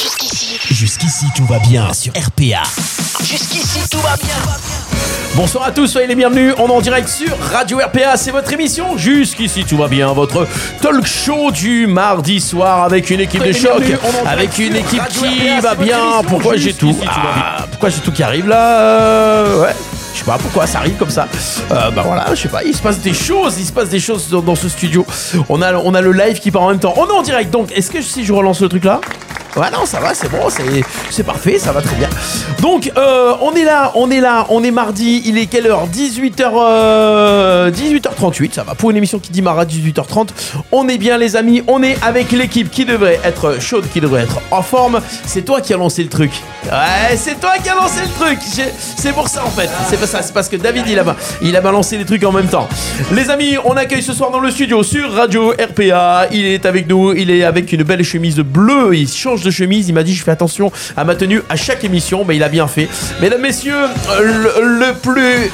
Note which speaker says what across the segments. Speaker 1: Jusqu'ici,
Speaker 2: Jusqu'ici, tout va bien sur RPA.
Speaker 1: jusqu'ici tout va bien.
Speaker 2: Bonsoir à tous, soyez les bienvenus. On est en direct sur Radio RPA. C'est votre émission. Jusqu'ici, tout va bien. Votre talk show du mardi soir avec une équipe de
Speaker 3: Soyez les
Speaker 2: choc.
Speaker 3: bienvenus, on est en direct
Speaker 2: Avec une
Speaker 3: sur
Speaker 2: équipe
Speaker 3: Radio
Speaker 2: qui
Speaker 3: RPA,
Speaker 2: va
Speaker 3: c'est votre
Speaker 2: bien.
Speaker 3: émission.
Speaker 2: Pourquoi j'ai tout
Speaker 3: Jusqu'ici, tout va bien.
Speaker 2: Ah, Pourquoi j'ai tout qui arrive là Euh, Ouais. Je sais pas pourquoi ça arrive comme ça. Euh, bah voilà, je sais pas. Il se passe des choses, il se passe des choses dans, dans ce studio. On a, on a le live qui part en même temps. On est en direct donc. Est-ce que si je relance le truc là Ouais non ça va c'est bon c'est c'est parfait ça va très bien donc euh, on est là on est là on est mardi il est quelle heure euh, 18h 18h38 ça va pour une émission qui démarre à 18h30 on est bien les amis on est avec l'équipe qui devrait être chaude qui devrait être en forme c'est toi qui as lancé le truc ouais c'est toi qui as lancé le truc J'ai- c'est pour ça en fait c'est pas ça c'est parce que David il a il a balancé des trucs en même temps les amis on accueille ce soir dans le studio sur Radio RPA il est avec nous il est avec une belle chemise bleue il change de chemise il m'a dit je fais attention à ma tenue à chaque émission mais il a bien fait mesdames messieurs euh, le- le plus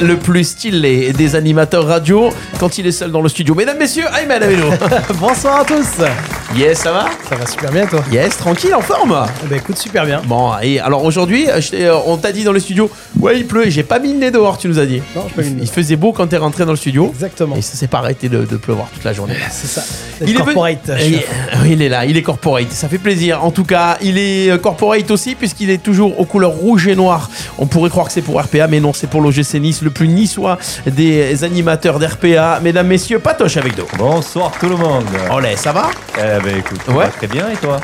Speaker 2: le plus stylé des animateurs radio quand il est seul dans le studio. Mesdames, messieurs, Ayman Ameno.
Speaker 3: Bonsoir à tous Ça
Speaker 2: yes, ça va
Speaker 3: va super bien toi
Speaker 2: Yes, tranquille, en forme
Speaker 3: Eh ben écoute super bien.
Speaker 2: Bon, et alors aujourd'hui, je t'ai- euh, on t'a dit dans le studio, ouais, il pleut, et j'ai pas mis le nez dehors, tu nous as dit.
Speaker 3: Non, j'ai pas mis le nez
Speaker 2: Il
Speaker 3: dehors.
Speaker 2: faisait beau quand t'es rentré dans le studio.
Speaker 3: Exactement.
Speaker 2: Et ça s'est pas arrêté de, de pleuvoir toute la journée.
Speaker 3: C'est ça.
Speaker 2: Il est venu-
Speaker 3: corporate.
Speaker 2: Euh,
Speaker 3: chef.
Speaker 2: il- il est là, il est corporate, ça fait plaisir. En tout cas, il est euh, corporate aussi puisqu'il est toujours aux couleurs rouge et noir. On pourrait croire que c'est pour RPA, mais non, c'est pour l'OGC Nice, le plus niçois des animateurs d'RPA. Mesdames, messieurs, Patoche avec nous.
Speaker 4: Bonsoir tout le monde.
Speaker 2: Olé, ça va
Speaker 4: Eh ben écoute, ça
Speaker 2: Oh. Ouais.
Speaker 4: va très bien et toi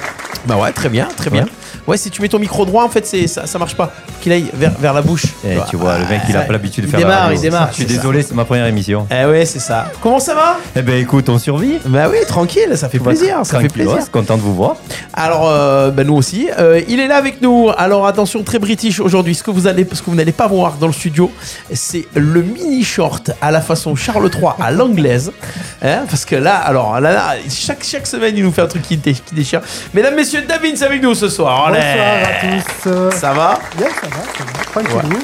Speaker 2: Bah ouais, très bien, très bien.
Speaker 4: bien.
Speaker 2: Ouais, si tu mets ton micro droit, en fait, c'est ça, ça marche pas. Faut Qu'il aille vers, vers la bouche. Ah,
Speaker 4: Eh, Tu vois, le mec il a pas l'habitude de
Speaker 2: Il
Speaker 4: faire
Speaker 2: démarre,
Speaker 4: la radio.
Speaker 2: il démarre,
Speaker 4: Je suis
Speaker 2: c'est ça.
Speaker 4: désolé, c'est ma première émission.
Speaker 2: Eh ouais, c'est ça. Comment ça va
Speaker 4: Eh ben écoute, on survit.
Speaker 2: Bah oui, tranquille, ça fait plaisir, ça fait plaisir.
Speaker 4: hein. Content de vous voir.
Speaker 2: Alors, euh, bah, nous aussi. Euh, il est là avec nous. Alors, attention, très british aujourd'hui. Ce que vous allez, ce que vous n'allez pas voir dans le studio, c'est le mini short à la façon Charles III à l'anglaise. Hein, parce que là, alors, là, là, chaque, chaque semaine, il nous fait un truc qui, dé- qui déchire. Mesdames, messieurs, David, c'est avec nous ce soir. Allez.
Speaker 5: Bonsoir à tous.
Speaker 2: Ça va
Speaker 5: Bien, ça va, ça va. Tranquille.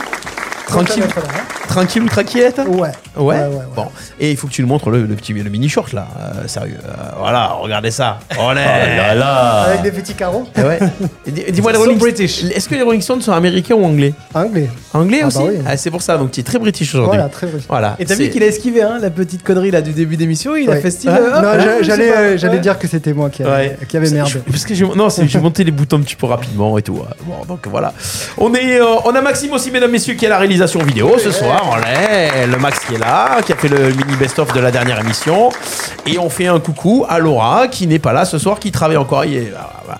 Speaker 2: Tranquille,
Speaker 5: Ça va, ça
Speaker 2: tranquille ou traquillette
Speaker 5: va. Ouais.
Speaker 2: Ouais,
Speaker 5: ouais, ouais.
Speaker 2: Bon, et il faut que tu nous montres le, le petit le mini short là, Euh, sérieux. Euh, voilà, regardez ça. Allez.
Speaker 4: Oh là là
Speaker 5: Avec
Speaker 3: euh,
Speaker 5: des petits carreaux.
Speaker 2: Eh ouais. Dis- Dis-moi les
Speaker 3: So
Speaker 2: Rolling
Speaker 3: British.
Speaker 2: Est-ce que les Rolling Stones sont américains ou anglais
Speaker 5: Anglais.
Speaker 2: Anglais
Speaker 5: Ah
Speaker 2: aussi
Speaker 5: bah oui.
Speaker 2: Ah, C'est pour ça, donc tu es très british aujourd'hui.
Speaker 5: Voilà, très vrai.
Speaker 2: Voilà.
Speaker 3: Et t'as
Speaker 2: C'est-
Speaker 3: vu qu'il a esquivé hein, la petite connerie là du début d'émission, il a
Speaker 5: Ouais. Ah,
Speaker 3: fait style.
Speaker 2: Ouais.
Speaker 3: euh, hop,
Speaker 5: Non,
Speaker 3: hein,
Speaker 5: j'a-
Speaker 3: je sais
Speaker 5: j'allais
Speaker 3: pas.
Speaker 5: euh, j'allais
Speaker 3: Ouais.
Speaker 5: dire que c'était moi qui avait,
Speaker 2: Ouais.
Speaker 5: qui avait
Speaker 2: Je-
Speaker 5: merdé.
Speaker 2: je- parce que j'ai, non, c'est- j'ai monté les boutons un petit peu rapidement et tout. ouais. Bon, donc voilà. On, est, euh, on a Maxime aussi, mesdames, messieurs, qui a la réalisation vidéo ce soir. Allez, le Max qui est là, qui a fait le mini best-of de la dernière émission. Et on fait un coucou à Laura, qui n'est pas là ce soir, qui travaille encore. Il y, a-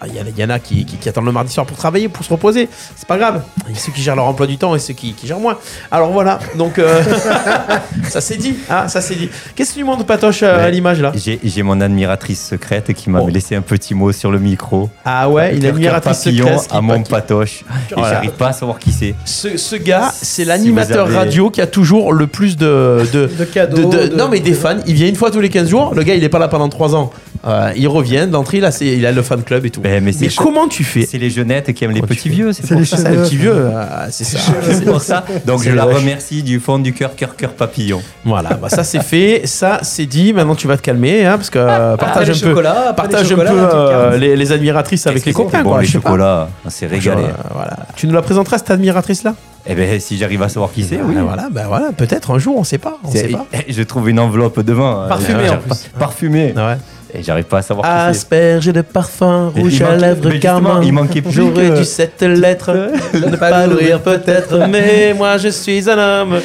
Speaker 2: il y en a- il y en a qui, qui- qui attendent le mardi soir pour travailler, pour se reposer. C'est pas grave. Il y a ceux qui gèrent leur emploi du temps et ceux qui, qui gèrent moins. Alors voilà, donc euh, ça c'est dit. hein, ça c'est dit. Qu'est-ce que tu montres, Patoche, euh, à
Speaker 4: Ouais.
Speaker 2: l'image là
Speaker 4: J'ai j'ai mon admiratrice secrète qui m'a
Speaker 2: Oh.
Speaker 4: laissé un petit mot sur le micro.
Speaker 2: Ah ouais, il a
Speaker 4: Cœur,
Speaker 2: une
Speaker 4: cœur,
Speaker 2: miratrice
Speaker 4: papillon
Speaker 2: secrète qui-
Speaker 4: à mon
Speaker 2: qui-
Speaker 4: patoche. Et
Speaker 2: Voilà.
Speaker 4: j'arrive pas à savoir qui c'est.
Speaker 2: Ce, ce gars, c'est
Speaker 4: Si
Speaker 2: l'animateur
Speaker 4: vous avez-
Speaker 2: radio qui a toujours le plus de, de,
Speaker 3: De cadeaux, de-
Speaker 2: Non, mais des fans. Il vient une fois tous les 15 jours. Le gars, il est pas là pendant 3 ans. Euh, il revient d'entrée, là, c'est- il a le fan club et tout.
Speaker 4: Ben, mais c'est chaud.
Speaker 2: comment tu fais
Speaker 4: C'est les jeunettes qui aiment les
Speaker 2: Comment tu
Speaker 4: petits
Speaker 2: fais
Speaker 4: vieux, c'est
Speaker 5: C'est
Speaker 4: pour
Speaker 5: les
Speaker 4: ça.
Speaker 2: Ça, le petit vieux, euh, c'est ça.
Speaker 4: C'est pour ça. Donc
Speaker 2: C'est
Speaker 4: je la
Speaker 2: lâche.
Speaker 4: remercie du fond du cœur, cœur, cœur papillon.
Speaker 2: Voilà, bah, ça c'est fait, ça c'est dit. Maintenant, tu vas te calmer, hein, parce que euh,
Speaker 3: Après
Speaker 2: partage
Speaker 3: Ah, les
Speaker 2: un peu,
Speaker 3: chocolats, après les
Speaker 2: partage un peu
Speaker 3: chocolats, un truc, hein.
Speaker 2: euh, les, les admiratrices avec les
Speaker 4: Qu'est-ce que
Speaker 2: copains.
Speaker 4: c'était Bon,
Speaker 2: quoi,
Speaker 4: les
Speaker 2: je sais pas.
Speaker 4: chocolats, on s'est
Speaker 2: Genre,
Speaker 4: régalé.
Speaker 2: euh, voilà. Tu nous la présenteras cette admiratrice là
Speaker 4: Eh ben si j'arrive à savoir qui c'est, oui.
Speaker 2: Voilà, bah, voilà, peut-être un jour, on sait pas, on
Speaker 4: C'est-
Speaker 2: sait pas.
Speaker 4: Je trouve une enveloppe devant.
Speaker 3: Parfumée,
Speaker 4: J'arrive
Speaker 3: en
Speaker 4: pas- Parfumée.
Speaker 2: Ouais.
Speaker 4: Et j'arrive pas à savoir qui c'est.
Speaker 2: Asperge de parfum,
Speaker 4: Mais
Speaker 2: rouge
Speaker 4: il
Speaker 2: à
Speaker 4: manquait-
Speaker 2: lèvres,
Speaker 4: mais justement,
Speaker 2: carmin.
Speaker 4: il manquait plus
Speaker 2: J'aurais
Speaker 4: que-
Speaker 2: dû cette lettre, ne pas l'ouvrir peut-être, mais moi je suis un homme.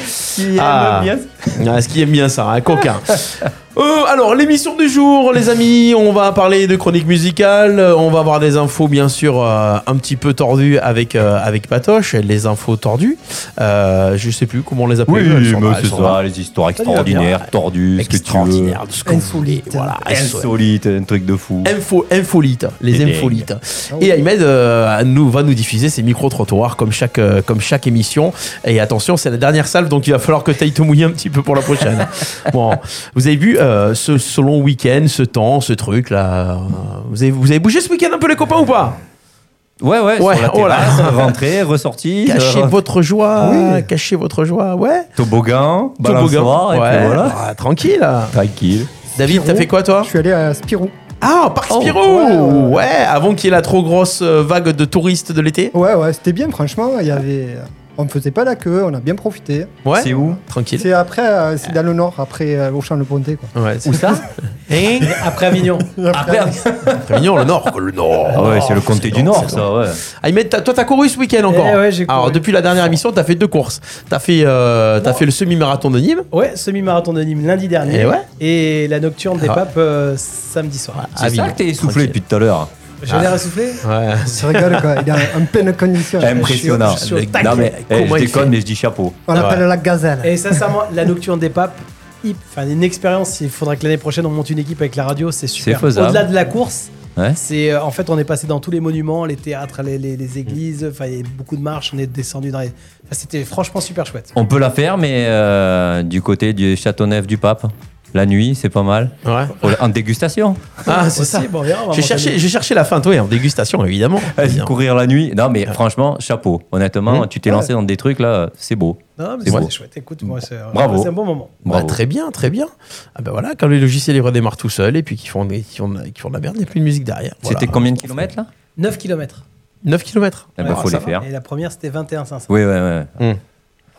Speaker 2: Ah. Ah, ce qui aime bien ça, un coquin. Euh, alors, l'émission du jour, les amis, on va parler de chronique musicale, euh, on va avoir des infos, bien sûr, euh, un petit peu tordues avec, euh, avec Patoche, les infos tordues. Euh, je sais plus comment on les appelle.
Speaker 4: Oui,
Speaker 2: elles sont là,
Speaker 4: mais
Speaker 2: elles
Speaker 4: c'est
Speaker 2: sont là.
Speaker 4: ça, les histoires
Speaker 2: lui va
Speaker 4: extraordinaires,
Speaker 2: bien.
Speaker 4: tordues, ce que tu veux.
Speaker 2: Extraordinaire, de ce que vous voulez. Voilà, elles sont-
Speaker 4: Insolite, un truc de fou.
Speaker 2: Info, infolite, les
Speaker 4: Et dingue.
Speaker 2: infolites.
Speaker 5: Ah
Speaker 2: Et Ahmed euh, nous, va nous diffuser ses micro-trottoirs comme chaque, euh, comme chaque émission. Et attention, c'est la dernière salve, donc il va falloir que tu ailles te mouiller un petit peu pour la prochaine. bon, vous avez vu euh, ce, ce long week-end, ce temps, ce truc là. euh, Vous avez, vous avez bougé ce week-end un peu les copains ou pas
Speaker 4: Ouais, ouais,
Speaker 2: Ouais,
Speaker 4: sur la
Speaker 2: oh là.
Speaker 4: terrasse, rentrée, ressortie,
Speaker 2: Cachez
Speaker 4: euh,
Speaker 2: votre joie,
Speaker 5: Oui.
Speaker 2: cachez votre joie, ouais.
Speaker 4: toboggan, balançoire,
Speaker 2: Toboggan.
Speaker 4: Bah, et
Speaker 2: Ouais,
Speaker 4: puis voilà.
Speaker 2: bah, tranquille.
Speaker 4: Tranquille.
Speaker 2: David, t'as
Speaker 5: Spirou.
Speaker 2: fait quoi toi
Speaker 5: Je suis allé à Spirou.
Speaker 2: Ah, Parc
Speaker 4: Oh.
Speaker 2: Spirou
Speaker 5: Ouais, ouais,
Speaker 2: ouais, avant qu'il y ait la trop grosse euh, vague de touristes de l'été.
Speaker 5: Ouais, ouais, c'était bien, franchement. Il y avait... On ne faisait pas la queue, on a bien profité.
Speaker 2: Ouais,
Speaker 4: C'est où
Speaker 2: tranquille.
Speaker 5: C'est après, euh, c'est dans le nord, après euh, Auchan-le-Pontet, quoi.
Speaker 2: Ouais, c'est
Speaker 3: Où ça
Speaker 2: Hein
Speaker 3: Après Avignon. Ah,
Speaker 4: Après,
Speaker 2: Très mignon, le Nord. quoi, Le Nord.
Speaker 4: ah ouais, c'est le comté du Nord,
Speaker 2: Ah c'est
Speaker 4: ça, ouais.
Speaker 2: Ahmed, t'as- toi, t'as couru ce week-end encore
Speaker 3: Eh ouais, j'ai
Speaker 2: Alors,
Speaker 3: couru.
Speaker 2: depuis la dernière émission, t'as fait deux courses. T'as fait, euh, t'as fait le semi-marathon de Nîmes.
Speaker 3: Ouais, semi-marathon de Nîmes lundi dernier.
Speaker 2: Eh ouais.
Speaker 3: Et la nocturne des
Speaker 2: Ah.
Speaker 3: papes euh, samedi soir.
Speaker 2: Ah,
Speaker 4: C'est ça
Speaker 2: Avignon.
Speaker 4: que t'es essoufflé
Speaker 2: Tranquille.
Speaker 4: depuis tout à l'heure.
Speaker 3: J'ai
Speaker 4: Ah.
Speaker 3: l'air essoufflé
Speaker 2: Ouais.
Speaker 5: On se rigole, quoi. Il est en pleine condition.
Speaker 4: Impressionnant.
Speaker 3: je suis au taquet.
Speaker 4: Non, mais eh,
Speaker 2: Comment
Speaker 4: je
Speaker 2: il fait
Speaker 4: déconne, mais je dis chapeau.
Speaker 5: On l'appelle la gazelle.
Speaker 3: Et sincèrement, la nocturne des papes, hip- enfin une expérience. Il faudra que l'année prochaine on monte une équipe avec la radio, c'est super.
Speaker 4: C'est faisable.
Speaker 3: Au-delà de la course,
Speaker 4: Ouais.
Speaker 3: c'est euh, en fait on est passé dans tous les monuments, les théâtres, les, les- les églises. Enfin, il y a beaucoup de marches. On est descendu dans les. enfin, C'était franchement super chouette.
Speaker 4: On peut la faire, mais euh, du côté du Châteauneuf du Pape, la nuit, c'est pas mal.
Speaker 2: Ouais.
Speaker 4: Pour la- En dégustation.
Speaker 2: Ah, c'est
Speaker 3: Aussi,
Speaker 2: ça.
Speaker 3: bon, on verra, on va
Speaker 2: J'ai
Speaker 3: monter
Speaker 2: cherché,
Speaker 3: une-
Speaker 2: j'ai cherché la fin, toi, en dégustation, évidemment.
Speaker 3: hein.
Speaker 4: Vas-y, courir la nuit. Non, mais franchement, chapeau.
Speaker 3: Mmh.
Speaker 4: Honnêtement, tu t'es lancé dans des trucs là, c'est beau.
Speaker 3: Non, mais
Speaker 4: C'est beau.
Speaker 3: c'était chouette. Écoute, moi, c'est
Speaker 4: Bravo.
Speaker 3: c'est un bon moment.
Speaker 2: Bah,
Speaker 4: Bravo.
Speaker 2: très bien, très bien. Ah ben voilà, quand les logiciels ils redémarrent tout seuls et puis qu'ils font, des- qu'ils font, de- qu'ils font de la merde, il n'y a plus de musique derrière.
Speaker 4: C'était combien de kilomètres là
Speaker 3: 9 km.
Speaker 2: 9 km.
Speaker 4: Eh ben, faut les faire.
Speaker 3: Et la première, c'était 21 500.
Speaker 4: Oui, ouais, ouais.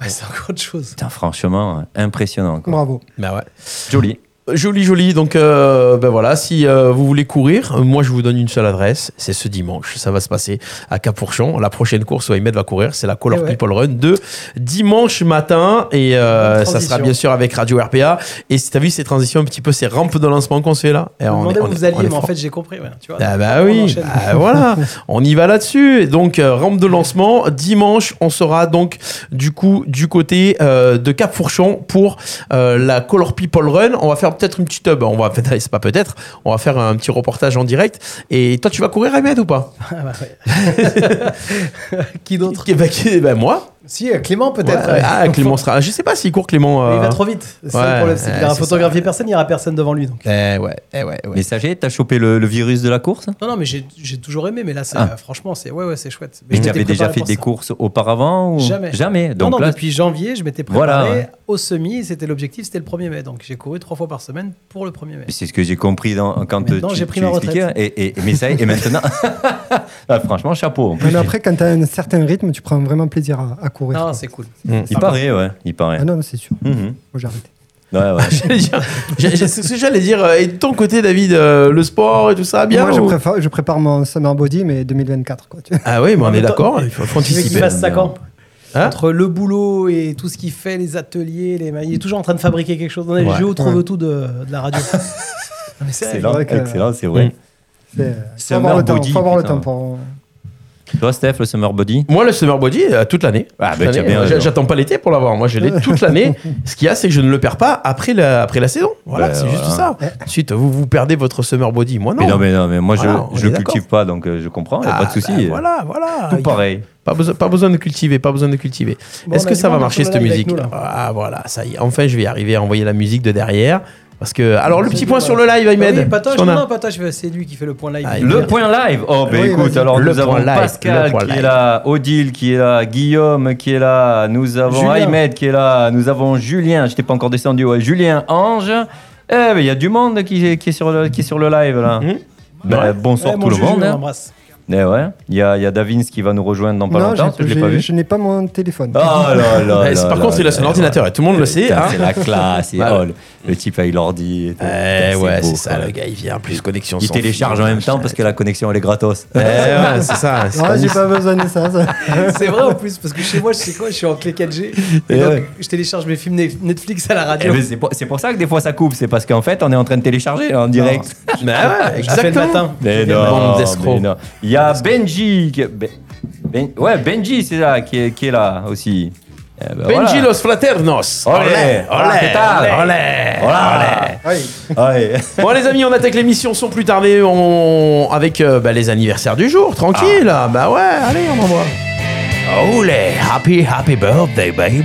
Speaker 3: Ouais, c'est encore autre chose.
Speaker 4: Putain, franchement, impressionnant. quoi.
Speaker 5: Bravo.
Speaker 2: Bah ouais.
Speaker 4: Joli.
Speaker 2: Joli, joli. Donc, euh, ben voilà, si euh, vous voulez courir, euh, moi je vous donne une seule adresse. C'est ce dimanche. Ça va se passer à Capourchon. La prochaine course où Ahmed va courir, c'est la Color
Speaker 3: Eh ouais.
Speaker 2: People Run de dimanche matin. Et euh,
Speaker 3: Bonne
Speaker 2: ça sera
Speaker 3: transition.
Speaker 2: bien sûr avec Radio RPA. Et si t'as vu ces transitions, un petit peu ces rampes de lancement qu'on se fait là. Et
Speaker 3: Je me
Speaker 2: on est-
Speaker 3: demandais où
Speaker 2: on est-
Speaker 3: vous
Speaker 2: on est
Speaker 3: alliez, mais en
Speaker 2: fort.
Speaker 3: fait, j'ai compris. voilà, tu vois.
Speaker 2: Ah bah
Speaker 3: On
Speaker 2: oui,
Speaker 3: enchaîne.
Speaker 2: Ah, voilà, on y va là-dessus. Et Donc euh, rampe de lancement dimanche, on sera donc du coup du côté euh, de Cap Fourchon pour euh, la Color People Run. On va faire peut-être une petite hub, hein, on va c'est pas peut-être, on va faire un petit reportage en direct. Et toi, tu vas courir Ahmed ou pas
Speaker 3: Ah bah ouais. Qui d'autre
Speaker 2: Eh ben, qui- ben, moi.
Speaker 3: Si, euh, Clément peut-être.
Speaker 2: Ouais, ah Clément sera. Je sais pas s'il court Clément.
Speaker 3: Mais
Speaker 2: euh.
Speaker 3: Il va trop vite. C'est ça
Speaker 2: Ouais,
Speaker 3: le problème. C'est qu'il
Speaker 2: ouais,
Speaker 3: aura
Speaker 2: c'est
Speaker 3: photographié personne, il n'y aura personne devant lui. Donc.
Speaker 2: Eh ouais, eh ouais, ouais.
Speaker 4: Mais ça y est, t'as chopé le, le virus de la course
Speaker 3: Non, non, mais j'ai j'ai toujours aimé. Mais là, c'est-
Speaker 4: Ah.
Speaker 3: euh, franchement, c'est ouais, ouais, c'est chouette. Mais
Speaker 4: Mais
Speaker 3: je
Speaker 4: tu
Speaker 3: m'étais
Speaker 4: avais déjà
Speaker 3: préparé
Speaker 4: fait
Speaker 3: pour
Speaker 4: des
Speaker 3: ça.
Speaker 4: courses auparavant ou...
Speaker 3: Jamais.
Speaker 4: Donc
Speaker 3: non, non,
Speaker 4: là,
Speaker 3: depuis janvier, je m'étais préparé
Speaker 4: Voilà, ouais.
Speaker 3: au semi. C'était l'objectif, c'était le 1er mai. Donc j'ai couru trois fois par semaine pour le 1er mai.
Speaker 4: c'est ce que j'ai compris dans- quand
Speaker 3: Maintenant,
Speaker 4: tu,
Speaker 3: j'ai pris
Speaker 4: tu
Speaker 3: ma
Speaker 4: expliquais.
Speaker 3: retraite.
Speaker 4: Et, et- mais ça y est, et maintenant. Ah, franchement, chapeau.
Speaker 5: Mais après, quand t'as un certain rythme, tu prends vraiment plaisir à, à courir.
Speaker 3: Non,
Speaker 5: quoi.
Speaker 3: c'est cool.
Speaker 4: Il paraît, ouais. Il paraît.
Speaker 5: Ah non, non, c'est sûr.
Speaker 4: Mhm.
Speaker 5: Moi, j'ai arrêté.
Speaker 4: Ouais, ouais.
Speaker 2: J'allais dire- j'ai- j'ai- c'est ce que j'allais dire. euh, Et de ton côté, David, euh, le sport et tout ça, bien oh.
Speaker 5: Moi, je
Speaker 2: ou-
Speaker 5: prépare, je prépare mon summer body, mais 2024, quoi. tu vois.
Speaker 2: Ah oui, mais on
Speaker 3: En
Speaker 2: est
Speaker 3: même temps,
Speaker 2: d'accord. Il faut, faut
Speaker 3: Tu veux qu'il
Speaker 2: anticiper.
Speaker 3: fasse ça quand
Speaker 2: Hein
Speaker 3: Entre le boulot et tout ce qu'il fait, les ateliers, les... il est toujours en train de fabriquer quelque chose. On est
Speaker 2: Ouais.
Speaker 3: géo trouve
Speaker 5: Ouais.
Speaker 3: tout de, de la radio. Non, mais c'est vrai.
Speaker 4: Excellent,
Speaker 5: vrai que-
Speaker 4: excellent, c'est vrai.
Speaker 5: C'est- Faut
Speaker 4: Summer
Speaker 5: avoir le temps,
Speaker 4: body,
Speaker 5: faut avoir le
Speaker 4: putain.
Speaker 5: temps pour...
Speaker 4: Toi, Steph, le summer body
Speaker 2: Moi, le summer body, euh, toute l'année.
Speaker 4: Ah,
Speaker 2: Toute
Speaker 4: bah, tu as
Speaker 2: l'année.
Speaker 4: bien
Speaker 2: Euh,
Speaker 4: raison.
Speaker 2: j'a- J'attends pas l'été pour l'avoir. Moi, je l'ai toute l'année. Ce qu'il y a, c'est que je ne le perds pas après la, après la saison. Voilà,
Speaker 4: Ben,
Speaker 2: c'est juste ça.
Speaker 4: voilà.
Speaker 2: Ensuite, vous, vous perdez votre summer body. Moi, non.
Speaker 4: mais non, mais non, mais moi, je-
Speaker 2: Voilà, on est
Speaker 4: je, le
Speaker 2: d'accord.
Speaker 4: cultive pas, donc euh, je comprends, il a
Speaker 2: Ah,
Speaker 4: pas de souci.
Speaker 2: ben, voilà, Ah, voilà.
Speaker 4: Tout pareil.
Speaker 2: Pas besoin, pas besoin de cultiver, pas besoin de cultiver.
Speaker 3: Bon,
Speaker 2: Est-ce
Speaker 3: on a
Speaker 2: que
Speaker 3: du
Speaker 2: ça va
Speaker 3: monde
Speaker 2: marcher
Speaker 3: sur
Speaker 2: cette
Speaker 3: le live
Speaker 2: musique
Speaker 3: avec nous, là.
Speaker 2: Ah voilà, ça y est. Enfin, je vais arriver à envoyer la musique de derrière. Parce que. Alors, le
Speaker 3: C'est
Speaker 2: petit
Speaker 3: bon,
Speaker 2: point
Speaker 3: voilà.
Speaker 2: sur le live,
Speaker 3: Bah
Speaker 2: Ahmed.
Speaker 3: oui, Patoche,
Speaker 2: Si on a-
Speaker 3: non, non, Patoche, c'est lui qui fait le point live.
Speaker 2: Ah,
Speaker 3: Il
Speaker 2: le
Speaker 3: vient.
Speaker 4: Le point live Oh, ben
Speaker 5: Oui,
Speaker 4: écoute,
Speaker 5: vas-y.
Speaker 4: alors
Speaker 2: Le
Speaker 4: nous avons
Speaker 2: point live, le
Speaker 4: Pascal
Speaker 2: point
Speaker 4: qui
Speaker 2: live.
Speaker 4: est là, Odile qui est là, Guillaume qui est là, nous avons
Speaker 3: Julien.
Speaker 4: Ahmed qui est là, nous avons Julien, je t'ai pas encore descendu, ouais, Julien Ange. Eh ben, il y a du monde qui, est- qui est, sur le, qui est sur le live là.
Speaker 2: Hmm.
Speaker 4: Ben,
Speaker 2: Ouais. Eh,
Speaker 4: Bonsoir
Speaker 3: Ouais, mon
Speaker 4: tout le
Speaker 3: Juju,
Speaker 4: monde.
Speaker 3: on
Speaker 4: hein.
Speaker 3: l'embrasse.
Speaker 4: Eh ouais, il y a, il y a Davins qui va nous rejoindre dans pas
Speaker 5: Non,
Speaker 4: longtemps, parce que
Speaker 5: j'ai-
Speaker 4: je l'ai pas
Speaker 5: j'ai-
Speaker 4: vu.
Speaker 5: je n'ai pas mon téléphone.
Speaker 4: Ah là là.
Speaker 2: Eh, c'est-
Speaker 4: là
Speaker 2: Par
Speaker 4: là
Speaker 2: contre, il a
Speaker 4: là
Speaker 2: son
Speaker 4: là.
Speaker 2: ordinateur. Et tout le monde le sait.
Speaker 4: Putain,
Speaker 2: hein.
Speaker 4: C'est la classe. et
Speaker 2: Ouais.
Speaker 4: oh, le- le type avec l'ordi. et tout.
Speaker 2: Eh
Speaker 4: Putain,
Speaker 2: ouais,
Speaker 4: beau,
Speaker 2: c'est ça,
Speaker 4: quoi.
Speaker 2: le gars, il vient. Plus connexion.
Speaker 4: Il
Speaker 2: sans
Speaker 4: télécharge
Speaker 2: fil.
Speaker 4: en même temps parce que la connexion elle est gratos.
Speaker 2: Eh ouais, c'est ça. c'est
Speaker 5: Ah,
Speaker 2: comme
Speaker 5: j'ai
Speaker 2: ça.
Speaker 5: pas besoin de ça. ça.
Speaker 3: C'est vrai en plus, parce que chez moi, je sais quoi, je suis en clé 4G. Et
Speaker 4: Et
Speaker 3: donc,
Speaker 4: ouais.
Speaker 3: je télécharge mes films Nef- Netflix à la
Speaker 4: Eh
Speaker 3: radio.
Speaker 4: ben, c'est pour, c'est pour ça que des fois ça coupe, c'est parce qu'en fait on est en train de télécharger en direct.
Speaker 2: Mais ouais,
Speaker 3: Je le fais le
Speaker 2: exactement.
Speaker 3: matin.
Speaker 4: Mais
Speaker 2: Bande
Speaker 4: non,
Speaker 2: d'escrocs.
Speaker 4: mais non. Il y a Benji. qui- Ben- Ben- ouais, Benji c'est là qui est, qui est là aussi. Eh ben,
Speaker 2: Benji
Speaker 4: voilà.
Speaker 2: Los Fraternos.
Speaker 4: Olé,
Speaker 2: Olé,
Speaker 4: olé,
Speaker 2: olé,
Speaker 4: pétale.
Speaker 2: olé,
Speaker 4: Voilà.
Speaker 2: olé.
Speaker 4: Ouais.
Speaker 2: Bon les amis, on attaque l'émission sans plus tarder on... avec euh, bah, les anniversaires du jour, tranquille. Bah ouais, allez, on envoie. Olé, happy, happy birthday, baby.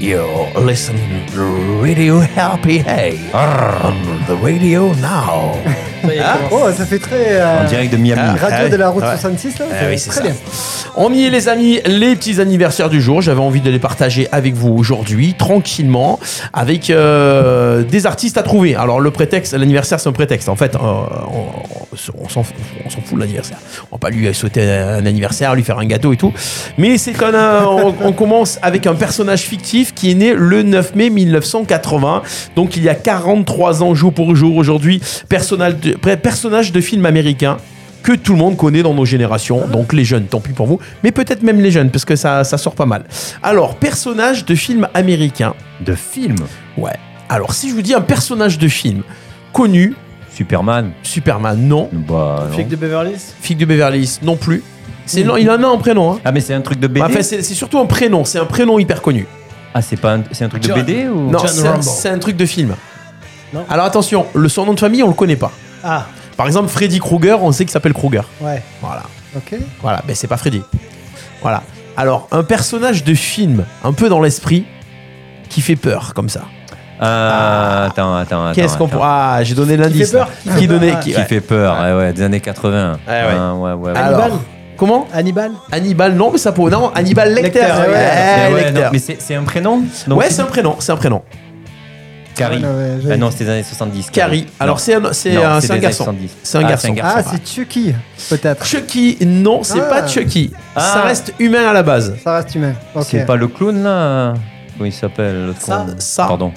Speaker 1: You're listening to Radio Happy Hey on the radio now.
Speaker 3: Ça y est, commence.
Speaker 5: Oh, ça fait très. euh,
Speaker 4: En direct de Miami.
Speaker 2: Ah.
Speaker 5: Radio de la route
Speaker 2: Ouais.
Speaker 5: 66, là.
Speaker 2: Ah oui,
Speaker 5: c'est
Speaker 2: c'est
Speaker 5: très
Speaker 2: ça.
Speaker 5: bien.
Speaker 2: On y est les amis, les petits anniversaires du jour. J'avais envie de les partager avec vous aujourd'hui, tranquillement, avec euh, des artistes à trouver. Alors le prétexte, l'anniversaire c'est un prétexte. En fait, euh, on, on s'en fout, on s'en fout de l'anniversaire. On va pas lui souhaiter un anniversaire, lui faire un gâteau et tout. Mais c'est qu'on a- on, on commence avec un personnage fictif qui est né le 9 mai 1980. Donc il y a 43 ans jour pour jour aujourd'hui. Personnage de, personnage de film américain que tout le monde connaît dans nos générations, donc les jeunes, tant pis pour vous, mais peut-être même les jeunes, parce que ça, ça sort pas mal. Alors, personnage de film américain.
Speaker 4: De film.
Speaker 2: Ouais. Alors, si je vous dis un personnage de film connu,
Speaker 4: Superman.
Speaker 2: Superman, non.
Speaker 4: Bah, non.
Speaker 3: Flic de Beverly Hills
Speaker 2: Figue de Beverly Hills, non plus. C'est,
Speaker 3: Mm.
Speaker 2: non, il en a un prénom. Hein.
Speaker 4: Ah, mais c'est un truc de BD
Speaker 2: Enfin, c'est, c'est surtout un prénom, c'est un prénom hyper connu.
Speaker 4: Ah, c'est pas un, c'est un truc de
Speaker 3: John.
Speaker 4: BD ou
Speaker 2: Non,
Speaker 3: John
Speaker 2: c'est un,
Speaker 3: Rambo.
Speaker 2: c'est un truc de film.
Speaker 3: Non.
Speaker 2: Alors attention, le surnom de famille, on le connaît pas.
Speaker 3: Ah,
Speaker 2: Par exemple, Freddy Krueger, on sait qu'il s'appelle Krueger.
Speaker 3: ouais.
Speaker 2: Voilà.
Speaker 5: Ok.
Speaker 2: Voilà, mais c'est pas Freddy. Voilà. Alors, un personnage de film, un peu dans l'esprit, qui fait peur, comme ça.
Speaker 4: Ah, attends, attends, attends.
Speaker 2: Qu'est-ce qu'on
Speaker 4: attends.
Speaker 2: pourrait. Ah, j'ai donné l'indice.
Speaker 3: fait peur,
Speaker 2: là.
Speaker 3: qui fait
Speaker 2: Qui
Speaker 3: peur,
Speaker 2: donnait.
Speaker 3: ouais.
Speaker 2: Ah, Qui,
Speaker 4: Qui
Speaker 2: ouais.
Speaker 4: fait peur, ouais, ouais, des années 80.
Speaker 2: Ouais, ouais.
Speaker 4: Ah, ouais, ouais, ouais.
Speaker 2: Alors,
Speaker 3: Hannibal
Speaker 2: Comment
Speaker 3: Hannibal
Speaker 2: Hannibal, non, mais ça pourrait. Non, Hannibal Lecter.
Speaker 3: Lecter, ouais.
Speaker 2: Ouais,
Speaker 4: Mais ouais,
Speaker 2: Lecter.
Speaker 4: non, mais c'est c'est un prénom donc,
Speaker 2: eh, Ouais, c'est un prénom, c'est un prénom.
Speaker 4: Carrie.
Speaker 5: Ouais, ouais, j'avais-
Speaker 4: Ah non, c'est des années 70.
Speaker 2: Carrie. Alors, c'est un, c'est
Speaker 4: Non,
Speaker 2: un,
Speaker 4: c'est
Speaker 2: c'est un
Speaker 4: des
Speaker 2: garçon.
Speaker 4: années 70.
Speaker 2: C'est un
Speaker 4: Ah,
Speaker 2: garçon.
Speaker 4: c'est un garçon.
Speaker 5: Ah,
Speaker 4: ça
Speaker 5: c'est Chucky, peut-être.
Speaker 2: Chucky, non, c'est
Speaker 5: Ah.
Speaker 2: pas Chucky. Ça
Speaker 4: Ah.
Speaker 2: reste humain à la base.
Speaker 5: Ça reste humain. Ok.
Speaker 4: C'est pas le clown là Comment il s'appelle l'autre
Speaker 2: Ah, Ça, ça.
Speaker 4: con Pardon.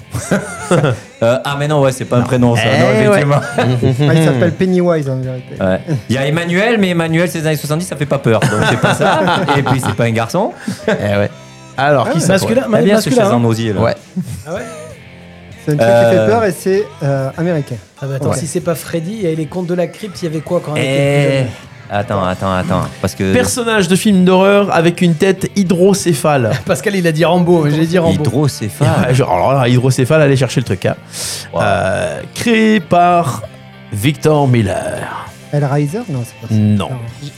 Speaker 4: Euh, ah, mais non, ouais, c'est pas un prénom ça.
Speaker 2: Eh
Speaker 4: non,
Speaker 2: ouais.
Speaker 4: effectivement.
Speaker 2: Eh
Speaker 5: Ah,
Speaker 4: Hum.
Speaker 5: il s'appelle Pennywise, en vérité.
Speaker 4: Ouais. Il y a Emmanuel, mais Emmanuel, c'est des années 70, ça fait pas peur. Donc, c'est pas ça. Et puis, c'est pas un garçon.
Speaker 2: Eh ouais. Alors, qui ça
Speaker 3: Ah Masculin,
Speaker 4: Eh bien, c'est chez
Speaker 3: masculin.
Speaker 4: un
Speaker 3: hein.
Speaker 4: osier là.
Speaker 2: pourrait Ouais.
Speaker 3: Ah ouais
Speaker 5: C'est un truc qui
Speaker 4: Euh.
Speaker 5: fait peur et c'est euh, américain.
Speaker 3: Ah bah attends,
Speaker 5: Ouais.
Speaker 3: si c'est pas Freddy, il y a les contes de la crypte, il y avait quoi quand on était
Speaker 4: Eh. Attends, attends, attends. Parce que.
Speaker 2: Personnage de film d'horreur avec une tête hydrocéphale.
Speaker 3: plus jeune Pascal, il a dit Rambo, mais j'ai dit Rambo.
Speaker 4: Hydrocéphale.
Speaker 2: Ouais, genre, Ah, alors là, hydrocéphale, allez chercher le truc. hein.
Speaker 4: Wow.
Speaker 2: Euh, créé par Victor Miller.
Speaker 5: Hellraiser Non, c'est
Speaker 4: Hum.
Speaker 5: pas ça.
Speaker 2: Non.
Speaker 5: Non.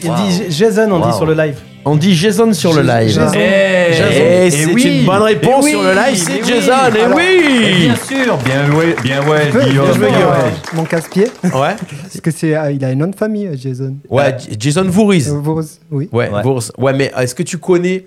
Speaker 3: Il
Speaker 4: Wow.
Speaker 3: dit Jason, on
Speaker 4: Wow.
Speaker 3: dit sur le live.
Speaker 2: On dit Jason sur le
Speaker 5: Jason.
Speaker 2: live.
Speaker 5: Jason.
Speaker 4: Eh,
Speaker 2: Eh,
Speaker 4: eh,
Speaker 2: c'est
Speaker 4: eh
Speaker 2: une
Speaker 4: oui,
Speaker 2: bonne réponse
Speaker 4: eh oui,
Speaker 2: sur le live,
Speaker 4: eh
Speaker 2: c'est
Speaker 4: oui.
Speaker 2: Jason, et
Speaker 4: Alors, eh
Speaker 2: oui
Speaker 4: bien sûr, bien ouais, bien ouais,
Speaker 5: Tu peux-
Speaker 4: Guillaume.
Speaker 5: tu peux
Speaker 4: bien
Speaker 5: dire,
Speaker 4: ouais.
Speaker 5: euh, Mon casse-pied.
Speaker 2: Ouais,
Speaker 5: Parce que c'est, euh, il a une nom de famille, euh, Jason.
Speaker 2: ouais J- Jason Voorhees.
Speaker 5: Euh, Voorhees, oui.
Speaker 2: Ouais,
Speaker 4: Ouais.
Speaker 2: Voorhees. Ouais, mais est-ce que tu connais.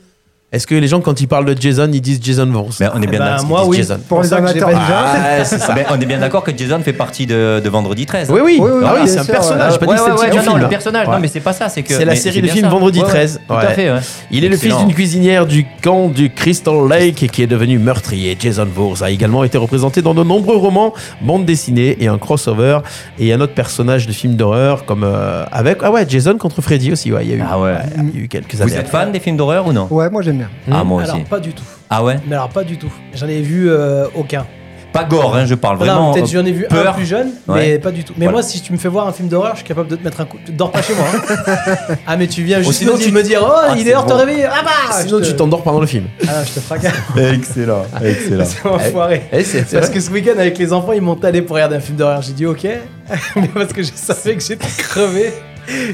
Speaker 2: Est-ce que les gens, quand ils parlent de Jason, ils disent Jason Voorhees
Speaker 4: Mais on est bien
Speaker 3: bah,
Speaker 4: d'accord.
Speaker 3: moi,
Speaker 2: Ils disent
Speaker 3: oui.
Speaker 2: Jason.
Speaker 5: Pour
Speaker 3: C'est
Speaker 5: les
Speaker 3: pour ça que
Speaker 5: amateurs
Speaker 3: j'ai
Speaker 5: de
Speaker 3: pas-
Speaker 5: genre.
Speaker 2: Ah, c'est ça.
Speaker 4: Ben, on est bien d'accord que Jason fait partie de, de Vendredi 13.
Speaker 2: Oui, oui,
Speaker 5: Oui, oui,
Speaker 2: ah, oui
Speaker 5: bien
Speaker 2: c'est un
Speaker 5: sûr,
Speaker 2: personnage. J'ai
Speaker 5: ouais.
Speaker 2: pas
Speaker 4: Ouais,
Speaker 2: dit que
Speaker 4: ouais,
Speaker 2: c'était
Speaker 4: ouais,
Speaker 2: un
Speaker 4: non,
Speaker 2: film.
Speaker 4: non, le personnage.
Speaker 2: Ouais.
Speaker 4: Non, mais c'est pas ça. C'est que.
Speaker 2: C'est la
Speaker 4: mais
Speaker 2: série de
Speaker 4: bien
Speaker 2: films
Speaker 4: ça.
Speaker 2: Vendredi
Speaker 4: Ouais, ouais,
Speaker 2: 13.
Speaker 4: Tout
Speaker 2: Ouais.
Speaker 4: à fait. ouais.
Speaker 2: Il est le fils
Speaker 4: Excellent.
Speaker 2: d'une cuisinière du camp du Crystal Lake qui est devenu meurtrier. Jason Voorhees a également été représenté dans de nombreux romans, bandes dessinées et un crossover et un autre personnage de film d'horreur comme euh, avec ah ouais Jason contre Freddy aussi ouais il y a eu
Speaker 4: Ah ouais.
Speaker 2: il y a eu quelques
Speaker 4: Vous
Speaker 2: années.
Speaker 4: êtes fan des films d'horreur ou non
Speaker 5: Ouais, moi j'aime bien.
Speaker 4: Ah, moi aussi.
Speaker 3: Alors, pas du tout.
Speaker 4: Ah ouais
Speaker 3: Mais alors, pas du tout. J'en ai vu euh, aucun.
Speaker 4: Pas gore, hein, je parle
Speaker 3: Voilà,
Speaker 4: vraiment.
Speaker 3: peut-être
Speaker 4: euh,
Speaker 3: j'en ai vu un
Speaker 4: peur.
Speaker 3: plus jeune, mais
Speaker 4: Ouais.
Speaker 3: pas du tout. Mais
Speaker 4: Voilà.
Speaker 3: moi, si tu me fais voir un film d'horreur, je suis capable de te mettre un coup. Tu dors pas chez moi. hein. ah, mais tu viens juste
Speaker 2: sinon,
Speaker 3: me dire-
Speaker 2: tu-
Speaker 3: me dire Oh,
Speaker 4: Ah,
Speaker 3: il
Speaker 4: c'est
Speaker 3: est hors, te
Speaker 4: bon.
Speaker 3: réveiller. Ah bah
Speaker 2: Sinon
Speaker 3: je te-
Speaker 2: tu t'endors pendant le film.
Speaker 3: Ah, je te fracasse.
Speaker 4: Excellent, excellent.
Speaker 3: C'est enfoiré.
Speaker 2: Eh, c'est- c'est
Speaker 3: Parce
Speaker 2: vrai.
Speaker 3: que ce week-end, avec les enfants, ils m'ont allé pour regarder un film d'horreur. J'ai dit ok, mais parce que je savais que j'étais crevé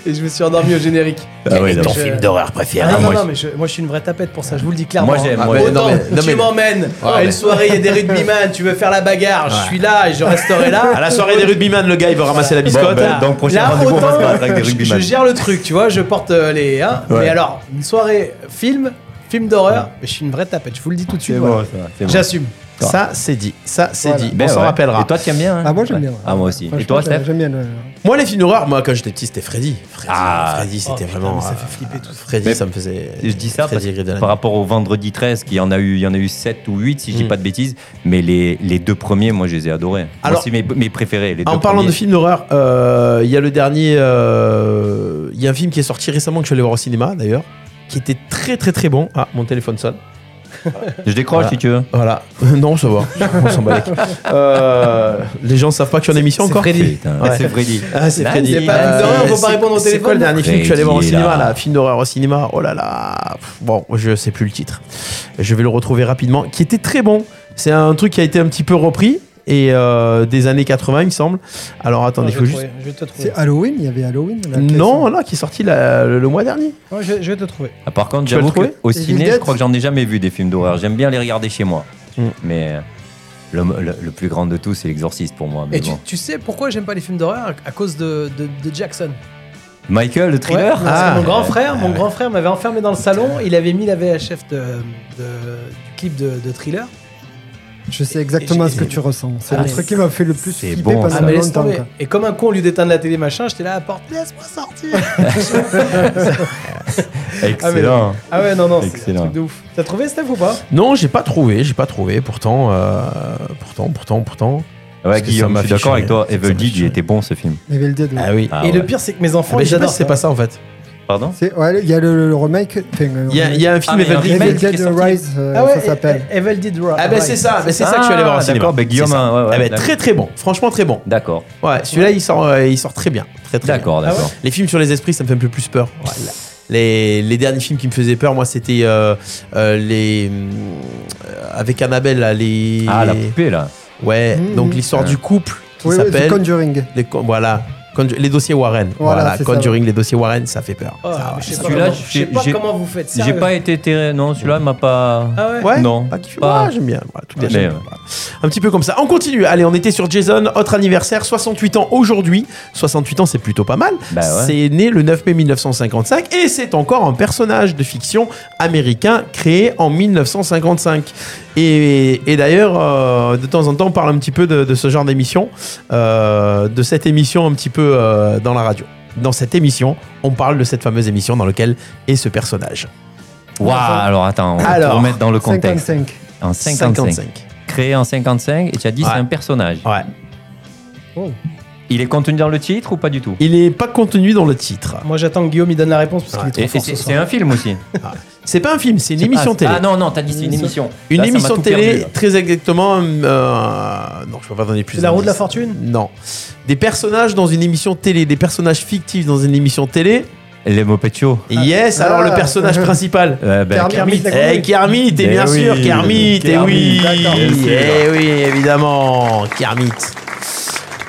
Speaker 3: et je me suis endormi au générique.
Speaker 4: Ah ouais,
Speaker 3: Et
Speaker 2: ton
Speaker 3: je-
Speaker 2: film d'horreur
Speaker 3: Ah
Speaker 2: préféré.
Speaker 3: non, non,
Speaker 4: moi,
Speaker 3: non, mais je, moi je suis une vraie tapette pour ça, je vous le dis clairement.
Speaker 4: Moi, j'aime,
Speaker 3: Ah,
Speaker 4: moi,
Speaker 3: autant
Speaker 4: j'aime.
Speaker 2: Non, mais- non,
Speaker 3: tu
Speaker 2: mais-
Speaker 3: m'emmènes
Speaker 2: Ouais,
Speaker 3: à une
Speaker 2: mais-
Speaker 3: soirée, il y a des rugbyman, tu veux faire la bagarre, je suis là et je resterai là.
Speaker 2: À la soirée des rugbyman, le gars il va ramasser la biscotte.
Speaker 4: Bon, ben, donc, prochain
Speaker 3: Là,
Speaker 4: rendez-vous, on va se
Speaker 3: autant,
Speaker 4: battre avec des
Speaker 3: je, je
Speaker 4: rugbyman.
Speaker 3: gère le truc, tu vois, je porte euh, les. hein,
Speaker 4: Ouais.
Speaker 3: Mais alors, une soirée film, film d'horreur, mais je suis une vraie tapette, je vous le dis tout de suite.
Speaker 4: C'est
Speaker 3: voilà.
Speaker 4: bon, ça va, c'est bon. Oh,
Speaker 3: J'assume.
Speaker 2: Ça c'est dit, ça c'est
Speaker 5: Voilà.
Speaker 2: dit.
Speaker 4: Ben
Speaker 2: on s'en
Speaker 4: ouais.
Speaker 2: rappellera.
Speaker 4: Et toi, tu aimes bien hein
Speaker 5: Ah, moi j'aime bien.
Speaker 4: Ouais. Ah, moi aussi. Et
Speaker 5: Franchement,
Speaker 4: toi,
Speaker 5: j'aime-
Speaker 4: Steph
Speaker 5: J'aime bien. le-
Speaker 2: Moi les films d'horreur, moi quand j'étais petit c'était Freddy. Freddy,
Speaker 4: Ah.
Speaker 2: Freddy c'était
Speaker 3: Oh, putain,
Speaker 2: vraiment.
Speaker 3: mais ça
Speaker 2: euh,
Speaker 3: fait flipper tout ça.
Speaker 2: Freddy
Speaker 4: Mais-
Speaker 2: ça me faisait.
Speaker 4: Je dis ça parce
Speaker 2: Freddy
Speaker 4: que
Speaker 2: Rive de la
Speaker 4: par rapport au vendredi 13, qui en a eu, il y en a eu 7 ou 8, si je dis
Speaker 2: Mm.
Speaker 4: pas de bêtises, mais les, les deux premiers, moi je les ai adorés.
Speaker 2: Alors-
Speaker 4: Alors, c'est mes, mes préférés. Les
Speaker 2: En
Speaker 4: deux
Speaker 2: parlant
Speaker 4: premiers.
Speaker 2: de films d'horreur, euh, il y a le dernier. euh, Il y a un film qui est sorti récemment que je suis allé voir au cinéma d'ailleurs, qui était très très très bon. Ah, mon téléphone sonne.
Speaker 4: Je décroche
Speaker 2: Voilà.
Speaker 4: si tu veux.
Speaker 2: Voilà. non, ça va. On s'en bat les couilles. Euh, les gens savent pas que tu as une émission
Speaker 3: c'est
Speaker 2: encore
Speaker 3: Freddy.
Speaker 4: Putain,
Speaker 2: Ouais.
Speaker 4: C'est Freddy.
Speaker 2: Ah, c'est
Speaker 4: Là,
Speaker 2: Freddy.
Speaker 4: c'est pas un film
Speaker 3: d'horreur, faut
Speaker 2: c'est-
Speaker 3: pas répondre au
Speaker 2: C'est quoi
Speaker 3: téléphone.
Speaker 2: le dernier film que je suis allé voir au
Speaker 4: Freddy,
Speaker 2: cinéma
Speaker 4: là.
Speaker 2: là Film d'horreur au cinéma. Oh là là. Pff, Bon, je sais plus le titre. Je vais le retrouver rapidement. Qui était très bon. C'est un truc qui a été un petit peu repris. et euh, des années 80, il me semble. Alors attendez, il
Speaker 3: Ah, je,
Speaker 2: faut
Speaker 3: vais
Speaker 2: juste.
Speaker 3: trouver, je vais te trouver.
Speaker 5: C'est Halloween, il y avait Halloween. la caisse.
Speaker 2: Non, là, qui est sorti la- le, le mois dernier.
Speaker 3: Ouais, je, je vais te trouver.
Speaker 4: Ah, par contre,
Speaker 2: Tu vas le
Speaker 4: j'avoue
Speaker 2: trouver
Speaker 4: qu'au
Speaker 5: Les
Speaker 4: ciné,
Speaker 5: Evil
Speaker 4: je
Speaker 5: Dead
Speaker 4: crois que j'en ai jamais vu des films d'horreur. J'aime bien les regarder chez moi.
Speaker 2: Mm.
Speaker 4: Mais euh, le, le- le plus grand de tous, c'est l'exorciste pour moi. Mais
Speaker 3: Et tu,
Speaker 4: bon.
Speaker 3: tu sais pourquoi j'aime pas les films d'horreur À cause de, de, de Jackson.
Speaker 4: Michael, le
Speaker 3: Ouais,
Speaker 4: thriller
Speaker 3: parce que
Speaker 2: Ah.
Speaker 3: mon grand frère, mon grand frère m'avait enfermé dans le salon. Il avait mis la VHF de, de- du clip de, de Thriller.
Speaker 5: Je sais exactement
Speaker 3: Et-
Speaker 5: ce que tu ressens. C'est
Speaker 3: Ah,
Speaker 5: le
Speaker 3: mais
Speaker 5: truc qui m'a fait le plus
Speaker 4: c'est
Speaker 5: flipper
Speaker 4: bon,
Speaker 5: pendant
Speaker 4: ça.
Speaker 3: Ah, mais laisse
Speaker 5: longtemps.
Speaker 3: tomber.
Speaker 5: quoi.
Speaker 3: Et comme un con, au lieu d'éteindre la télé, machin, j'étais là à la porte. Laisse-moi sortir.
Speaker 4: Excellent.
Speaker 3: ah ouais, non, non, c'est un
Speaker 4: Excellent.
Speaker 3: truc de ouf. T'as trouvé Steph ou pas
Speaker 2: Non, j'ai pas trouvé, j'ai pas trouvé. Pourtant, euh, pourtant, pourtant, pourtant.
Speaker 4: ouais,
Speaker 2: Parce que ça
Speaker 4: Guillaume,
Speaker 2: m'a
Speaker 4: je suis
Speaker 2: fait
Speaker 4: d'accord
Speaker 2: chier.
Speaker 4: avec toi.
Speaker 2: Ça m'a
Speaker 4: Evil Dead,
Speaker 2: chier.
Speaker 4: il était bon ce film.
Speaker 5: Evil Dead, ouais.
Speaker 2: Ah oui.
Speaker 4: Ah
Speaker 3: Et le
Speaker 4: ouais.
Speaker 3: pire, c'est que mes enfants,
Speaker 2: mais
Speaker 3: ils
Speaker 2: je sais pas
Speaker 3: adorent
Speaker 2: si c'est
Speaker 3: ça.
Speaker 2: pas ça en fait.
Speaker 4: Pardon
Speaker 5: C'est- ouais, il y a le, le remake. enfin, le
Speaker 2: Il y a, il y a un film
Speaker 4: mais
Speaker 2: Evil
Speaker 4: un
Speaker 2: Dead.
Speaker 4: remake
Speaker 5: Evil
Speaker 4: qui est
Speaker 5: Dead
Speaker 4: sorti.
Speaker 5: Rise, euh,
Speaker 3: Ah ouais,
Speaker 5: ça s'appelle.
Speaker 3: E- E- Evil Dead Rise.
Speaker 2: Ah ben c'est ça, mais c'est ça que je suis allé voir au
Speaker 4: Ah,
Speaker 2: cinéma.
Speaker 4: D'accord, ben, Guillaume,
Speaker 2: C'est ça.
Speaker 4: ouais, ouais,
Speaker 2: Ah ben,
Speaker 4: d'accord.
Speaker 2: très très bon, franchement très bon.
Speaker 4: D'accord,
Speaker 2: Ouais, celui-là il sort, euh, il sort très bien, très très. bien.
Speaker 3: Ah
Speaker 4: d'accord,
Speaker 3: ouais
Speaker 4: d'accord.
Speaker 2: Les films sur les esprits, ça me fait un peu plus peur. Ouais, la- les, les derniers films qui me faisaient peur, moi, c'était euh, euh, les euh, avec Annabelle, là, les
Speaker 4: Ah, la poupée là.
Speaker 2: ouais,
Speaker 5: Mhm.
Speaker 2: donc l'histoire du couple qui
Speaker 5: Oui, oui, c'est
Speaker 2: s'appelle
Speaker 5: Conjuring.
Speaker 2: les con- voilà Conju- les dossiers Warren.
Speaker 5: Voilà,
Speaker 2: Voilà,
Speaker 5: c'est ça,
Speaker 2: Conjuring, les dossiers Warren, ça fait peur.
Speaker 3: Oh,
Speaker 2: Ça,
Speaker 3: mais je sais
Speaker 2: ouais,
Speaker 3: pas
Speaker 4: Ah, Celui-là,
Speaker 3: comment- je sais
Speaker 4: j'ai-
Speaker 3: pas
Speaker 4: j'ai-
Speaker 3: comment vous fête.
Speaker 4: J'ai pas été terré. Non, celui-là m'a pas.
Speaker 3: Ah ouais.
Speaker 2: Ouais.
Speaker 4: Non.
Speaker 2: Ah, qui fait-
Speaker 4: Pas-
Speaker 2: ouais, j'aime bien. Ouais, toutes les
Speaker 4: Mais,
Speaker 2: chaînes. Un petit peu comme ça. On continue. Allez, on était sur Jason, autre anniversaire, 68 ans aujourd'hui. 68 ans, c'est plutôt pas mal.
Speaker 4: Bah ouais.
Speaker 2: C'est né le 9 mai 1955 et c'est encore un personnage de fiction américain créé en 1955. Et, et d'ailleurs, euh, de temps en temps, on parle un petit peu de, de ce genre d'émission, euh, de cette émission un petit peu euh, dans la radio. Dans cette émission, on parle de cette fameuse émission dans laquelle est ce personnage.
Speaker 4: Waouh, alors attends, on va
Speaker 2: Alors,
Speaker 4: te remettre dans le contexte.
Speaker 5: 55.
Speaker 4: En 55. Créé en 55 et tu as dit
Speaker 2: Ouais.
Speaker 4: c'est un personnage.
Speaker 2: Ouais.
Speaker 4: Il est contenu dans le titre ou pas du tout
Speaker 2: Il est pas contenu dans le titre.
Speaker 3: Moi, j'attends que Guillaume il donne la réponse parce qu'il est
Speaker 4: Et- Ah, et
Speaker 3: trop fort.
Speaker 4: C'est
Speaker 3: ce
Speaker 4: c'est
Speaker 3: soir.
Speaker 4: un film aussi.
Speaker 2: C'est pas un film, c'est une émission
Speaker 4: ah,
Speaker 2: télé.
Speaker 4: Ah non, non, t'as dit c'est une émission.
Speaker 2: Une
Speaker 4: Là, ça m'a
Speaker 2: émission
Speaker 4: tout
Speaker 2: télé,
Speaker 4: perdu, là.
Speaker 2: très exactement. euh, non, je peux pas donner plus.
Speaker 3: C'est la roue de la
Speaker 2: d'indices.
Speaker 3: fortune
Speaker 2: Non. Des personnages dans une émission télé, des personnages fictifs dans une émission télé.
Speaker 4: Les Muppet Show.
Speaker 2: Yes, alors
Speaker 5: Ah.
Speaker 2: le personnage principal.
Speaker 4: Euh, ben,
Speaker 5: Kermit.
Speaker 4: Kermit.
Speaker 5: Kermit.
Speaker 2: Eh, Kermit, et
Speaker 4: Eh
Speaker 2: bien
Speaker 4: oui,
Speaker 2: sûr, Kermit, et
Speaker 4: Kermit,
Speaker 2: oui.
Speaker 4: d'accord.
Speaker 2: Eh oui, évidemment, Kermit.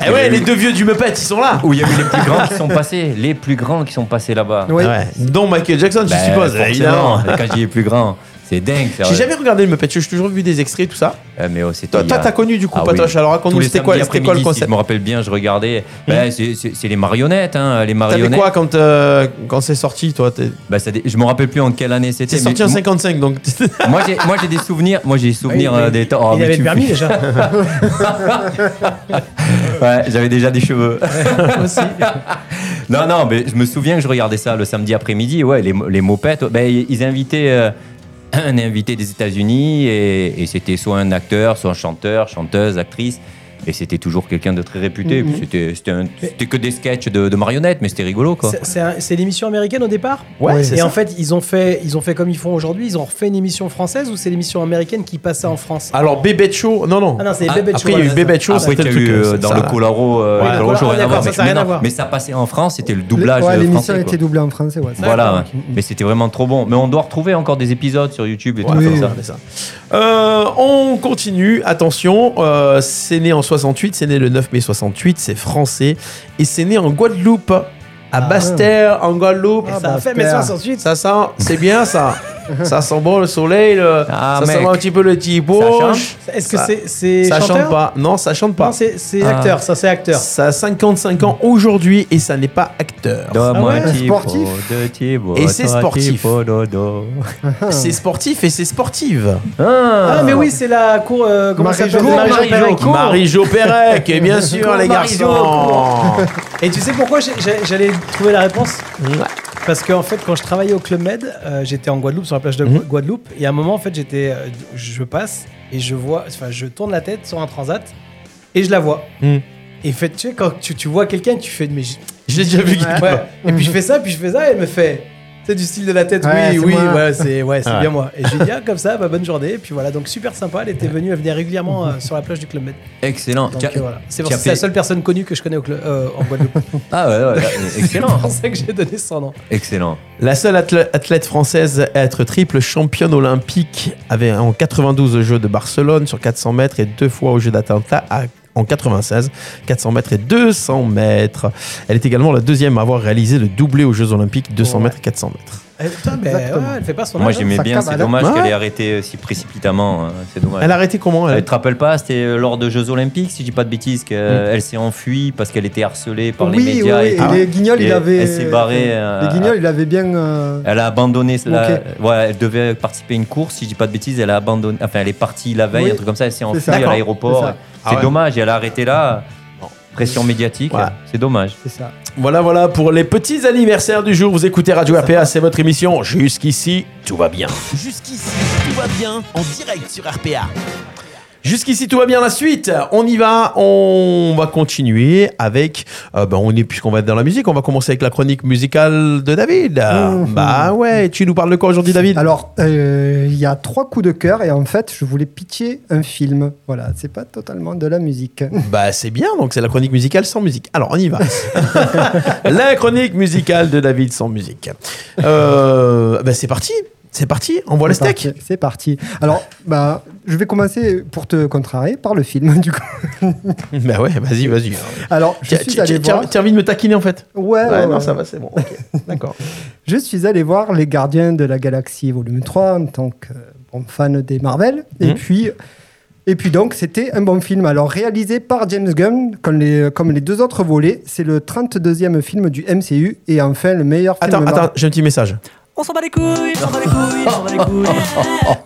Speaker 2: Eh ouais,
Speaker 4: Eh oui.
Speaker 2: les deux vieux du Muppet, ils sont là.
Speaker 4: Où il y a eu les plus grands qui sont passés. Les plus grands qui sont passés là-bas.
Speaker 5: Oui.
Speaker 2: Ah Ouais, dont Michael Jackson,
Speaker 4: Ben,
Speaker 2: je suppose,
Speaker 4: forcément,
Speaker 2: évidemment.
Speaker 4: Quand je dis les plus grands, c'est dingue. ça.
Speaker 2: J'ai jamais regardé le Muppet, Show, j'ai toujours vu des extraits, tout ça.
Speaker 4: Euh, Mais oh, c'est
Speaker 2: Toi,
Speaker 4: il y
Speaker 2: toi,
Speaker 4: a-
Speaker 2: t'as connu du coup,
Speaker 4: Ah oui.
Speaker 2: Patoche. Alors
Speaker 4: Tous
Speaker 2: raconte-nous,
Speaker 4: les
Speaker 2: c'était quoi,
Speaker 4: samedis
Speaker 2: c'était quoi le
Speaker 4: après-midi, si
Speaker 2: concept
Speaker 4: Je me rappelle bien, je regardais. Ben, c'est- c'est c'est les marionnettes, hein, les
Speaker 2: T'avais
Speaker 4: marionnettes.
Speaker 2: quoi quand, euh, quand c'est sorti, toi T'es-
Speaker 4: Ben, ça dé- je me rappelle plus en quelle année c'était.
Speaker 2: C'est
Speaker 4: mais
Speaker 2: sorti en
Speaker 4: m-
Speaker 2: 55, donc.
Speaker 4: Moi, j'ai- moi, j'ai des souvenirs. Moi, j'ai des souvenirs
Speaker 3: Ouais,
Speaker 4: euh,
Speaker 3: il-
Speaker 4: des temps. oh,
Speaker 3: il
Speaker 4: mais
Speaker 3: avait
Speaker 4: tu
Speaker 3: le
Speaker 4: me
Speaker 3: permis
Speaker 4: fais-
Speaker 3: déjà.
Speaker 4: Ouais, j'avais déjà des cheveux.
Speaker 3: aussi.
Speaker 4: non, non, mais je me souviens que je regardais ça le samedi après-midi. Ouais, les, les mopettes. Ben, ils ils invitaient. euh, un invité des États-Unis et, et c'était soit un acteur, soit un chanteur, chanteuse, actrice. Et c'était toujours quelqu'un de très réputé.
Speaker 2: Mhm.
Speaker 4: Et puis c'était- C'était un- c'était que des sketchs de, de marionnettes, mais c'était rigolo quoi.
Speaker 3: C'est- C'est un- c'est l'émission américaine au départ
Speaker 2: Ouais,
Speaker 3: Et
Speaker 2: c'est ça.
Speaker 3: en fait, ils ont fait, ils ont fait comme ils font aujourd'hui, ils ont refait une émission française ou c'est l'émission américaine qui passait en France
Speaker 2: Alors, Bébé Show, non, non.
Speaker 3: Ah non, c'est
Speaker 4: Ah,
Speaker 3: Bébé
Speaker 2: Après, il y a eu
Speaker 3: Show,
Speaker 2: Bébé Show,
Speaker 4: Après,
Speaker 2: c'était
Speaker 4: il y a
Speaker 2: le truc,
Speaker 4: eu
Speaker 2: euh,
Speaker 4: euh, dans
Speaker 2: ça,
Speaker 4: le
Speaker 2: là.
Speaker 4: Colaro,
Speaker 2: Ouais,
Speaker 4: euh, dans le
Speaker 3: Colaro,
Speaker 4: Colaro, rien à
Speaker 3: d'accord,
Speaker 4: voir,
Speaker 3: ça,
Speaker 4: mais-
Speaker 3: ça a
Speaker 4: mais
Speaker 3: rien à
Speaker 4: non,
Speaker 3: voir.
Speaker 4: Mais ça passait en France, c'était le doublage.
Speaker 5: Ouais,
Speaker 4: euh,
Speaker 5: l'émission
Speaker 4: français,
Speaker 5: a
Speaker 4: quoi.
Speaker 5: été doublée en français. Ouais.
Speaker 4: Voilà, ouais.
Speaker 3: D'accord, ok.
Speaker 4: mais c'était vraiment trop bon. Mais on doit retrouver encore des épisodes sur YouTube et tout
Speaker 2: Ouais,
Speaker 4: comme
Speaker 2: c'est
Speaker 4: ça.
Speaker 2: ça, c'est ça. Euh, on continue, attention, euh, c'est né en 68, c'est né le 9 mai 68, c'est français, et c'est né en Guadeloupe, à Bastère, en Guadeloupe.
Speaker 3: Ah.
Speaker 2: Ah,
Speaker 3: Et ça a
Speaker 5: bah,
Speaker 3: fait mes
Speaker 5: super.
Speaker 3: 68
Speaker 2: Ça sent, c'est bien ça. ça sent bon le soleil, le-
Speaker 4: Ah,
Speaker 2: ça sent
Speaker 4: mec.
Speaker 2: un petit peu le petit bouche.
Speaker 3: Est-ce que
Speaker 2: Ça-
Speaker 3: c'est c'est
Speaker 2: Ça
Speaker 3: chanteur
Speaker 2: chante pas. Non, ça chante pas.
Speaker 3: Non, c'est c'est
Speaker 4: Ah.
Speaker 3: acteur, ça c'est acteur.
Speaker 2: ça a 55 ans aujourd'hui et ça n'est pas acteur.
Speaker 4: Do, moi,
Speaker 5: ouais,
Speaker 4: tipo,
Speaker 5: sportif.
Speaker 4: de tipo,
Speaker 2: Et c'est
Speaker 4: toi,
Speaker 2: sportif.
Speaker 4: tipo, do, do.
Speaker 2: C'est sportif et c'est sportive.
Speaker 4: Ah,
Speaker 3: Ah mais oui, c'est la cour euh, comment ça
Speaker 5: Marie-Jo.
Speaker 3: s'appelle Marie-Jo
Speaker 5: Cour
Speaker 4: Marie-Jo.
Speaker 3: Perrin.
Speaker 4: Cours.
Speaker 2: Marie-Jo Pérec, et bien sûr,
Speaker 4: Cours,
Speaker 2: les
Speaker 4: Marie-Jo,
Speaker 2: garçons.
Speaker 3: Et tu sais pourquoi j'ai- j'ai- j'allais trouver la réponse Parce qu'en fait, quand je travaillais au Club Med, euh, j'étais en Guadeloupe, sur la plage de Gua- Guadeloupe, et à un moment, en fait, j'étais, euh, je passe et je vois, enfin, je tourne la tête sur un transat et je la vois.
Speaker 2: Mhm.
Speaker 3: Et en fait, tu sais, quand tu, tu vois quelqu'un, tu fais, mais j-
Speaker 2: J'ai déjà vu
Speaker 3: ouais.
Speaker 2: quelqu'un.
Speaker 3: Et puis je fais ça, puis je fais ça, et elle me fait, C'est du style de la tête,
Speaker 5: Ouais,
Speaker 3: oui,
Speaker 5: c'est
Speaker 3: oui,
Speaker 5: moi.
Speaker 3: ouais, c'est ouais, c'est
Speaker 2: Ouais.
Speaker 3: bien moi. Et je lui dis, ah, comme ça, bah, bonne journée. Et puis voilà, donc super sympa, elle était venue, elle venait régulièrement euh, sur la plage du Club Med.
Speaker 4: Excellent.
Speaker 3: Donc,
Speaker 4: Tu as-
Speaker 3: euh, voilà. C'est pour
Speaker 4: tu
Speaker 3: ça
Speaker 4: as
Speaker 3: que c'est la
Speaker 4: fait-
Speaker 3: seule personne connue que je connais au club, euh, en Guadeloupe.
Speaker 4: Ah ouais, ouais, ouais, excellent,
Speaker 3: C'est pour ça que j'ai donné son nom.
Speaker 4: excellent.
Speaker 2: La seule athlè- athlète française à être triple championne olympique avait en 92 aux Jeux de Barcelone sur 400 mètres et deux fois aux Jeux d'Atlanta à- en 96, 400 mètres et 200 mètres. Elle est également la deuxième à avoir réalisé le doublé aux Jeux Olympiques 200
Speaker 3: Ouais.
Speaker 2: mètres et 400 mètres.
Speaker 3: Eh, putain, mais
Speaker 5: Exactement.
Speaker 3: ouais, elle fait pas son
Speaker 4: Moi
Speaker 3: âge, hein.
Speaker 4: j'aimais
Speaker 5: ça
Speaker 4: bien,
Speaker 5: cave,
Speaker 4: c'est
Speaker 5: elle a-
Speaker 4: dommage
Speaker 2: Ouais.
Speaker 4: qu'elle ait arrêté euh, si précipitamment, hein, c'est dommage.
Speaker 2: Elle a arrêté comment elle
Speaker 4: Elle te rappelle pas, c'était euh, lors de Jeux Olympiques, si je dis pas de bêtises, qu'elle s'est enfuie parce qu'elle était harcelée par les
Speaker 5: oui, oui,
Speaker 4: médias. et
Speaker 5: oui. Ah
Speaker 4: tout.
Speaker 5: Et les guignols,
Speaker 4: Et
Speaker 5: il avait.
Speaker 4: elle s'est barrée, euh,
Speaker 5: les guignols, il avait bien. euh,
Speaker 4: Elle a abandonné. La...
Speaker 5: Ok.
Speaker 4: Ouais, elle devait participer à une course, si je dis pas de bêtises, elle a abandonné. Enfin, elle est partie la veille,
Speaker 5: Oui.
Speaker 4: un truc comme ça. Elle s'est enfuie
Speaker 5: ça.
Speaker 4: à
Speaker 5: D'accord.
Speaker 4: l'aéroport.
Speaker 5: C'est
Speaker 4: C'est
Speaker 5: ça.
Speaker 2: Ah ouais.
Speaker 4: dommage. Et elle a arrêté là. Pression médiatique.
Speaker 2: Ouais.
Speaker 4: C'est dommage.
Speaker 5: C'est ça.
Speaker 2: Voilà, voilà pour les petits anniversaires du jour. Vous écoutez Radio RPA, c'est votre émission. Jusqu'ici, tout va bien. Jusqu'ici, tout va bien en direct sur RPA. Jusqu'ici, tout va bien. La suite, on y va. On va continuer avec. euh, ben, on est puisqu'on va être dans la musique. On va commencer avec la chronique musicale de David.
Speaker 5: Mhm.
Speaker 2: Bah ouais, tu nous parles de quoi aujourd'hui, David
Speaker 5: Alors, euh, il y a trois coups de cœur et en fait, je voulais pitcher un film. Voilà, c'est pas totalement de la musique.
Speaker 2: Bah c'est bien. Donc c'est la chronique musicale sans musique. Alors on y va. la chronique musicale de David sans musique. Euh, ben, c'est parti. C'est parti. Envoie le
Speaker 5: C'est
Speaker 2: steak.
Speaker 5: parti, C'est parti. Alors, bah, je vais commencer pour te contrarier par le film du coup.
Speaker 2: Bah ouais, vas-y, vas-y.
Speaker 5: Alors, je
Speaker 2: Tiens,
Speaker 5: suis
Speaker 2: tiens,
Speaker 5: allé
Speaker 2: tiens,
Speaker 5: voir.
Speaker 2: T'as envie de me taquiner en fait
Speaker 5: Ouais, ouais, ouais.
Speaker 2: va, c'est bon. ok. D'accord.
Speaker 5: Je suis allé voir Les Gardiens de la Galaxie volume 3 en tant que euh, bon fan des Marvel. Et
Speaker 2: Mhm.
Speaker 5: puis. Et puis donc, c'était un bon film. Alors, réalisé par James Gunn, comme les, comme les deux autres volets, c'est le 32e film du MCU et enfin le meilleur film.
Speaker 2: Attends,
Speaker 5: Marvel.
Speaker 2: attends, j'ai un petit message.
Speaker 6: On s'en bat les couilles, on s'en bat les couilles, on s'en bat les couilles.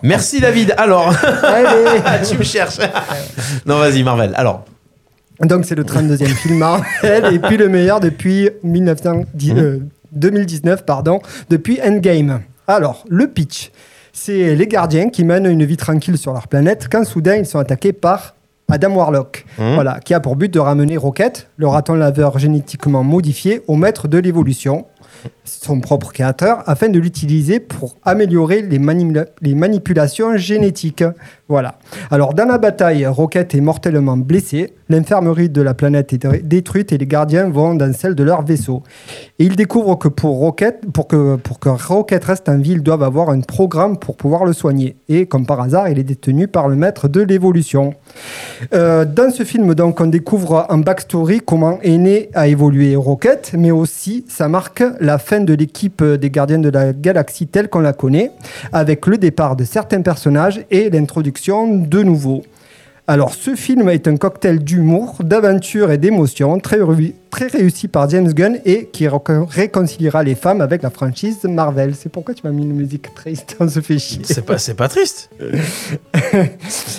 Speaker 2: Merci David. Alors,
Speaker 5: Allez
Speaker 2: Ah, tu me cherches. non, vas-y, Marvel. Alors,
Speaker 5: Donc c'est le 32e film Marvel et puis le meilleur depuis 1910 euh, 2019, pardon, depuis Endgame. Alors, le pitch, c'est les gardiens qui mènent une vie tranquille sur leur planète quand soudain ils sont attaqués par Adam Warlock, voilà, qui a pour but de ramener Rocket, le raton laveur génétiquement modifié, au maître de l'évolution, son propre créateur, afin de l'utiliser pour améliorer les, manipula- les manipulations génétiques. Voilà. Alors, dans la bataille, Rocket est mortellement blessé, l'infirmerie de la planète est dé- détruite et les gardiens vont dans celle de leur vaisseau. Et ils découvrent que pour, Rocket, pour, que, pour que Rocket reste en vie, ils doivent avoir un programme pour pouvoir le soigner. Et comme par hasard, il est détenu par le maître de l'évolution. Euh, dans ce film, donc, on découvre en backstory comment est né à évoluer Rocket, mais aussi ça marque la fin de l'équipe des gardiens de la galaxie telle qu'on la connaît, avec le départ de certains personnages et l'introduction de nouveaux. Alors, ce film est un cocktail d'humour, d'aventure et d'émotion, très, ru- très réussi par James Gunn et qui récon- réconciliera les femmes avec la franchise Marvel. C'est pourquoi tu m'as mis une musique triste, on se fait chier.
Speaker 2: c'est pas, c'est pas triste.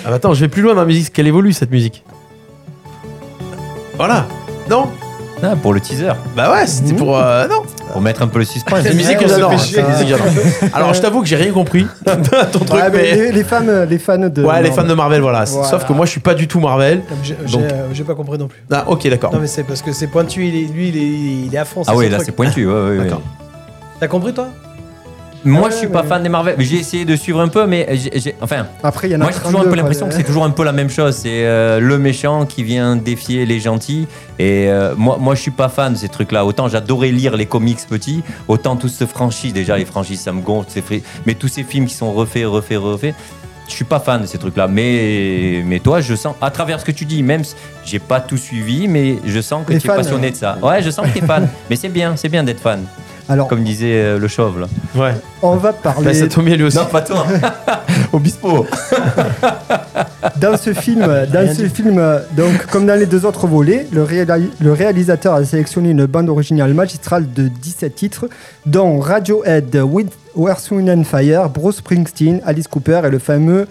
Speaker 2: Ah, attends, je vais plus loin dans la musique. Qu'elle évolue cette musique Voilà. Non
Speaker 4: Ah, pour le teaser,
Speaker 2: Bah ouais, c'était pour. euh, non
Speaker 4: pour mettre un peu le suspense.
Speaker 2: C'est une musique que
Speaker 5: Ouais,
Speaker 2: j'adore.
Speaker 5: j'adore,
Speaker 2: c'est une
Speaker 5: ça.
Speaker 2: musique que j'adore. Alors, je t'avoue que j'ai rien compris. Ton truc,
Speaker 5: Ouais, mais
Speaker 2: mais-
Speaker 5: les, les fans, les fans de.
Speaker 2: Ouais, les fans de
Speaker 5: Marvel.
Speaker 2: Marvel, voilà.
Speaker 5: Voilà.
Speaker 2: Sauf que moi, je suis pas du tout Marvel.
Speaker 3: Comme j'ai- j'ai,
Speaker 2: Donc-
Speaker 3: euh, J'ai pas compris non plus.
Speaker 2: Ah, ok, d'accord.
Speaker 3: Non, mais c'est parce que c'est pointu, il est- lui, il est, il est à fond. c'est
Speaker 4: Ah oui,
Speaker 3: son
Speaker 4: là
Speaker 3: truc.
Speaker 4: c'est pointu. ouais, ouais, ouais.
Speaker 2: D'accord.
Speaker 3: T'as compris, toi
Speaker 4: Moi
Speaker 5: Ouais,
Speaker 4: je suis pas
Speaker 5: mais-
Speaker 4: fan des Marvel. J'ai essayé de suivre un peu, mais j'ai- j'ai- enfin,
Speaker 5: Après, il y en a
Speaker 4: Moi, j'ai toujours un
Speaker 5: 32,
Speaker 4: peu
Speaker 5: quoi,
Speaker 4: l'impression que
Speaker 5: les-
Speaker 4: c'est toujours un peu la même chose. C'est euh, le méchant qui vient défier les gentils. Et euh, moi, moi, je suis pas fan de ces trucs-là. Autant j'adorais lire les comics petits, autant tout ce franchise. Déjà, les franchises, ça me gonfle. c'est fri- Mais tous ces films qui sont refaits, refaits, refaits. Je suis pas fan de ces trucs-là, mais, mais toi, je sens, à travers ce que tu dis, même si j'ai pas tout suivi, mais je sens que
Speaker 5: T'es
Speaker 4: tu es
Speaker 5: fan,
Speaker 4: passionné
Speaker 5: hein.
Speaker 4: de ça. Ouais, je sens que tu es fan. mais c'est bien, c'est bien d'être fan,
Speaker 5: Alors,
Speaker 4: comme disait euh, le chauve. Là.
Speaker 2: Ouais.
Speaker 5: on va
Speaker 2: Bah,
Speaker 5: parler
Speaker 2: ça tombe bien lui aussi.
Speaker 4: Non, pas toi,
Speaker 2: Obispo.
Speaker 5: dans ce film, dans ce film, euh, donc comme dans les deux autres volets, le, réali- le réalisateur a sélectionné une bande originale magistrale de 17 titres, dont Radiohead, With Earth, Wind and Fire, Bruce Springsteen, Alice Cooper et le fameux,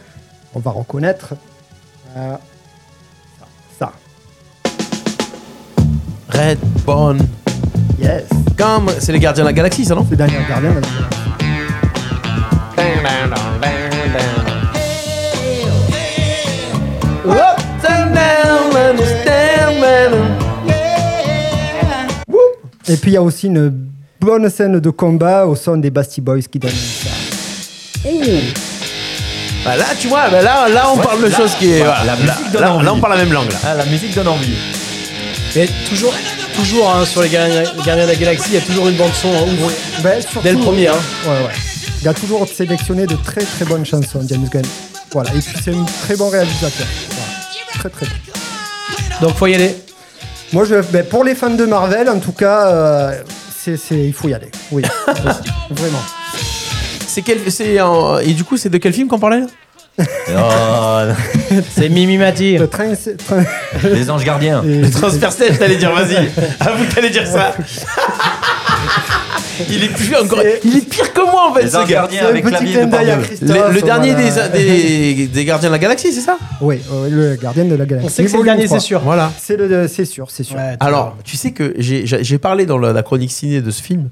Speaker 5: on va reconnaître, euh, ça,
Speaker 2: Red Bone.
Speaker 5: yes,
Speaker 2: Comme c'est les gardiens de la galaxie, ça non
Speaker 5: c'est Daniel Gardien. madame. Et puis il y a aussi une bonne scène de combat au son des Basti Boys qui donnent ça.
Speaker 2: Bah là, tu vois, bah là, là, on
Speaker 4: Ouais,
Speaker 2: parle de
Speaker 4: là,
Speaker 2: choses qui est.
Speaker 4: ouais,
Speaker 2: voilà,
Speaker 4: la
Speaker 2: là,
Speaker 4: musique donne
Speaker 2: là,
Speaker 4: envie.
Speaker 2: là, on parle la même langue. Là.
Speaker 4: Ah, la musique donne envie.
Speaker 3: Mais toujours, toujours hein, sur les Gardiens les Gardiens de la Galaxie, il y a toujours une bande-son hein, ouf,
Speaker 5: Ben, surtout-
Speaker 3: dès le premier. Hein.
Speaker 5: Ouais, ouais. Il a toujours sélectionné de très très bonnes chansons, James Gunn. Voilà, et puis c'est un très bon réalisateur. Voilà. Très très bon.
Speaker 3: Donc faut y aller.
Speaker 5: Moi, je, ben, pour les fans de Marvel, en tout cas, euh, c'est- c'est- il faut y aller. Oui, vraiment.
Speaker 2: C'est quel, c'est en- et du coup, c'est de quel film qu'on parlait là
Speaker 4: Oh,
Speaker 3: C'est Mimi Mati.
Speaker 5: Le train, c'est- train-
Speaker 4: les anges gardiens.
Speaker 5: et-
Speaker 2: Transfer Stage, t'allais dire, vas-y, avoue que t'allais dire ça. il est plus encore,
Speaker 5: C'est-
Speaker 2: il est pire que moi en fait,
Speaker 4: Les
Speaker 2: ce
Speaker 4: anges
Speaker 2: gars.
Speaker 5: c'est
Speaker 4: gardiens avec la vie de Pardieu.
Speaker 5: Christophe.
Speaker 2: Le, le dernier
Speaker 5: voilà.
Speaker 2: des, des, des Gardiens de la Galaxie, c'est ça
Speaker 5: Oui, oui, le gardien de la galaxie.
Speaker 3: On sait que c'est le dernier, c'est sûr.
Speaker 2: Voilà.
Speaker 5: C'est le- c'est sûr, c'est sûr.
Speaker 3: Ouais, tu-
Speaker 2: Alors, tu sais que j'ai- j'ai j'ai parlé dans la, la chronique ciné de ce film,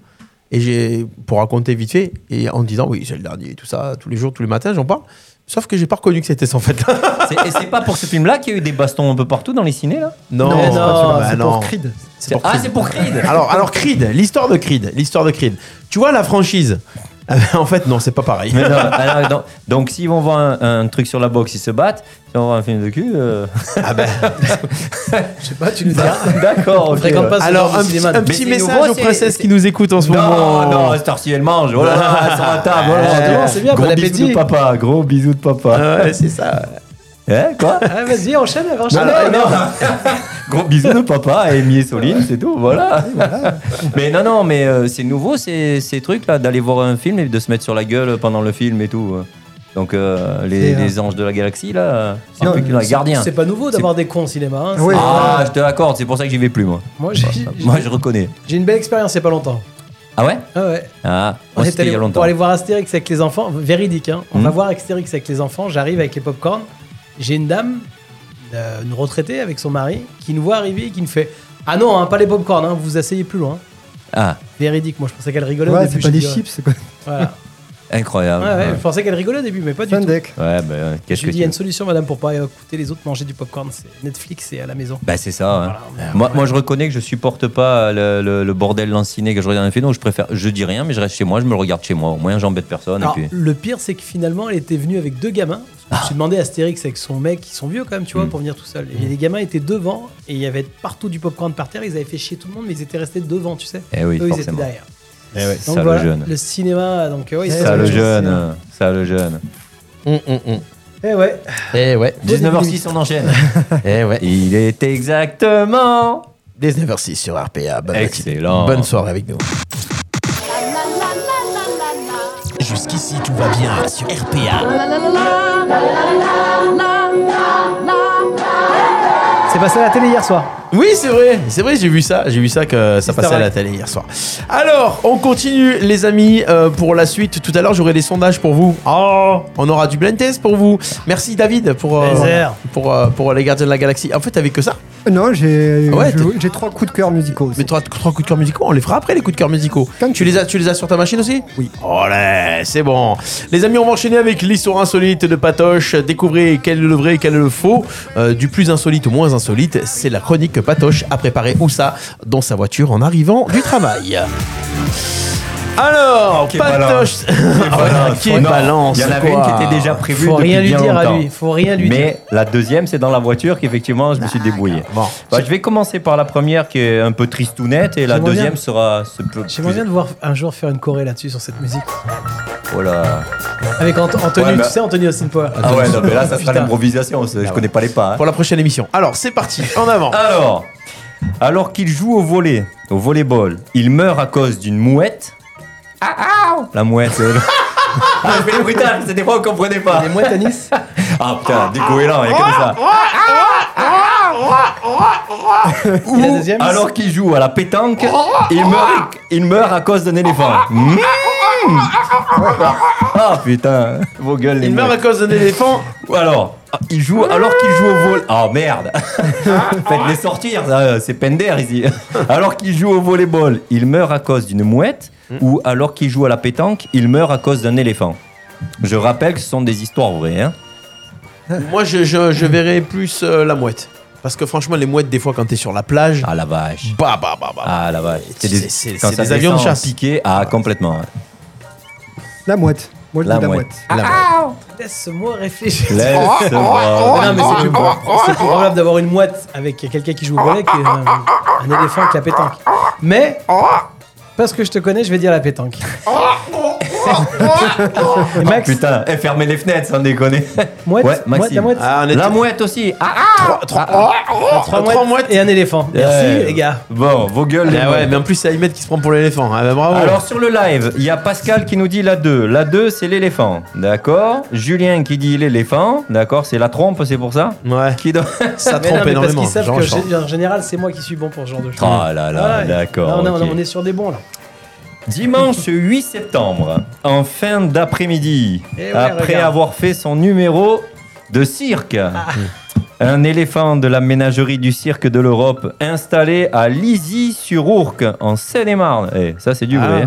Speaker 2: et j'ai pour raconter vite fait, et en disant oui, c'est le dernier, et tout ça, tous les jours, tous les matins, j'en parle. Sauf que j'ai pas reconnu que c'était ça en fait.
Speaker 4: C'est- Et c'est pas pour ce film-là qu'il y a eu des bastons un peu partout dans les ciné, là
Speaker 2: non,
Speaker 3: Non,
Speaker 2: c'est
Speaker 3: non,
Speaker 2: pas celui-là.
Speaker 5: c'est
Speaker 2: Bah
Speaker 5: pour
Speaker 2: non.
Speaker 5: Creed.
Speaker 2: C'est pour
Speaker 4: Ah,
Speaker 2: Creed.
Speaker 4: c'est pour Creed
Speaker 2: Alors, alors Creed, l'histoire de Creed, l'histoire de Creed. Tu vois la franchise Ah ben, En fait, non, c'est pas pareil.
Speaker 4: Mais non, alors, donc, donc s'ils vont voir un, un truc sur la boxe, ils se battent. Si on voit un film de cul, euh,
Speaker 3: je sais pas, tu nous diras.
Speaker 4: d'accord. ok.
Speaker 3: Bah, Fréquente pas ce
Speaker 2: Bah, Alors,
Speaker 3: genre
Speaker 2: un
Speaker 3: de
Speaker 2: petit,
Speaker 3: cinéma.
Speaker 2: un petit
Speaker 4: Mais
Speaker 2: message
Speaker 4: Nouveau,
Speaker 2: aux
Speaker 4: c'est-
Speaker 2: princesses
Speaker 4: c'est-
Speaker 2: qui nous écoutent en ce
Speaker 4: Non,
Speaker 2: moment.
Speaker 4: non, cette heure-ci, elle mange. Voilà, sur la table. Voilà,
Speaker 2: Ouais,
Speaker 4: donc,
Speaker 3: c'est bien,
Speaker 4: gros
Speaker 3: bon
Speaker 4: bisous
Speaker 3: appétit. Euh.
Speaker 4: de papa, gros bisous de papa.
Speaker 2: Ah ouais, c'est ça.
Speaker 4: Hein, quoi
Speaker 3: Ah, vas-y, enchaîne, enchaîne.
Speaker 4: Ah, non, non. Gros bisous de papa et Amy et Soline, c'est tout,
Speaker 3: Ah,
Speaker 4: voilà. mais non, non, mais euh, c'est nouveau ces, ces trucs-là, d'aller voir un film et de se mettre sur la gueule pendant le film et tout. Donc euh, les,
Speaker 5: C'est, euh,
Speaker 4: les anges de la galaxie, là, c'est
Speaker 5: Non,
Speaker 4: un truc là, gardien.
Speaker 3: C'est pas nouveau d'avoir des cons au cinéma. hein.
Speaker 5: Oui.
Speaker 4: Ah, je te l'accorde, c'est pour ça que j'y vais plus, moi.
Speaker 3: Moi, j'ai
Speaker 4: Moi, je reconnais.
Speaker 3: j'ai une belle expérience il y a pas longtemps.
Speaker 4: Ah ouais
Speaker 3: Ah ouais.
Speaker 4: Ah,
Speaker 3: On
Speaker 4: moi,
Speaker 3: est
Speaker 4: c'était
Speaker 3: allé-
Speaker 4: il y a longtemps.
Speaker 3: Pour aller voir Astérix avec les enfants, véridique, hein. On
Speaker 4: Mhm.
Speaker 3: va voir Astérix avec les enfants, j'arrive avec les popcorn. J'ai une dame, euh, une retraitée avec son mari, qui nous voit arriver et qui nous fait Ah non, hein, pas les popcorn, hein, vous vous asseyez plus loin.
Speaker 4: Ah,
Speaker 3: Véridique, moi je pensais qu'elle rigolait au
Speaker 5: Ouais,
Speaker 3: début.
Speaker 5: c'est pas
Speaker 3: je
Speaker 5: des
Speaker 3: dis, ouais.
Speaker 5: chips, c'est quoi
Speaker 3: Voilà.
Speaker 4: incroyable.
Speaker 3: Ouais, ouais, Je pensais qu'elle rigolait au début, mais pas du
Speaker 5: Fun
Speaker 3: tout.
Speaker 5: deck.
Speaker 4: Ouais, ben, euh,
Speaker 3: Je
Speaker 4: Ah, qu'est-ce
Speaker 3: lui
Speaker 4: que
Speaker 3: dis, il y a
Speaker 4: tu
Speaker 3: une solution, madame, pour pas écouter les autres manger du popcorn. C'est Netflix et à la maison.
Speaker 4: Bah c'est ça. hein.
Speaker 3: Voilà.
Speaker 4: Moi, moi, je reconnais que je supporte pas le, le- le bordel dans le ciné que je regarde un film, donc je préfère, je dis rien, mais je reste chez moi, je me le regarde chez moi. Au moins, j'embête personne.
Speaker 3: Alors,
Speaker 4: et puis...
Speaker 3: le pire, c'est que finalement, elle était venue avec deux gamins. Je me suis demandé à Astérix avec son mec, ils sont vieux quand même, tu vois,
Speaker 4: Ah. Mm.
Speaker 3: pour venir tout seul. Et les gamins étaient devant, et il y avait partout du popcorn par terre. Ils avaient fait chier tout le monde, mais ils étaient restés devant, tu sais.
Speaker 4: Eh oui,
Speaker 3: Eux, ils étaient
Speaker 4: forcément. Eh
Speaker 3: derrière.
Speaker 4: ça
Speaker 3: Donc
Speaker 4: le
Speaker 3: voilà,
Speaker 4: jeune.
Speaker 3: le cinéma, donc euh, ouais, il se
Speaker 4: Ça
Speaker 3: passe
Speaker 4: le
Speaker 3: autre chose.
Speaker 4: jeune, euh, ça le jeune.
Speaker 2: Hum, hum, hum.
Speaker 3: Eh ouais,
Speaker 2: Eh ouais.
Speaker 4: 19h06, on enchaîne.
Speaker 2: Eh ouais.
Speaker 4: Il est exactement.
Speaker 2: 19h06 sur RPA. Bonne
Speaker 4: Excellent.
Speaker 2: Bonne soirée avec nous.
Speaker 7: Jusqu'ici, tout va bien sur RPA.
Speaker 3: c'est passé à la télé hier soir.
Speaker 2: Oui, c'est vrai, c'est vrai, j'ai vu ça, j'ai vu ça que ça passait à la télé hier soir. Alors, on continue, les amis, euh, pour la suite. Tout à l'heure, j'aurai des sondages pour vous. Oh, on aura du blind test pour vous. Merci David pour euh,
Speaker 3: Plaisir.
Speaker 2: pour, euh, pour les gardiens de la galaxie. En fait, avec que ça.
Speaker 5: Non, j'ai
Speaker 2: Ouais,
Speaker 5: je- j'ai trois coups de cœur musicaux. aussi.
Speaker 2: Mais trois, trois coups de cœur musicaux, on les fera après les coups de cœur musicaux.
Speaker 5: Quand
Speaker 2: tu les as, tu les as sur ta machine aussi Oui. Olé, c'est bon. Les amis, on va enchaîner avec l'histoire insolite de Patoche. Découvrez quel est le vrai, quel est le faux. Euh, du plus insolite au moins insolite, c'est la chronique que Patoche a préparée où ça dans sa voiture en arrivant du travail. Alors,
Speaker 4: Qui est
Speaker 2: Patoche, Ah ouais, qui est
Speaker 4: Non,
Speaker 2: balance
Speaker 4: Il y en avait une
Speaker 2: quoi.
Speaker 4: qui était déjà prévue.
Speaker 3: Faut
Speaker 4: depuis
Speaker 3: rien lui
Speaker 4: bien
Speaker 3: dire à
Speaker 4: longtemps.
Speaker 3: lui, faut rien lui dire. Ah,
Speaker 4: Mais la deuxième, c'est dans la voiture qu'effectivement, je me suis débrouillé.
Speaker 2: Bon.
Speaker 4: Bah, je vais commencer par la première qui est un peu tristounette et la
Speaker 3: J'aimerais
Speaker 4: deuxième
Speaker 3: bien-
Speaker 4: sera. ce peu
Speaker 3: J'aimerais
Speaker 4: plus-
Speaker 3: bien de voir un jour faire une choré là-dessus sur cette musique.
Speaker 4: Oh là.
Speaker 3: Avec Ant- Anthony,
Speaker 4: Ouais, bah-
Speaker 3: tu sais, Anthony Austin Power.
Speaker 4: Ah ouais, non, mais là, ça sera
Speaker 3: Putain.
Speaker 4: l'improvisation. c'est- Je connais pas les pas. hein.
Speaker 2: Pour la prochaine émission. Alors, c'est parti, en avant.
Speaker 4: Alors, alors qu'il joue au volet, au volleyball, il meurt à cause d'une mouette. Ah, ah La mouette. c'est- ah, je fais le brutal, c'est des fois on comprenait pas.
Speaker 3: Les mouettes à Nice
Speaker 4: Ah putain, ah, des goélands, il y a que ça. ah,
Speaker 3: Et la deuxième
Speaker 4: Alors qu'il joue à la pétanque, il meurt, il meurt à cause d'un éléphant. Mmh. ah putain, vos gueules les
Speaker 2: Il meurt à
Speaker 4: mouettes.
Speaker 2: cause d'un éléphant.
Speaker 4: Ou Alors, ah, il joue alors qu'il joue au vol. Ah merde
Speaker 2: Ah.
Speaker 4: Faites-les sortir, ça, euh, c'est Pender ici. Alors qu'il joue au volleyball, il meurt à cause d'une mouette.
Speaker 2: Hmm.
Speaker 4: Ou alors qu'il joue à la pétanque, il meurt à cause d'un éléphant. Je rappelle que ce sont des histoires vraies. hein.
Speaker 2: Moi, je, je, je verrai plus euh, la mouette. Parce que franchement, les mouettes, des fois, quand t'es sur la plage,
Speaker 4: Ah la vache.
Speaker 2: bah, bah, bah, bah.
Speaker 4: Ah la vache.
Speaker 2: C'est- c'est- c'est des avions de chasse.
Speaker 4: piqués. Ah complètement. ouais.
Speaker 5: La mouette. Moi, je
Speaker 4: La
Speaker 5: dis la
Speaker 4: mouette.
Speaker 5: mouette.
Speaker 2: Ah,
Speaker 4: La
Speaker 3: Laisse-moi réfléchir.
Speaker 2: ah,
Speaker 4: Laisse-moi.
Speaker 3: Non, mais c'est plus, c'est plus probable d'avoir une mouette avec quelqu'un qui joue au volet qu'un un éléphant qui a pétanque. Mais, parce que je te connais, je vais dire la pétanque. Et Max,
Speaker 4: Putain, eh, fermez les fenêtres sans déconner.
Speaker 3: Mouette,
Speaker 4: ouais,
Speaker 3: mouette, la
Speaker 4: Maxime.
Speaker 3: mouette.
Speaker 2: Ah, on est
Speaker 4: La mouette aussi. Ah, ah,
Speaker 3: trois, mouettes et un éléphant. Merci,
Speaker 4: Ouais.
Speaker 3: les gars.
Speaker 4: Bon, vos gueules. les
Speaker 2: Ah ouais,
Speaker 4: mouettes.
Speaker 2: mais en plus, c'est Ahmed qui se prend pour l'éléphant. Ah bah, bravo.
Speaker 4: Alors sur le live, il y a Pascal qui nous dit la 2. La 2, c'est l'éléphant. D'accord Julien qui dit l'éléphant. D'accord C'est la trompe, c'est pour ça
Speaker 2: ouais,
Speaker 4: Qui donne
Speaker 2: ça
Speaker 3: Mais
Speaker 2: trompe
Speaker 3: non, mais parce
Speaker 2: énormément.
Speaker 3: qu'ils savent
Speaker 2: Jean
Speaker 3: que,
Speaker 2: Chan.
Speaker 3: gé- en général, c'est moi qui suis bon pour ce genre de choses.
Speaker 4: Ah là là,
Speaker 3: Ouais.
Speaker 4: d'accord,
Speaker 3: Non, non,
Speaker 4: ok.
Speaker 3: on est sur des bons, là.
Speaker 4: Dimanche 8 septembre, en fin d'après-midi,
Speaker 3: Eh ouais,
Speaker 4: après
Speaker 3: regarde. Ah.
Speaker 4: avoir fait son numéro de cirque, un éléphant de la ménagerie du cirque de l'Europe installé à Lizy-sur-Ourcq, en Seine-et-Marne, Eh, ça c'est du
Speaker 2: Ah.
Speaker 4: vrai,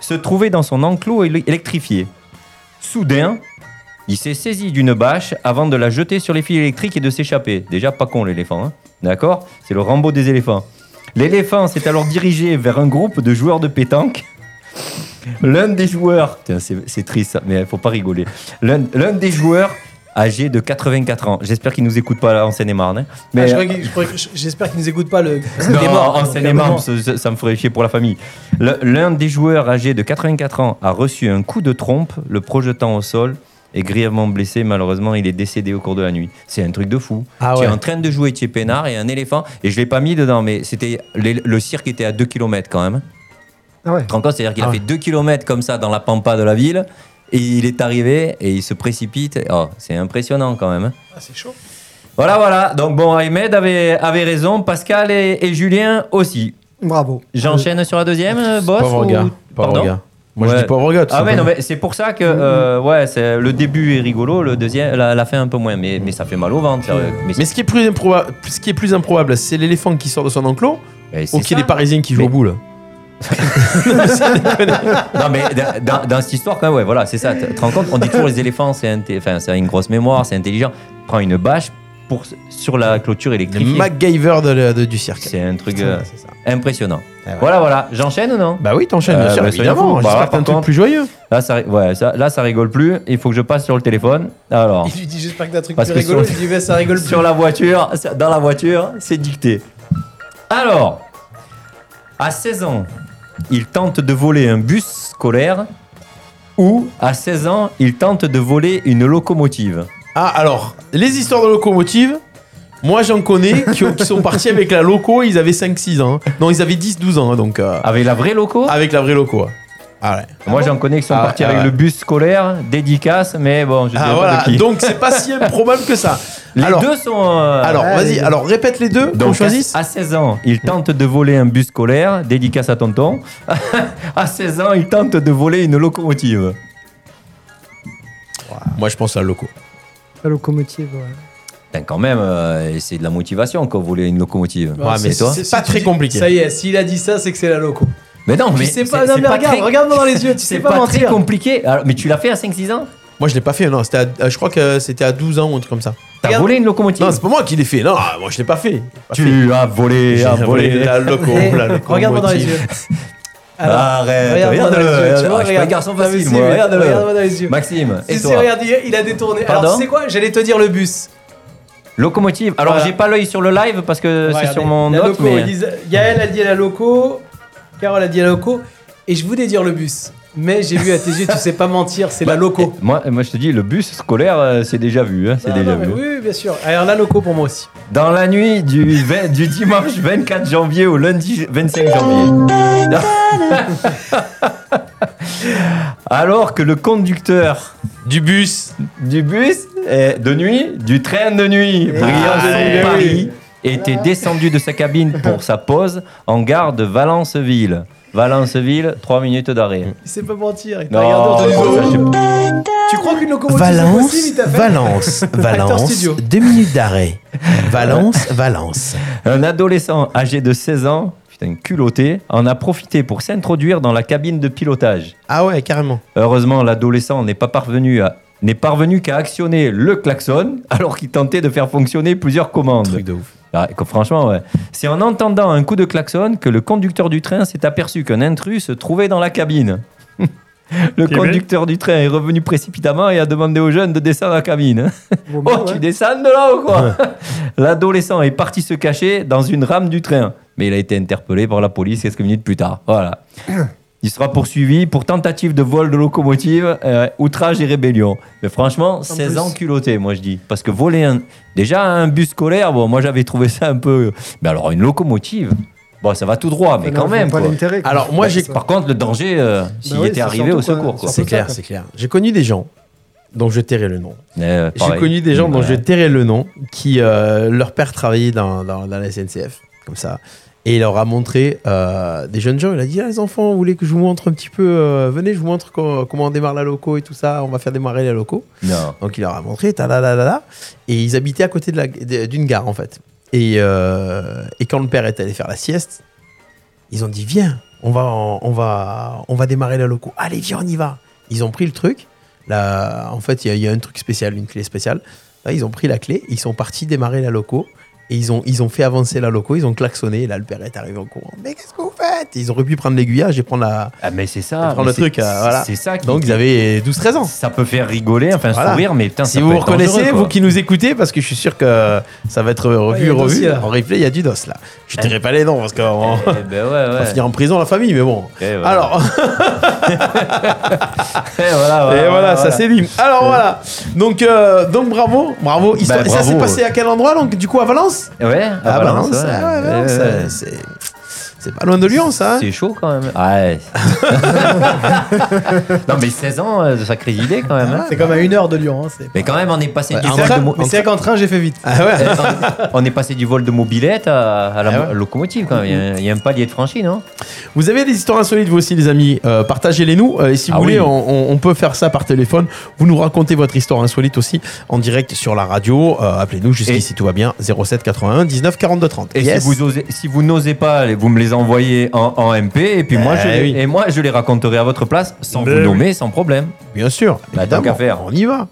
Speaker 4: se trouvait dans son enclos éle- électrifié. Soudain, il s'est saisi d'une bâche avant de la jeter sur les fils électriques et de s'échapper. Déjà pas con l'éléphant, hein d'accord C'est le Rambo des éléphants. L'éléphant s'est alors dirigé vers un groupe de joueurs de pétanque. L'un des joueurs, Putain, c'est c'est triste, ça, mais faut pas rigoler. L'un l'un des joueurs, âgé de 84 ans, j'espère qu'il nous écoute pas là en Seine-et-Marne. hein.
Speaker 3: Ah,
Speaker 4: Mais
Speaker 3: je crois que- je crois que- J'espère qu'ils nous écoutent pas le.
Speaker 4: non, oh,
Speaker 3: les morts,
Speaker 4: en
Speaker 3: donc,
Speaker 4: Seine-et-Marne,
Speaker 3: clairement.
Speaker 4: ça, ça- ça me ferait chier pour la famille. Le- L'un des joueurs âgés de 84 ans a reçu un coup de trompe, le projetant au sol et grièvement blessé. Malheureusement, il est décédé au cours de la nuit. C'est un truc de fou.
Speaker 2: Ah
Speaker 4: Tu es
Speaker 2: ouais.
Speaker 4: en train de jouer chez Pénard et un éléphant. Et je l'ai pas mis dedans, mais c'était les- le cirque était à 2 km quand même.
Speaker 5: Ah ouais.
Speaker 4: Tu te rends compte C'est-à-dire qu'il
Speaker 2: Ah
Speaker 4: a
Speaker 2: ouais.
Speaker 4: fait 2 km comme ça dans la pampa de la ville. Et il est arrivé et il se précipite. Oh, c'est impressionnant quand même.
Speaker 3: Ah, c'est chaud.
Speaker 4: Voilà, voilà. Donc bon, Ahmed avait, avait raison, Pascal et, et Julien aussi.
Speaker 5: Bravo.
Speaker 4: J'enchaîne sur la deuxième, euh, boss
Speaker 2: Pauvre
Speaker 4: ou-
Speaker 2: gars. Pauvre
Speaker 4: Pardon
Speaker 2: gars. Moi,
Speaker 4: Ouais.
Speaker 2: je dis pauvre gars. tout
Speaker 4: Ah ouais,
Speaker 2: simplement.
Speaker 4: non, mais c'est pour ça que
Speaker 2: Mm-hmm.
Speaker 4: euh, ouais, c'est- le début est rigolo, le deuxième, la, la fin un peu moins, mais, mais ça fait mal au ventre. sérieux. Mais,
Speaker 2: Mais ce qui est plus improbable, ce qui est plus improbable, c'est l'éléphant qui sort de son enclos
Speaker 4: mais eh, c'est
Speaker 2: ou qu'il y
Speaker 4: ça.
Speaker 2: ait des Parisiens qui jouent
Speaker 4: Mais-
Speaker 2: au boule.
Speaker 4: Non, mais dans- dans, dans cette histoire, quand même, ouais, voilà, c'est ça. Tu te rends compte, on dit toujours les éléphants, c'est inté- enfin, ça a une grosse mémoire, c'est intelligent. Prends une bâche pour, sur la clôture
Speaker 2: Le
Speaker 4: électrifiée.
Speaker 2: MacGyver de la- de- du cirque.
Speaker 4: C'est un truc euh,
Speaker 2: ça.
Speaker 4: impressionnant.
Speaker 2: Ah ouais.
Speaker 4: Voilà, voilà. J'enchaîne ou non
Speaker 2: Bah oui, t'enchaînes,
Speaker 4: Euh,
Speaker 2: bien sûr,
Speaker 4: bah, soyons fous.
Speaker 2: évidemment.
Speaker 4: Bah,
Speaker 2: J'espère
Speaker 4: par
Speaker 2: que t'as un truc
Speaker 4: contre-
Speaker 2: plus joyeux.
Speaker 4: Là ça, ri- ouais, ça, là, ça rigole plus. Il faut que je passe sur le téléphone. Alors,
Speaker 3: Il lui dit J'espère que t'as un truc
Speaker 4: Parce
Speaker 3: plus
Speaker 4: que sur
Speaker 3: rigolo.
Speaker 4: le-
Speaker 3: Il lui dit Ouais, Ça rigole plus.
Speaker 4: sur la voiture, ça- dans la voiture, c'est dicté. Alors, à 16 ans, il tente de voler un bus scolaire ou à 16 ans, il tente de voler une locomotive.
Speaker 2: Ah, alors, les histoires de locomotives, moi j'en connais qui, ont- qui sont partis avec la loco, ils avaient 5-6 ans. Non, ils avaient 10-12 ans, hein, donc euh,
Speaker 4: Avec la vraie
Speaker 3: Oh.
Speaker 4: loco
Speaker 2: avec la vraie loco. hein. Ah ouais.
Speaker 4: Moi, j'en connais qui sont
Speaker 2: Ah,
Speaker 4: partis
Speaker 2: ah,
Speaker 4: avec
Speaker 2: ouais.
Speaker 4: le bus scolaire, dédicace, mais bon, je sais
Speaker 2: Ah
Speaker 4: pas
Speaker 2: voilà,
Speaker 4: de qui.
Speaker 2: donc c'est pas si improbable que ça.
Speaker 4: les
Speaker 2: alors,
Speaker 4: deux sont. euh,
Speaker 2: alors
Speaker 5: Ouais,
Speaker 2: vas-y,
Speaker 5: les deux.
Speaker 2: alors répète les deux, qu'on
Speaker 4: Donc, ah. à,
Speaker 2: choisisse.
Speaker 4: à 16 ans, il tente de voler un bus scolaire, dédicace à tonton. à 16 ans, il tente de voler une locomotive.
Speaker 2: Moi je pense à la loco.
Speaker 5: Euh, La locomotive, ouais.
Speaker 4: Putain, quand même, euh, c'est de la motivation quand voler une locomotive.
Speaker 2: Ouais, mais
Speaker 4: c'est toi.
Speaker 2: c'est pas très compliqué.
Speaker 3: Ça y est, s'il a dit ça, c'est que c'est la loco.
Speaker 4: Mais non, mais
Speaker 3: tu sais
Speaker 4: c'est-
Speaker 3: pas, non,
Speaker 4: c'est
Speaker 3: mais regarde,
Speaker 4: très-
Speaker 3: regarde-moi dans les yeux, tu
Speaker 4: C'est
Speaker 3: sais
Speaker 4: pas,
Speaker 3: pas
Speaker 4: très
Speaker 3: mentir.
Speaker 4: compliqué. Alors, mais tu l'as fait à 5-6 ans
Speaker 2: Moi je l'ai pas fait, non, c'était à- euh, je crois que c'était à 12 ans ou un truc comme ça.
Speaker 4: T'as
Speaker 3: Regarde.
Speaker 4: volé une locomotive Ah,
Speaker 2: Non, c'est pas moi qui l'ai fait, non, moi je l'ai pas fait. Pas fait.
Speaker 4: Tu as volé,
Speaker 2: J'ai
Speaker 4: as
Speaker 2: volé
Speaker 4: volé.
Speaker 2: la loco,
Speaker 3: Eh,
Speaker 2: la locomotive.
Speaker 3: Regarde-moi dans les yeux.
Speaker 4: Eh,
Speaker 3: Alors,
Speaker 4: Arrête,
Speaker 3: regarde-moi dans les yeux.
Speaker 4: regarde-le.
Speaker 3: tu vois,
Speaker 4: Ah, Je suis pas un
Speaker 3: regarde.
Speaker 4: garçon
Speaker 3: Non, mais
Speaker 4: facile,
Speaker 3: si,
Speaker 4: moi.
Speaker 3: mais
Speaker 4: Regarde-le.
Speaker 3: Regarde-moi dans les yeux.
Speaker 4: Maxime, et
Speaker 3: Si, si,
Speaker 4: toi
Speaker 3: regarde, il a- il a détourné. Alors,
Speaker 4: Pardon
Speaker 3: tu sais quoi J'allais te dire le bus.
Speaker 4: Locomotive. Alors,
Speaker 3: Voilà.
Speaker 4: j'ai pas l'œil sur le live parce que c'est
Speaker 3: Bah. Regardez,
Speaker 4: Euh, sur mon
Speaker 3: la
Speaker 4: note,
Speaker 3: loco,
Speaker 4: mais-
Speaker 3: ils disent- Yael a dit la loco, Carole a dit la loco, et je voulais dire le bus. Mais j'ai vu à tes yeux, tu sais pas mentir, c'est la loco.
Speaker 4: Eh, Moi, moi, je te dis, le bus scolaire, euh, c'est déjà vu. hein, c'est
Speaker 3: Ah,
Speaker 4: déjà
Speaker 3: non, mais
Speaker 4: vu.
Speaker 3: oui, oui, bien sûr. Alors la loco pour moi aussi.
Speaker 4: Dans la nuit du, vingt- du dimanche 24 janvier au lundi 25 janvier. Alors que le conducteur
Speaker 2: Du bus.
Speaker 4: du bus eh, de nuit, du train de nuit, brillant
Speaker 2: oui,
Speaker 4: sur
Speaker 2: oui.
Speaker 4: Paris, était descendu de sa cabine pour sa pause en gare de Valenceville. Valenceville, 3 minutes d'arrêt.
Speaker 3: Il sait pas mentir. il t'a
Speaker 4: Non,
Speaker 3: regardé en te
Speaker 4: ça,
Speaker 3: disant,
Speaker 4: je sais pas.
Speaker 3: Tu crois qu'une locomotive c'est
Speaker 2: Valence,
Speaker 3: possible il t'a fait
Speaker 2: Valence,
Speaker 3: Acteur
Speaker 2: Valence,
Speaker 3: studio.
Speaker 2: deux minutes d'arrêt. Valence, Valence.
Speaker 4: Un adolescent âgé de 16 ans, putain, culotté, en a profité pour s'introduire dans la cabine de pilotage.
Speaker 2: Ah ouais, carrément.
Speaker 4: Heureusement, l'adolescent n'est pas parvenu à n'est parvenu qu'à actionner le klaxon alors qu'il tentait de faire fonctionner plusieurs commandes.
Speaker 2: de ouf.
Speaker 4: Ah, que- franchement, ouais. C'est en entendant un coup de klaxon que le conducteur du train s'est aperçu qu'un intrus se trouvait dans la cabine. le
Speaker 8: bien.
Speaker 4: conducteur du train est revenu précipitamment et a demandé aux jeunes de descendre la cabine.
Speaker 5: Vaut mieux,
Speaker 4: Oh,
Speaker 5: ouais.
Speaker 4: tu descends de là ou quoi L'adolescent est parti se cacher dans une rame du train, mais il a été interpellé par la police quelques minutes plus tard. Voilà. Il sera poursuivi pour tentative de vol de locomotive, euh, outrage et rébellion. Mais franchement, 16
Speaker 5: plus.
Speaker 4: ans culottés, moi je dis. Parce que voler un... déjà un bus scolaire, bon, moi j'avais trouvé ça un peu. Mais alors une locomotive, bon, ça va tout droit, mais
Speaker 5: Enfin,
Speaker 4: quand
Speaker 5: Ah non,
Speaker 4: même.
Speaker 5: faut pas
Speaker 4: quoi.
Speaker 5: l'intérêt, quoi.
Speaker 2: Alors, moi, j'ai-
Speaker 5: Ça.
Speaker 4: Par contre, le danger, euh, s'il
Speaker 5: oui,
Speaker 4: était
Speaker 5: c'est
Speaker 4: arrivé au
Speaker 5: surtout pas-
Speaker 4: secours, quoi.
Speaker 5: surtout
Speaker 2: C'est clair,
Speaker 5: quoi.
Speaker 2: c'est clair. J'ai connu des gens dont je tairai le nom.
Speaker 4: Euh,
Speaker 2: J'ai
Speaker 4: pareil.
Speaker 2: connu des gens dont
Speaker 4: Ouais.
Speaker 2: je tairai le nom, qui euh, leur père travaillait dans, dans- dans la SNCF, comme ça. Et il leur a montré euh, des jeunes gens. Il a dit ah, les enfants, vous voulez que je vous montre un petit peu euh, Venez, je vous montre co- comment on démarre la loco et tout ça. On va faire démarrer la loco.
Speaker 4: Non.
Speaker 2: Donc il leur a montré, ta la la la la. Et ils habitaient à côté de la- de- d'une gare, en fait. Et, euh, et quand le père est allé faire la sieste, ils ont dit Viens, on va, en- on va, on va démarrer la loco. Allez, viens, on y va. Ils ont pris le truc. Là, en fait, il y, a- il y a un truc spécial, une clé spéciale. Là, ils ont pris la clé, ils sont partis démarrer la loco. Et ils ont, ils ont fait avancer la loco, ils ont klaxonné. Et là, le père est arrivé en courant. Mais qu'est-ce que vous faites Ils auraient pu prendre l'aiguillage et prendre la.
Speaker 4: Ah, mais c'est ça.
Speaker 2: Prendre
Speaker 4: mais
Speaker 2: le
Speaker 4: c'est-
Speaker 2: truc, euh, voilà.
Speaker 4: C'est ça qui.
Speaker 2: Donc, ils avaient 12-13 ans.
Speaker 4: Ça peut faire rigoler, enfin
Speaker 2: Voilà.
Speaker 4: sourire, mais putain,
Speaker 2: Si
Speaker 4: ça
Speaker 2: vous
Speaker 4: peut
Speaker 2: vous
Speaker 4: être dangereux,
Speaker 2: reconnaissez,
Speaker 4: quoi.
Speaker 2: vous qui nous écoutez, parce que je suis sûr que ça va être
Speaker 3: Ouais, il y
Speaker 2: revu,
Speaker 3: a du
Speaker 2: revu,
Speaker 3: dossier, là.
Speaker 2: en replay, il y a du dos là. Je dirais pas les noms parce qu'on
Speaker 4: Eh ben ouais,
Speaker 2: va
Speaker 4: ouais.
Speaker 2: finir en prison la famille, mais bon.
Speaker 4: Eh, voilà.
Speaker 2: Alors,
Speaker 4: Et Ah, voilà,
Speaker 2: et voilà, ça c'est dit. Alors voilà. Donc, euh, donc bravo, bravo. Histoire-
Speaker 4: Bah,
Speaker 2: et ça
Speaker 4: bravo,
Speaker 2: s'est passé à quel endroit donc Du coup à Valence
Speaker 4: Ouais,
Speaker 2: À
Speaker 4: ah, Valence, ouais.
Speaker 2: ah ouais,
Speaker 4: Ouais, Eh,
Speaker 2: Valence,
Speaker 4: ouais, ouais.
Speaker 2: euh, c'est c'est pas loin de Lyon ça. hein
Speaker 4: C'est chaud quand même. Ah, Ouais. non, mais 16 ans, euh, de sacrée idée quand même. hein.
Speaker 3: C'est comme à une heure de Lyon. hein, c'est-
Speaker 4: Mais quand même, on est passé du
Speaker 3: Mais
Speaker 4: vol de,
Speaker 3: c'est
Speaker 4: mo-
Speaker 3: vrai- mais c'est vrai qu'en train, j'ai fait vite.
Speaker 2: Ah ouais.
Speaker 4: euh, on est passé du vol de mobilette à, à la
Speaker 2: Ah
Speaker 4: mo-
Speaker 2: ouais.
Speaker 4: locomotive quand même. Il y a un- Il y, a un palier de franchi, non
Speaker 2: Vous avez des histoires insolites, vous aussi, les amis. euh, Partagez-les nous. euh, et si vous
Speaker 4: Ah
Speaker 2: voulez,
Speaker 4: oui.
Speaker 2: on, on- on peut faire ça par téléphone. Vous nous racontez votre histoire insolite aussi en direct sur la radio. Euh, Appelez-nous jusqu'ici, tout va bien. 07 81 19 42 30.
Speaker 4: Et
Speaker 2: Yes.
Speaker 4: si vous osez, si vous n'osez pas, les- vous me les envoyez en, en MP et puis moi
Speaker 2: Eh
Speaker 4: je les,
Speaker 2: oui.
Speaker 4: et moi je les raconterai à votre place sans
Speaker 2: Mais
Speaker 4: vous
Speaker 2: oui.
Speaker 4: nommer, sans problème.
Speaker 2: Bien sûr.
Speaker 4: Bah,
Speaker 2: évidemment,
Speaker 4: tant qu'à faire.
Speaker 2: On y va.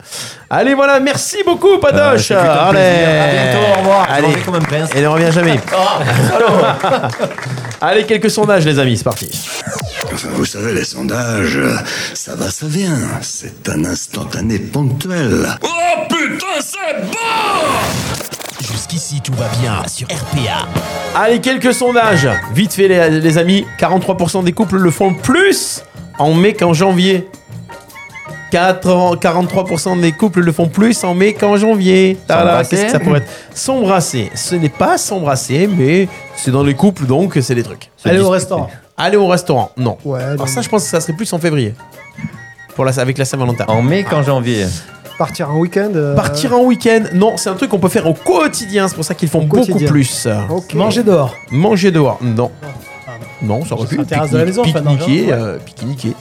Speaker 2: Allez, voilà. Merci beaucoup,
Speaker 4: Euh,
Speaker 2: Padoche.
Speaker 4: c'est plutôt un
Speaker 2: Allez.
Speaker 4: plaisir. À bientôt, au revoir. Je
Speaker 2: Allez.
Speaker 4: m'en vais comme un prince.
Speaker 2: Et ne reviens jamais.
Speaker 4: Oh,
Speaker 2: Allez, quelques sondages, les amis. C'est parti.
Speaker 9: Enfin, vous savez, les sondages, ça va, ça vient. C'est un instantané ponctuel.
Speaker 7: Jusqu'ici, tout va bien sur RPA.
Speaker 2: Allez, quelques sondages. Vite fait, les, les amis. 43% des couples le font plus en mai qu'en janvier. 4 43% des couples le font plus en mai qu'en janvier. Ah là,
Speaker 4: S'embrasser.
Speaker 2: Qu'est-ce que ça pourrait être S'embrasser. Ce n'est pas s'embrasser, mais c'est dans les couples, donc c'est des trucs.
Speaker 3: Allez au restaurant.
Speaker 2: Aller au restaurant, non.
Speaker 5: Ouais,
Speaker 2: Alors
Speaker 5: donc,
Speaker 2: ça, je pense que ça serait plus en février. Pour la, avec la Saint-Valentin.
Speaker 4: En mai qu'en janvier.
Speaker 5: partir un week-end. euh,
Speaker 2: Partir en week-end, non, c'est un truc qu'on peut faire au quotidien. C'est pour ça qu'ils font
Speaker 5: Au
Speaker 2: beaucoup
Speaker 5: quotidien.
Speaker 2: plus.
Speaker 5: ok.
Speaker 3: Manger dehors.
Speaker 2: Manger dehors, non.
Speaker 3: pardon.
Speaker 2: Non, ça aurait pu.
Speaker 3: Sur la terrasse de la
Speaker 2: Pique-
Speaker 3: maison, enfin, dans le
Speaker 2: pique-niquer,
Speaker 3: jardin,
Speaker 2: euh, pique-niquer.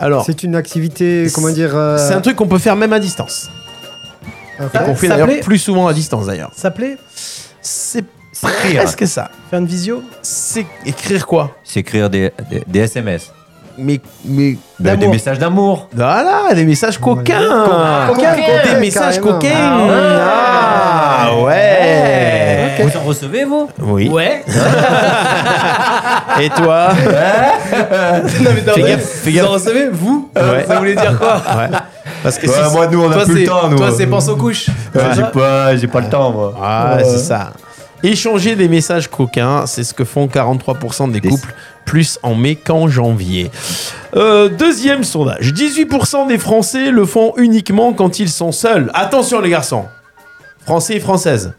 Speaker 2: Alors,
Speaker 5: C'est une activité, comment dire. euh,
Speaker 2: c'est un truc qu'on peut faire même à distance.
Speaker 5: un
Speaker 2: Et
Speaker 5: fait.
Speaker 2: qu'on fait
Speaker 3: ça
Speaker 2: d'ailleurs
Speaker 3: plaît
Speaker 2: plus souvent à distance d'ailleurs.
Speaker 3: S'appeler,
Speaker 2: C'est
Speaker 4: S'écrire.
Speaker 2: presque ça.
Speaker 3: faire une visio.
Speaker 2: C'est écrire quoi
Speaker 4: S'écrire des, des, des SMS.
Speaker 2: Mais. mais
Speaker 4: Bah, Des- Des
Speaker 2: d'amour.
Speaker 4: messages d'amour.
Speaker 2: Voilà, des messages coquins.
Speaker 5: Coquin,
Speaker 2: Des
Speaker 5: coquin,
Speaker 2: messages
Speaker 5: carrément.
Speaker 2: coquins.
Speaker 4: Ah
Speaker 2: Ah ouais.
Speaker 3: Eh,
Speaker 4: Vous en recevez, vous
Speaker 2: Oui.
Speaker 3: Ouais.
Speaker 2: Et toi
Speaker 3: non, mais non,
Speaker 2: Fais
Speaker 3: mais-
Speaker 2: gaffe, fais gaffe.
Speaker 3: Vous en recevez, vous Euh,
Speaker 2: Ouais.
Speaker 3: Ça voulait dire quoi
Speaker 2: Ouais. Parce que
Speaker 4: Ouais,
Speaker 2: si-
Speaker 4: moi, nous, on a
Speaker 2: toi,
Speaker 4: plus le
Speaker 2: c'est-
Speaker 4: temps, nous.
Speaker 3: Toi, c'est pense aux couches.
Speaker 4: Ouais, J'ai pas, j'ai pas le temps, moi.
Speaker 2: Ah,
Speaker 3: Euh.
Speaker 2: c'est ça. Échanger des messages coquins, c'est ce que font 43% des
Speaker 4: Des-
Speaker 2: couples, plus en mai qu'en janvier. Euh, deuxième sondage 18% des Français le font uniquement quand ils sont seuls. Attention, les garçons Français et Françaises.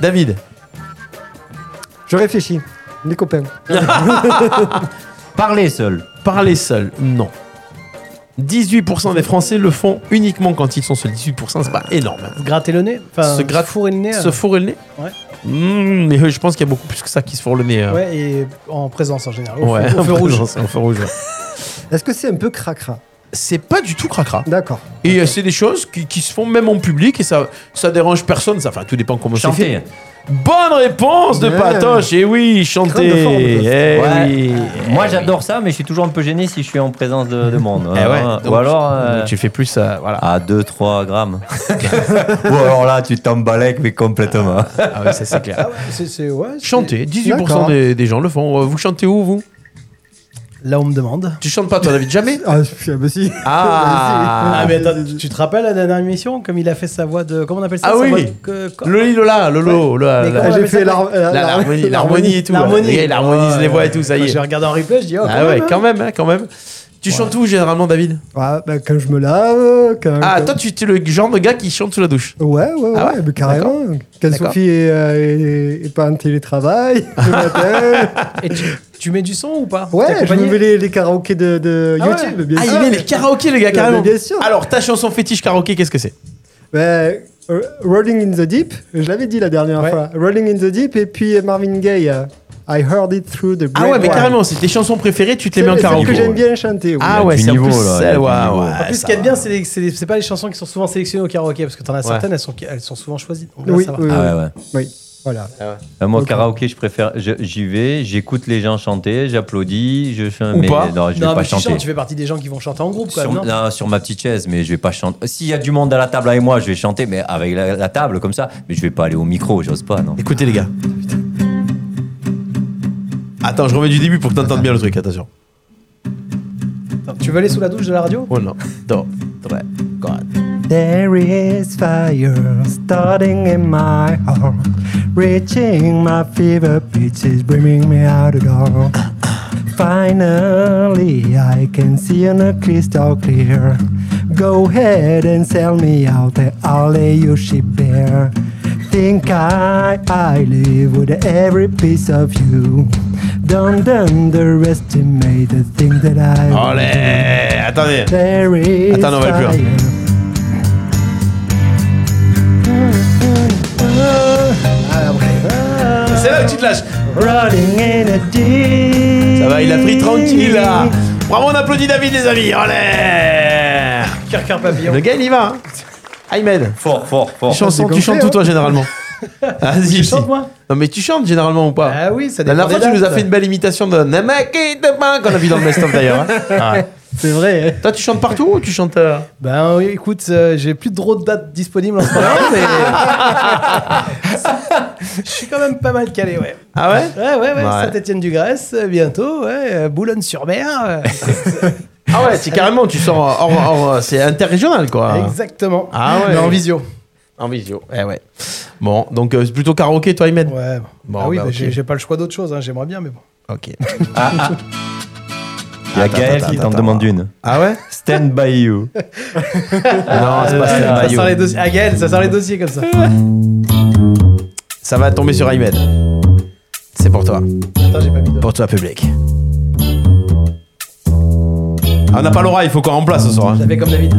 Speaker 2: David
Speaker 5: Je réfléchis. Les copains.
Speaker 4: Parler seul.
Speaker 2: Parler seul, non. 18% des Français le font uniquement quand ils sont seuls. 18%, c'est pas énorme.
Speaker 3: Se gratter le nez. Enfin,
Speaker 2: Se gratte-
Speaker 3: fourrer le nez.
Speaker 2: Se
Speaker 3: euh,
Speaker 2: fourrer le nez
Speaker 3: Ouais.
Speaker 2: Mmh, mais euh, je pense qu'il y a beaucoup plus que ça qui se fourrent le nez. euh.
Speaker 3: Ouais, et en présence en général. Au,
Speaker 2: Ouais,
Speaker 3: feu, au feu rouge.
Speaker 2: Au feu rouge. ouais.
Speaker 5: Est-ce que c'est un peu cracra
Speaker 2: c'est pas du tout cracra.
Speaker 5: D'accord.
Speaker 2: Et euh, c'est des choses qui, qui se font même en public et ça, ça dérange personne. Ça, enfin, tout dépend comment c'est
Speaker 4: Chanter.
Speaker 2: fait. Bonne réponse de
Speaker 5: Ouais.
Speaker 2: Patoche. Et oui, chanter.
Speaker 5: Grande forme, le
Speaker 2: Eh
Speaker 5: gosse.
Speaker 4: Ouais.
Speaker 2: oui.
Speaker 4: Moi, j'adore ça, mais je suis toujours un peu gêné si je suis en présence de, de monde.
Speaker 2: Eh ouais.
Speaker 4: Hein.
Speaker 2: Donc,
Speaker 4: Ou alors. euh,
Speaker 2: Tu fais plus ça, voilà.
Speaker 4: À 2-3 grammes. Ou alors là, tu t'embalèques, mais complètement.
Speaker 2: Ah ouais, ça c'est clair.
Speaker 3: Ah ouais, c'est- c'est- ouais, c'est-
Speaker 2: Chanter, 18%
Speaker 5: D'accord.
Speaker 2: des, des gens le font. Euh, Vous chantez où, vous
Speaker 3: Là, on me demande.
Speaker 2: Tu chantes pas, toi, David Jamais
Speaker 5: Ah, je- ah, bah si.
Speaker 2: Ah,
Speaker 3: Ah, mais attends, tu te rappelles la dernière émission comme il a fait sa voix de comment on appelle ça
Speaker 2: Ah
Speaker 3: sa
Speaker 2: oui.
Speaker 3: voix de- que- que-
Speaker 2: Loli, Lola, Lolo, Lola,
Speaker 3: Mais
Speaker 2: la-
Speaker 3: comment
Speaker 5: Ah, J'ai
Speaker 3: appelle ça,
Speaker 5: fait l'har- euh,
Speaker 2: la-
Speaker 5: l'har-
Speaker 2: l'harmonie, l'harmonie et tout. là.
Speaker 3: L'harmonie.
Speaker 2: Les gars, Il harmonise les voix et tout, ça y
Speaker 3: Quand
Speaker 2: est.
Speaker 3: J'ai regardé en replay, je dis oh,
Speaker 2: Ah
Speaker 3: quand
Speaker 2: ouais,
Speaker 3: même, hein.
Speaker 2: quand même, hein, quand même. Tu chantes où généralement, David
Speaker 5: Ouais, bah, quand je me lave, quand.
Speaker 2: Ah,
Speaker 5: quand-
Speaker 2: toi, tu es le genre de gars qui chante sous la douche.
Speaker 5: Ouais, ouais,
Speaker 2: Ah ouais
Speaker 5: ouais, mais carrément. Quand
Speaker 2: D'accord.
Speaker 5: Sophie est, euh, est- est pas en télétravail, le matin.
Speaker 3: Et tu, tu mets du son ou pas T'es
Speaker 5: Ouais, je
Speaker 3: accompagné
Speaker 5: me mets les, les karaokés de, de
Speaker 3: Ah ouais.
Speaker 5: YouTube, bien
Speaker 2: Ah,
Speaker 5: sûr.
Speaker 2: il met les karaokés, les gars,
Speaker 5: mais
Speaker 2: carrément.
Speaker 5: bien sûr.
Speaker 2: Alors, ta chanson fétiche karaoké, qu'est-ce que c'est
Speaker 5: Ouais, euh, Rolling in the Deep, je l'avais dit la dernière
Speaker 3: Ouais.
Speaker 5: fois. Rolling in the Deep et puis euh, Marvin Gaye. euh, I heard it through the
Speaker 2: Ah ouais, mais
Speaker 5: grapevine.
Speaker 2: carrément, c'est tes chansons préférées, tu te
Speaker 5: C'est
Speaker 2: les mets en
Speaker 5: celle que
Speaker 2: karaoké.
Speaker 5: j'aime bien chanter. oui.
Speaker 2: Ah
Speaker 4: Il y a
Speaker 2: ouais,
Speaker 4: du
Speaker 2: c'est en
Speaker 4: niveau,
Speaker 2: plus
Speaker 4: là, il y a
Speaker 2: celle,
Speaker 4: du
Speaker 2: ouais,
Speaker 4: niveau.
Speaker 2: ouais,
Speaker 3: En plus, ce
Speaker 2: ça
Speaker 3: qu'il y a de
Speaker 2: va.
Speaker 3: bien, c'est les- c'est les- c'est pas les chansons qui sont souvent sélectionnées au karaoké parce que t'en as certaines, elles sont, elles sont souvent choisies. Donc là,
Speaker 5: oui,
Speaker 3: ça va.
Speaker 5: oui,
Speaker 4: Ah ouais, ouais.
Speaker 5: oui. Voilà.
Speaker 4: Euh, Moi,
Speaker 5: Ok.
Speaker 4: karaoké, je préfère. je- J'y vais, j'écoute les gens chanter, j'applaudis, je fais un.
Speaker 2: Ou pas.
Speaker 4: Non, je vais
Speaker 3: non,
Speaker 4: pas
Speaker 3: mais tu,
Speaker 4: chanter.
Speaker 3: chantes, tu fais partie des gens qui vont chanter en groupe, quoi.
Speaker 4: sur,
Speaker 3: non
Speaker 4: non, sur ma petite chaise, mais je vais pas chanter. Euh, S'il y a du monde à la table avec moi, je vais chanter, mais avec la, la table comme ça. Mais je vais pas aller au micro, j'ose pas, non.
Speaker 2: Écoutez, les gars. Attends, je remets du début pour que t'entendes bien le truc, attention.
Speaker 3: Attends, Tu veux aller sous la douche de la radio
Speaker 2: Oh non. Non. Ouais. God.
Speaker 5: There is fire starting in my heart, reaching my fever pitch is bringing me out of dark. Finally, I can see in a crystal clear. Go ahead and sell me out there, I'll lay you ship bare. Think I, I live with every piece of you. Don't underestimate the thing that I will do.
Speaker 2: Allez, attendez.
Speaker 5: There is
Speaker 2: Attends, non, on va plus, hein.
Speaker 5: fire.
Speaker 2: C'est là que tu te lâches.
Speaker 5: Running in a deep.
Speaker 2: Ça va, il a pris tranquille là. Bravo, on applaudit David, les amis. Allez.
Speaker 3: Cœur, cœur, papillon.
Speaker 2: Le gars, il y va. hein. Aymed,
Speaker 4: Fort, fort, fort.
Speaker 2: chanson,
Speaker 5: c'est
Speaker 2: tu
Speaker 5: complet,
Speaker 2: chantes tout
Speaker 5: hein.
Speaker 2: toi généralement Vas-y.
Speaker 3: Tu
Speaker 2: si.
Speaker 3: chantes, moi
Speaker 2: Non, mais tu chantes généralement ou pas
Speaker 3: Ah oui, ça
Speaker 2: La
Speaker 3: dépend.
Speaker 2: dernière fois,
Speaker 3: des
Speaker 2: tu nous as
Speaker 3: dates.
Speaker 2: fait une belle imitation de Namaki de pain qu'on a vu dans le best-of d'ailleurs. hein. Ah.
Speaker 3: C'est vrai. hein.
Speaker 2: Toi, tu chantes partout ou tu chantes. euh,
Speaker 3: Ben oui, écoute, euh, j'ai plus trop de dates disponibles en ce moment, mais. Je suis quand même pas mal calé, ouais.
Speaker 2: Ah ouais
Speaker 3: Ouais, ouais, ouais,
Speaker 2: Ouais.
Speaker 3: Saint-Étienne-du-Grèce, euh, bientôt, ouais, euh, Boulogne-sur-Mer. euh,
Speaker 2: Ah ouais, c'est carrément, tu sors hors, hors- euh, c'est interrégional quoi.
Speaker 3: Exactement.
Speaker 2: Ah ouais.
Speaker 3: Mais en visio.
Speaker 2: En visio. Eh ouais. Bon, donc euh, c'est plutôt karaoké toi, Imed.
Speaker 3: Ouais.
Speaker 2: Bon,
Speaker 3: ah oui,
Speaker 2: bah,
Speaker 3: bah,
Speaker 2: ok.
Speaker 3: j'ai j'ai pas le choix d'autre chose, hein, j'aimerais bien, mais bon.
Speaker 2: Ok.
Speaker 4: Il y a Gaël qui t'en demande une.
Speaker 2: Ah ouais
Speaker 4: Stand by you. Ah,
Speaker 2: Non, c'est pas Stand
Speaker 3: ça
Speaker 2: By
Speaker 3: sort
Speaker 4: oh.
Speaker 2: You.
Speaker 3: les dossiers. Ah, Gaël, ça sort les dossiers comme ça.
Speaker 2: Ça va tomber sur Imed. C'est pour toi.
Speaker 3: Attends, j'ai pas mis de.
Speaker 2: Pour toi, public. Ah, on n'a pas Laura, il faut qu'on remplace ce soir. hein.
Speaker 3: J'avais comme David.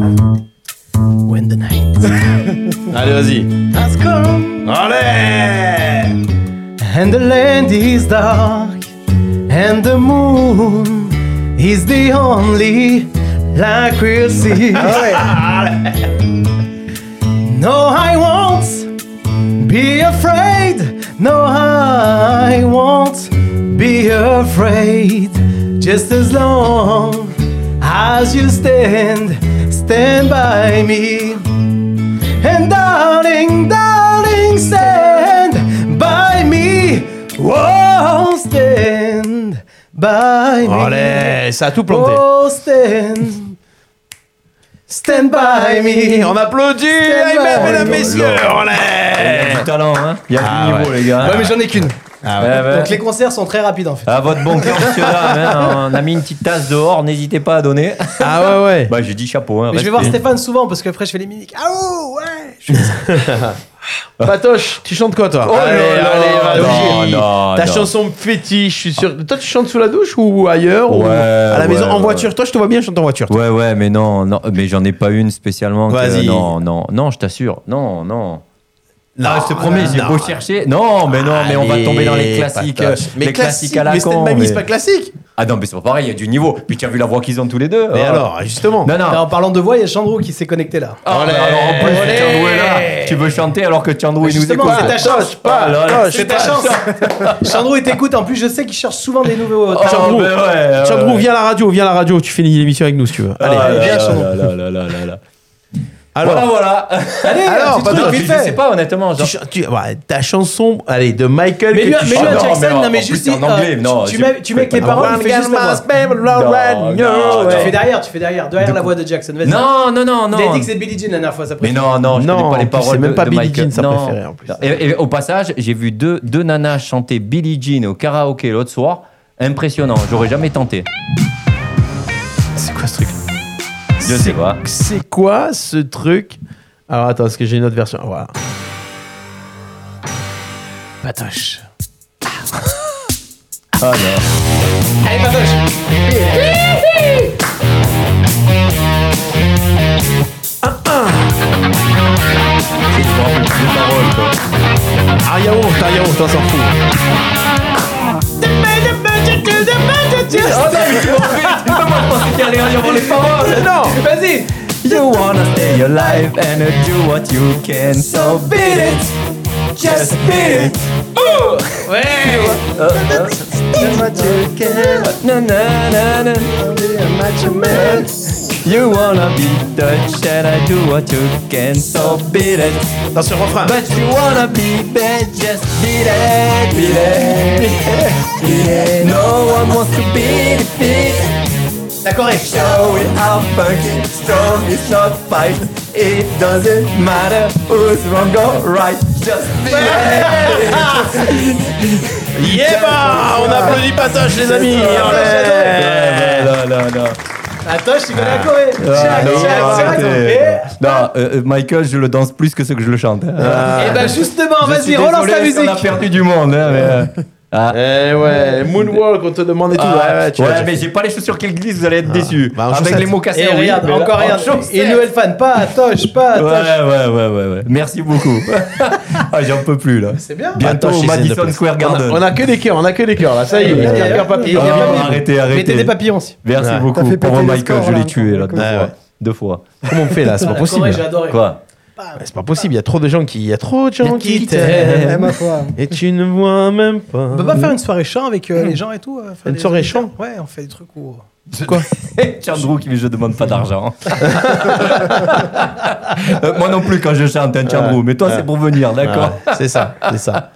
Speaker 3: When the night.
Speaker 2: Allez, vas-y.
Speaker 3: Let's go.
Speaker 2: Allez
Speaker 3: And the land is dark, and the moon is the only light we'll see. No, I won't be afraid. No, I won't be afraid. Just as long as you stand, stand by me. And darling, darling, stand by me. Oh, stand by me.
Speaker 2: Allez, ça a tout planté.
Speaker 3: Oh, stand. Stand by me.
Speaker 2: On applaudit
Speaker 3: Stand
Speaker 2: Imed,
Speaker 3: by
Speaker 2: mesdames,
Speaker 3: me.
Speaker 2: messieurs
Speaker 4: Il y
Speaker 2: Allez
Speaker 4: a du talent, hein. Il y a
Speaker 2: Ah
Speaker 4: du niveau,
Speaker 2: ouais.
Speaker 4: les gars.
Speaker 3: Ouais, mais j'en ai qu'une.
Speaker 2: Ah
Speaker 4: Ouais, Ah, ouais.
Speaker 3: Donc les concerts sont très rapides en fait.
Speaker 4: À votre bon cœur, monsieur on a mis une petite tasse dehors, n'hésitez pas à donner.
Speaker 2: Ah ouais, ouais.
Speaker 4: Bah, j'ai dit chapeau, hein.
Speaker 3: Mais je vais
Speaker 4: respect.
Speaker 3: voir Stéphane souvent parce qu'après je fais les mimiques. Ah ouh, ouais je fais ça.
Speaker 2: Patoche, tu chantes quoi toi
Speaker 4: Oh là
Speaker 2: Allez,
Speaker 4: là,
Speaker 2: allez, vas-y.
Speaker 4: non, non,
Speaker 2: Ta
Speaker 4: non.
Speaker 2: chanson fétiche, je suis sûr. Toi, tu chantes sous la douche ou ailleurs ou
Speaker 4: Ouais,
Speaker 2: À la
Speaker 4: ouais,
Speaker 2: maison, en
Speaker 4: ouais.
Speaker 2: voiture. Toi, je te vois bien chanter en voiture.
Speaker 4: Ouais, ouais, mais non, non mais j'en ai pas une spécialement. que-
Speaker 2: Vas-y.
Speaker 4: Non, non, non, je t'assure. Non, non. Non, je te promets, j'ai beau chercher. Non, mais non, mais on va
Speaker 2: Ah, Allez,
Speaker 4: tomber dans les classiques.
Speaker 2: patoche.
Speaker 4: euh,
Speaker 2: Mais
Speaker 4: les
Speaker 2: classique,
Speaker 4: classiques à la
Speaker 2: mais
Speaker 4: con.
Speaker 2: Stephen Mamie,
Speaker 4: mais-
Speaker 2: c'est pas classique.
Speaker 4: Ah non, mais c'est pas pareil, il y a du niveau. Puis tu as vu la voix qu'ils ont tous les deux.
Speaker 2: Mais
Speaker 4: euh.
Speaker 2: alors, justement.
Speaker 4: Non, non.
Speaker 3: En parlant de voix, il y a Chandro qui s'est connecté là.
Speaker 4: Ah,
Speaker 2: Olé,
Speaker 4: mais alors, en plus,
Speaker 2: olé.
Speaker 4: Chandrou est là. Tu veux chanter alors que Chandrou il nous
Speaker 3: Justement,
Speaker 4: écoute.
Speaker 3: c'est ta chance.
Speaker 4: Ah, là, là,
Speaker 3: C'est ta chance. Chandro, il t'écoute. En plus, je sais qu'il cherche souvent des nouveaux.
Speaker 4: Oh,
Speaker 2: Chandrou,
Speaker 4: mais ouais, euh,
Speaker 2: Chandrou, viens à la radio, viens à la radio, tu finis l'émission avec nous si tu veux.
Speaker 4: Ah,
Speaker 2: Allez,
Speaker 4: là,
Speaker 2: viens
Speaker 4: là,
Speaker 2: Chandrou.
Speaker 4: là, là, là, là, là, là.
Speaker 2: Alors,
Speaker 4: Voilà, voilà. Allez,
Speaker 2: alors,
Speaker 4: tu
Speaker 2: pas de
Speaker 4: trouves,
Speaker 2: vite
Speaker 4: je
Speaker 2: fait.
Speaker 4: sais pas, honnêtement.
Speaker 2: tu
Speaker 4: genre-
Speaker 2: ch- tu- ouais, ta chanson, allez, de Michael.
Speaker 3: Mais
Speaker 2: que
Speaker 3: lui,
Speaker 2: tu
Speaker 3: mais lui,
Speaker 4: Ah,
Speaker 2: chantes.
Speaker 3: à
Speaker 4: non,
Speaker 3: Jackson,
Speaker 4: mais en-
Speaker 3: non, mais
Speaker 4: en
Speaker 3: juste.
Speaker 4: plus, en
Speaker 3: euh,
Speaker 4: anglais,
Speaker 3: tu-
Speaker 4: non,
Speaker 3: tu
Speaker 4: je-
Speaker 3: mets- Tu mets avec les
Speaker 4: Non,
Speaker 3: paroles,
Speaker 2: One
Speaker 3: tu fais juste la
Speaker 2: girl
Speaker 3: voix.
Speaker 2: must be
Speaker 4: Non,
Speaker 2: brand new.
Speaker 4: non,
Speaker 3: Tu
Speaker 4: non.
Speaker 3: fais derrière, tu fais derrière, derrière la voix de Jackson. Vas-y.
Speaker 4: Non, non, non, non.
Speaker 3: Il a dit que c'est Billie Jean la dernière fois, ça
Speaker 4: Mais non, non, je
Speaker 2: Non,
Speaker 4: connais
Speaker 2: en
Speaker 4: pas les
Speaker 2: plus,
Speaker 4: paroles
Speaker 2: c'est même
Speaker 4: de-
Speaker 2: pas
Speaker 4: de
Speaker 2: Billie
Speaker 4: Michael.
Speaker 2: Jean, sa
Speaker 4: Non.
Speaker 2: préférée, en plus.
Speaker 4: Et, et au passage, j'ai vu deux, deux nanas chanter Billie Jean au karaoké l'autre soir. Impressionnant, j'aurais jamais tenté.
Speaker 2: C'est quoi ce truc
Speaker 4: Je sais pas.
Speaker 2: C'est quoi ce truc Alors attends, est-ce que j'ai une autre version Voilà.
Speaker 3: Patoche.
Speaker 4: Ah non.
Speaker 3: Allez, Patoche.
Speaker 4: Je me rappelle plus des paroles, quoi.
Speaker 2: Ah yaourt, ah yaourt, on s'en fout.
Speaker 4: Oh non, mais tu m'en fais, tu peux pas moi, je pensais qu'il allait en dire les paroles.
Speaker 2: Non
Speaker 3: Vas-y.
Speaker 4: You wanna stay alive and do what you can, so beat it. Just beat it. Na, na, na, na. You wanna be Dutch and I do what you can, so beat it.
Speaker 2: Dans ce refrain.
Speaker 4: But you wanna be bad, just beat it, beat it, beat it, beat it. No one wants to beat it, beat it.
Speaker 3: La correcte.
Speaker 4: Show it how funky strong it's not fight. It doesn't matter who's wrong or right, just beat it.
Speaker 2: Yeah bah On applaudit Patoche les amis Ouais.
Speaker 4: Non, non, non.
Speaker 3: Patoche, tu connais la Corée.
Speaker 4: Ah,
Speaker 3: Jack,
Speaker 4: non,
Speaker 3: Jack, Jack,
Speaker 4: arrêtez. Non, euh, euh, Michael, je le danse plus que ce que je le chante.
Speaker 3: Et ben justement,
Speaker 4: Je suis
Speaker 3: vas-y, relance
Speaker 4: désolé
Speaker 3: la
Speaker 4: si On a
Speaker 3: musique.
Speaker 4: perdu du monde, hein, mais. euh, ah.
Speaker 2: Eh ouais, Moonwalk, on te demande et tout.
Speaker 4: Ah,
Speaker 2: ouais, ouais, tu
Speaker 4: ouais,
Speaker 2: vois, tu-
Speaker 4: mais j'ai pas les chaussures qui glissent, vous allez être déçus. Ah,
Speaker 2: bah, en
Speaker 4: Avec
Speaker 2: chaussettes.
Speaker 4: les mots cassés,
Speaker 3: Et
Speaker 4: oui,
Speaker 3: Eh, regarde,
Speaker 4: mais là,
Speaker 3: encore
Speaker 4: en
Speaker 3: regarde.
Speaker 4: chaussettes.
Speaker 3: Et Noël fan, Patoche,
Speaker 4: Ouais,
Speaker 3: Patoche.
Speaker 4: ouais, ouais, ouais, ouais. Merci beaucoup. ah, j'en peux plus,
Speaker 2: Bah,
Speaker 4: là.
Speaker 3: C'est bien.
Speaker 4: Bientôt
Speaker 2: Patoche,
Speaker 4: au
Speaker 2: il s'est
Speaker 4: Madison
Speaker 2: déplacé.
Speaker 4: Square
Speaker 2: On a,
Speaker 4: Garden.
Speaker 2: on a que des cœurs, on a que des cœurs là, ça y est, il y a des cœurs papiers.
Speaker 4: Oh,
Speaker 3: il y a même-
Speaker 4: arrêtez,
Speaker 3: Mettez des
Speaker 4: arrêtez.
Speaker 3: papillons aussi.
Speaker 4: Merci
Speaker 2: Ouais.
Speaker 5: T'as
Speaker 4: beaucoup.
Speaker 5: fait
Speaker 4: Pour
Speaker 5: péter le
Speaker 4: Michael,
Speaker 5: score,
Speaker 4: je
Speaker 5: là,
Speaker 4: l'ai tué, là,
Speaker 5: encore.
Speaker 4: deux
Speaker 2: Ouais,
Speaker 4: fois.
Speaker 2: ouais.
Speaker 4: Deux fois.
Speaker 2: Comment on fait là C'est pas
Speaker 3: La Corée,
Speaker 2: possible.
Speaker 3: j'ai adoré.
Speaker 4: Quoi
Speaker 2: Ouais, C'est pas possible, il y a trop de gens qui. Il y a trop de gens qui
Speaker 5: Eh,
Speaker 2: t'aiment.
Speaker 5: ma foi.
Speaker 2: Et tu ne vois même pas.
Speaker 3: On peut pas faire une soirée chant avec euh, les gens et tout euh, faire
Speaker 2: Une
Speaker 3: des-
Speaker 2: soirée chant
Speaker 3: Ouais, on fait des trucs où.
Speaker 4: Quoi Chandrou qui me dit, je demande pas d'argent. Euh, Moi non plus quand je chante, hein, Chandrou. Mais toi, c'est pour venir, d'accord
Speaker 2: Ouais, c'est ça, c'est ça.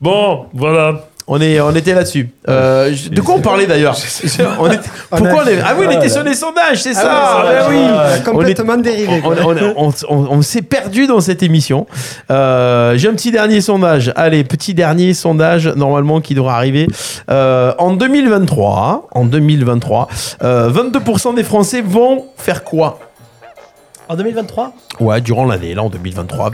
Speaker 2: Bon, voilà. On, est, on était là-dessus. Euh, je- de quoi on parlait d'ailleurs On était- Pourquoi on est... Ah oui, on était sur les sondages, c'est ça
Speaker 4: oui,
Speaker 2: Ah
Speaker 4: sur les
Speaker 2: oui.
Speaker 4: sondages.
Speaker 5: Complètement dérivé.
Speaker 2: On,
Speaker 5: quoi.
Speaker 2: on- on- on- on s'est perdu dans cette émission. Euh, J'ai un petit dernier sondage. Allez, petit dernier sondage normalement qui devra arriver Euh, en 2023. En 2023, euh, 22% des Français vont faire quoi
Speaker 3: En 2023
Speaker 2: Ouais, durant l'année, là en 2023,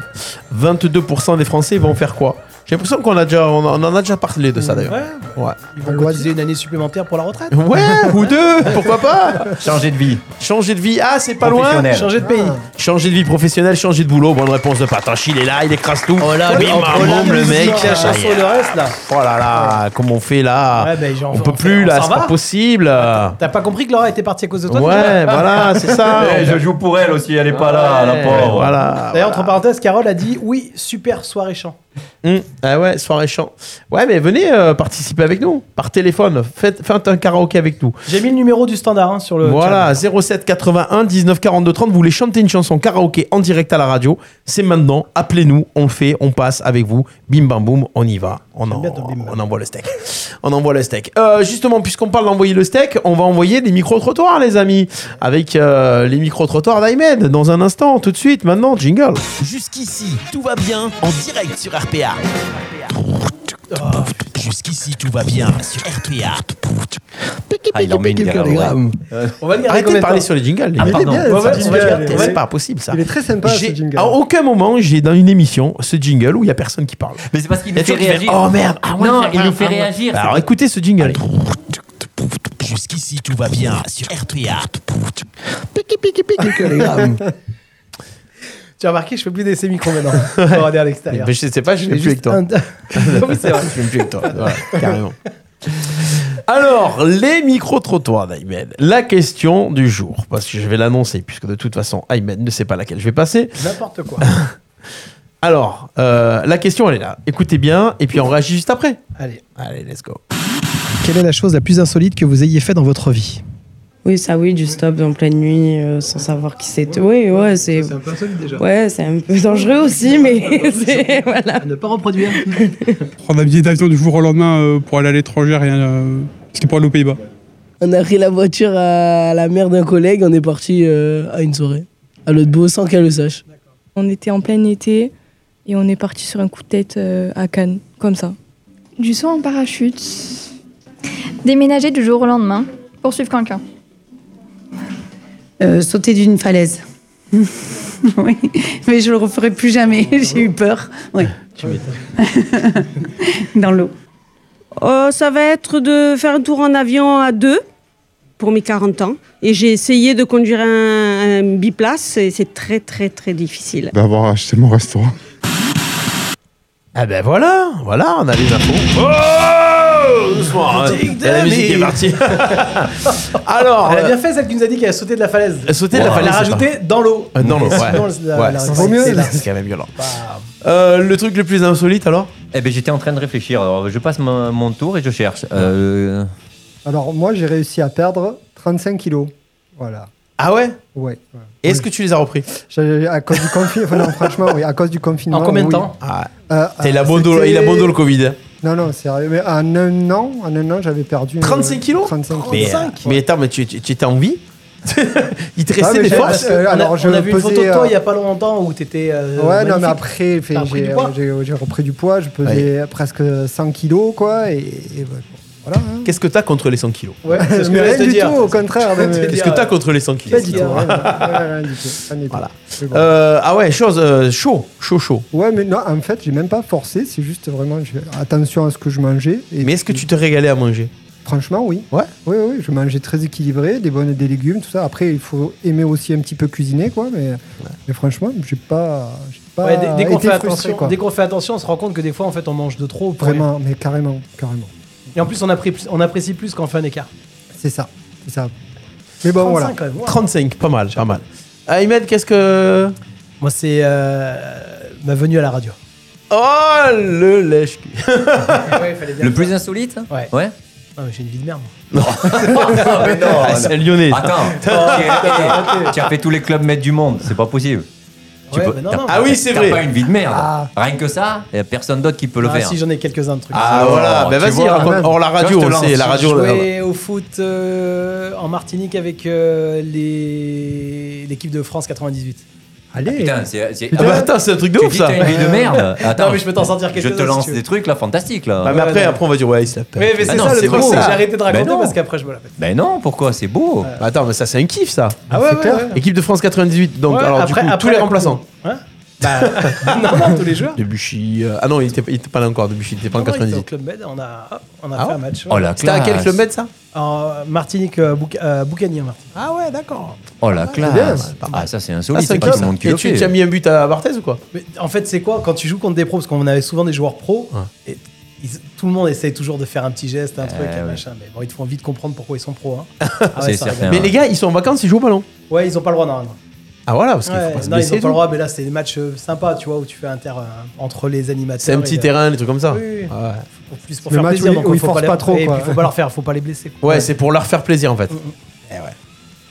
Speaker 2: 22% des Français vont faire quoi J'ai l'impression qu'on a déjà, on en on en a déjà parlé de ça d'ailleurs.
Speaker 3: Ouais.
Speaker 2: Ouais.
Speaker 3: Ils vont
Speaker 5: Loi
Speaker 3: cotiser une année supplémentaire pour la retraite.
Speaker 2: Ouais, ou deux, pourquoi pas
Speaker 4: Changer de vie.
Speaker 2: Changer de vie, ah c'est pas loin. Ah.
Speaker 4: Professionnel.
Speaker 3: Changer de pays.
Speaker 2: Changer de vie professionnelle, changer de boulot. Bonne réponse de Patoche, il est là, il écrase tout. Oh là, oui,
Speaker 3: Oh,
Speaker 2: ma
Speaker 3: la
Speaker 2: môme, le
Speaker 3: musique,
Speaker 2: mec.
Speaker 3: La chanson et le reste là.
Speaker 2: Oh là là, comment on fait là
Speaker 3: Ouais, ben, j'en-
Speaker 2: On peut
Speaker 3: on
Speaker 2: plus
Speaker 3: s'en
Speaker 2: là,
Speaker 3: va
Speaker 2: c'est pas possible.
Speaker 3: T'as pas compris que Laura était partie à cause de toi déjà
Speaker 2: Ouais, voilà, c'est ça.
Speaker 4: Eh, je joue pour elle aussi, elle est pas là, la
Speaker 2: Ouais,
Speaker 4: pauvre.
Speaker 2: Voilà.
Speaker 3: Ah. D'ailleurs, entre parenthèses, Carole a dit oui, super soirée chant.
Speaker 2: Hum, Ah ouais, soirée chant. Ouais, mais venez euh, participer avec nous par téléphone. Faites, faites un karaoké avec nous.
Speaker 3: J'ai mis le numéro du standard hein, sur le.
Speaker 2: Voilà, 07 81 19 42 30. Vous voulez chanter une chanson karaoké en direct à la radio C'est maintenant. Appelez-nous, on le fait, on passe avec vous. Bim bam boum, on y va. On, en-
Speaker 3: bien ton bim, bam.
Speaker 2: on envoie le steak. on envoie le steak. Euh, justement, puisqu'on parle d'envoyer le steak, on va envoyer des micro-trottoirs, les amis. Avec euh, les micro-trottoirs d'Aymed dans un instant, tout de suite, maintenant, jingle.
Speaker 7: Jusqu'ici, tout va bien en direct sur RPA. Oh, Jusqu'ici, tout va bien sur RPA.
Speaker 4: Ah, il en met une derrière l'oreille.
Speaker 3: channel. On va le garder
Speaker 2: Arrêtez
Speaker 3: combien
Speaker 2: de
Speaker 3: de
Speaker 2: parler
Speaker 3: temps
Speaker 2: sur les jingles, les gars.
Speaker 4: Ah,
Speaker 5: Il est
Speaker 4: pardon.
Speaker 5: bien,
Speaker 4: Ouais,
Speaker 5: ce
Speaker 3: ouais, on va
Speaker 5: jingle.
Speaker 3: le garder,
Speaker 5: Il est-
Speaker 2: C'est pas possible ça.
Speaker 5: Il est très sympa, ce
Speaker 2: J'ai-
Speaker 5: jingle.
Speaker 2: À aucun moment, j'ai dans une émission ce jingle où il y a personne qui parle.
Speaker 4: Mais c'est parce qu'il
Speaker 2: Il y a
Speaker 4: nous fait
Speaker 2: toujours qui fait,
Speaker 4: réagir.
Speaker 2: Oh merde ah ouais,
Speaker 4: non,
Speaker 2: c'est
Speaker 4: il
Speaker 2: vrai,
Speaker 4: nous fait
Speaker 2: ah ouais.
Speaker 4: réagir.
Speaker 2: Bah, Alors écoutez ce jingle.
Speaker 7: Jusqu'ici, tout va bien sur RPA.
Speaker 3: Tu as remarqué, je fais plus d'essais micro maintenant. On va regarder à l'extérieur.
Speaker 2: Mais je sais pas, je
Speaker 3: Je
Speaker 2: ne
Speaker 3: fais
Speaker 2: plus avec
Speaker 3: juste
Speaker 2: toi.
Speaker 3: un- Oui, c'est vrai.
Speaker 2: Je fume plus avec toi. Voilà, carrément. Alors, les micro-trottoirs d'Aymed. La question du jour, parce que je vais l'annoncer, puisque de toute façon, Aymed ne sait pas laquelle je vais passer.
Speaker 3: N'importe quoi.
Speaker 2: Alors, euh, la question, elle est là. Écoutez bien, et puis on réagit juste après.
Speaker 3: Allez.
Speaker 2: Allez, let's go.
Speaker 8: Quelle est la chose la plus insolite que vous ayez fait dans votre vie
Speaker 10: Oui, ça oui, du stop en pleine nuit euh, sans savoir qui c'était. Oui, ouais, c'est
Speaker 3: un peu insolite déjà.
Speaker 10: ouais, c'est un peu dangereux aussi, mais c'est- voilà.
Speaker 3: Ne pas reproduire.
Speaker 11: Prendre un billet d'avion du jour au lendemain euh, pour aller à l'étranger, rien. euh, C'était pour aller aux Pays-Bas.
Speaker 8: On a pris la voiture à la mère d'un collègue, on est parti euh, à une soirée, à l'autre bout, sans qu'elle le sache.
Speaker 6: On était en plein été et on est parti sur un coup de tête euh, à Cannes, comme ça.
Speaker 12: Du saut en parachute. Déménager du jour au lendemain. Poursuivre quelqu'un.
Speaker 13: Euh, sauter d'une falaise. oui, mais je le referai plus jamais. J'ai eu peur. Oui. Dans l'eau.
Speaker 14: Euh, ça va être de faire un tour en avion à deux pour mes 40 ans. Et j'ai essayé de conduire un, un biplace et c'est très très très difficile.
Speaker 15: d'avoir acheté mon restaurant.
Speaker 2: Ah ben voilà, voilà, on a les infos. Oh Doucement, hein. la musique est partie. Alors,
Speaker 3: Ah, Elle a
Speaker 2: euh,
Speaker 3: bien fait celle qui nous a dit qu'elle a sauté de la falaise.
Speaker 2: Elle a sauté de la
Speaker 3: Ouais.
Speaker 2: falaise,
Speaker 3: Elle a
Speaker 2: c'est
Speaker 3: rajouté dans l'eau.
Speaker 2: Euh, dans l'eau, ouais.
Speaker 3: Sinon, la-
Speaker 2: Ouais,
Speaker 3: la-
Speaker 2: ça,
Speaker 3: la-
Speaker 2: c'est-
Speaker 3: c'est-
Speaker 2: c'est quand même violent. Euh, le truc le plus insolite alors
Speaker 4: Eh ben j'étais en train de réfléchir. Alors, je passe mon, mon tour et je cherche. Euh,
Speaker 5: Alors, moi, j'ai réussi à perdre 35 kilos. Voilà.
Speaker 2: Ah ouais
Speaker 5: Ouais.
Speaker 2: Est-ce que tu les as repris
Speaker 5: J'ai- À cause du confinement. non, franchement, oui. À cause du confinement.
Speaker 2: En combien de
Speaker 5: oui.
Speaker 2: temps Ah.
Speaker 5: Euh,
Speaker 2: T'as- Il a
Speaker 5: euh,
Speaker 2: bon dos,
Speaker 5: c'était-
Speaker 2: il a bon dos, le Covid. hein.
Speaker 5: Non, non, sérieux. Mais en un an, en un an, j'avais perdu.
Speaker 2: 35 kilos
Speaker 5: 35 kilos.
Speaker 2: Mais, euh, mais attends, mais tu, tu- tu étais en vie Il te restait
Speaker 5: Ah, mais
Speaker 2: des
Speaker 5: j'ai-
Speaker 2: forces
Speaker 5: euh,
Speaker 3: On a-
Speaker 5: alors,
Speaker 3: on a,
Speaker 5: je
Speaker 3: vu une photo de
Speaker 5: pesais,
Speaker 3: toi
Speaker 5: euh,
Speaker 3: il n'y a pas longtemps où t'étais. euh,
Speaker 5: ouais, non, mais
Speaker 3: magnifique.
Speaker 5: après, fait,
Speaker 3: T'as repris
Speaker 5: j'ai
Speaker 3: du poids.
Speaker 5: j'ai- j'ai repris du poids, je pesais presque 100 kilos, quoi, et, et ouais, voilà. hein.
Speaker 2: Qu'est-ce que t'as contre les 100 kilos
Speaker 3: Ouais, c'est ce que
Speaker 5: Mais
Speaker 3: j'allais
Speaker 5: rien
Speaker 3: te
Speaker 5: du
Speaker 3: dire.
Speaker 5: tout, au contraire.
Speaker 3: Je
Speaker 5: mais-
Speaker 3: te
Speaker 2: Qu'est-ce
Speaker 3: dire,
Speaker 2: que t'as contre les 100
Speaker 5: Eh Pas
Speaker 2: kilos
Speaker 5: du tout. rien, rien, rien du tout, rien du tout. Mais bon.
Speaker 2: Euh, Ah ouais, chose euh, chaud, chaud, chaud.
Speaker 5: Ouais, mais non, en fait, j'ai même pas forcé, c'est juste vraiment, j'ai- attention à ce que je mangeais. Et
Speaker 2: Mais est-ce que tu te régalais à manger
Speaker 5: Franchement, oui.
Speaker 2: Ouais.
Speaker 5: Oui, oui, je mangeais très équilibré, des bonnes, des légumes, tout ça. Après, il faut aimer aussi un petit peu cuisiner, quoi. Mais, mais franchement, j'ai pas, j'ai pas
Speaker 3: Ouais, dès, dès qu'on
Speaker 5: été
Speaker 3: fait
Speaker 5: frustré,
Speaker 3: attention,
Speaker 5: quoi.
Speaker 3: dès qu'on fait attention, on se rend compte que des fois en fait on mange de trop. pour rien.
Speaker 5: Vraiment, mais carrément, carrément.
Speaker 3: Et en plus on, apprécie- on apprécie plus quand on fait un écart.
Speaker 5: C'est ça, c'est ça. Mais bon, voilà.
Speaker 3: 35, quand même, wow.
Speaker 2: 35, pas mal, pas mal. Ahmed, qu'est-ce que.
Speaker 3: Moi c'est euh, ma venue à la radio.
Speaker 2: Oh le lèche
Speaker 4: le plus insolite
Speaker 3: Ouais.
Speaker 4: Ouais.
Speaker 3: Non, mais j'ai une vie de merde.
Speaker 4: Ah, mais non,
Speaker 2: Ah, c'est un lyonnais. ça.
Speaker 4: Attends, tu- tu as fait tous les clubs maîtres du monde, c'est pas possible. Tu
Speaker 3: Ouais,
Speaker 4: peux-
Speaker 3: mais non,
Speaker 4: t'as-
Speaker 3: non,
Speaker 2: Ah oui, c'est
Speaker 4: t'as
Speaker 2: vrai.
Speaker 4: pas une vie de merde.
Speaker 3: Ah.
Speaker 4: Rien que ça, y a personne d'autre qui peut le
Speaker 3: Ah,
Speaker 4: faire.
Speaker 3: si j'en ai quelques-uns de trucs.
Speaker 2: hein. Ah voilà,
Speaker 4: Oh,
Speaker 2: ben
Speaker 4: tu
Speaker 2: vas-y,
Speaker 4: vois,
Speaker 2: raconte.
Speaker 4: même.
Speaker 2: Or la radio,
Speaker 4: Tiens, je te
Speaker 2: c'est
Speaker 4: lance.
Speaker 2: la radio.
Speaker 3: J'ai
Speaker 2: là-bas.
Speaker 3: joué au foot euh, en Martinique avec euh, les- l'équipe de France 98.
Speaker 5: Allez.
Speaker 4: Putain, c'est. c'est-
Speaker 2: Ah bah attends, c'est un truc de
Speaker 4: tu
Speaker 2: ouf
Speaker 4: dis
Speaker 2: ça.
Speaker 4: t'as une vie de merde. Attends,
Speaker 3: mais je peux t'en sortir
Speaker 4: Je
Speaker 3: quelques-uns,
Speaker 4: te
Speaker 3: si
Speaker 4: lance
Speaker 3: tu veux.
Speaker 4: des trucs là fantastiques là.
Speaker 2: Ah, mais après,
Speaker 3: Ouais,
Speaker 2: après on va dire ouais, il Ah se la pète.
Speaker 3: Oui, mais c'est
Speaker 4: non,
Speaker 3: ça le
Speaker 4: c'est
Speaker 3: truc,
Speaker 4: beau,
Speaker 3: c'est que
Speaker 4: ça.
Speaker 3: j'ai arrêté de
Speaker 4: Ben
Speaker 3: raconter
Speaker 4: non.
Speaker 3: parce qu'après je me la pète.
Speaker 4: Ben non, pourquoi C'est beau.
Speaker 2: Bah, Attends, mais ça c'est un kiff ça.
Speaker 3: Ah ouais, ouais,
Speaker 5: clair.
Speaker 3: ouais.
Speaker 2: Équipe de France 98, donc
Speaker 3: Ouais,
Speaker 2: alors
Speaker 3: après-
Speaker 2: du coup,
Speaker 3: après
Speaker 2: tous les
Speaker 3: la
Speaker 2: remplaçants.
Speaker 3: Hein Bah, non, non, tous les joueurs.
Speaker 2: Debuchy. euh, ah non, il était, il était pas là encore, Debuchy, il était pas en
Speaker 3: Non, non, il était Au
Speaker 2: 98.
Speaker 3: Club Med, on a, hop, on a
Speaker 2: Ah
Speaker 3: fait
Speaker 2: ouais
Speaker 3: un match.
Speaker 4: Oh la
Speaker 2: C'était à
Speaker 4: classe.
Speaker 2: quel club med ça
Speaker 3: En Martinique, euh, Bouc- euh, Boucani en Martinique.
Speaker 2: Ah ouais, d'accord.
Speaker 4: Oh la
Speaker 5: bien,
Speaker 4: classe.
Speaker 2: Ah, c'est pas mal.
Speaker 4: Ah, ça c'est
Speaker 2: Ah,
Speaker 4: insolite,
Speaker 2: c'est
Speaker 4: c'est
Speaker 2: un
Speaker 4: pas tout
Speaker 2: kiff.
Speaker 4: le monde qui
Speaker 2: Et
Speaker 4: le
Speaker 2: tu, tu as
Speaker 4: fait.
Speaker 2: mis un but à Barthez ou quoi
Speaker 3: Mais en fait, c'est quoi Quand tu joues contre des pros, parce qu'on avait souvent des joueurs pros, et ils- tout le monde essaye toujours de faire un petit geste, un truc, un
Speaker 4: Eh ouais.
Speaker 3: machin. Mais bon, ils te font vite comprendre pourquoi ils sont pros. hein. Ah
Speaker 4: C'est
Speaker 3: ça
Speaker 4: certain.
Speaker 3: rigole.
Speaker 2: Mais les gars, ils sont en vacances, ils jouent au ballon.
Speaker 3: Ouais, ils ont pas le droit normalement.
Speaker 2: Ah voilà, parce qu'il
Speaker 3: Ouais,
Speaker 2: faut pas se
Speaker 3: non, ils
Speaker 2: blesser. et
Speaker 3: ont pas le
Speaker 2: tout.
Speaker 3: droit, mais là, c'est des matchs euh, sympas, tu vois, où tu fais un terrain euh, entre les animateurs.
Speaker 2: C'est un petit
Speaker 3: et, euh,
Speaker 2: terrain, des trucs comme ça.
Speaker 3: Oui, oui.
Speaker 2: Ah ouais.
Speaker 3: en plus pour
Speaker 5: Le
Speaker 3: faire
Speaker 5: match où
Speaker 3: plaisir,
Speaker 5: ils-
Speaker 3: donc
Speaker 5: où ils
Speaker 3: faut
Speaker 5: forcent
Speaker 3: les-
Speaker 5: pas trop,
Speaker 3: et
Speaker 5: quoi.
Speaker 3: puis faut pas leur faire, faut pas les blesser. quoi.
Speaker 2: Ouais, c'est pour leur faire plaisir en fait.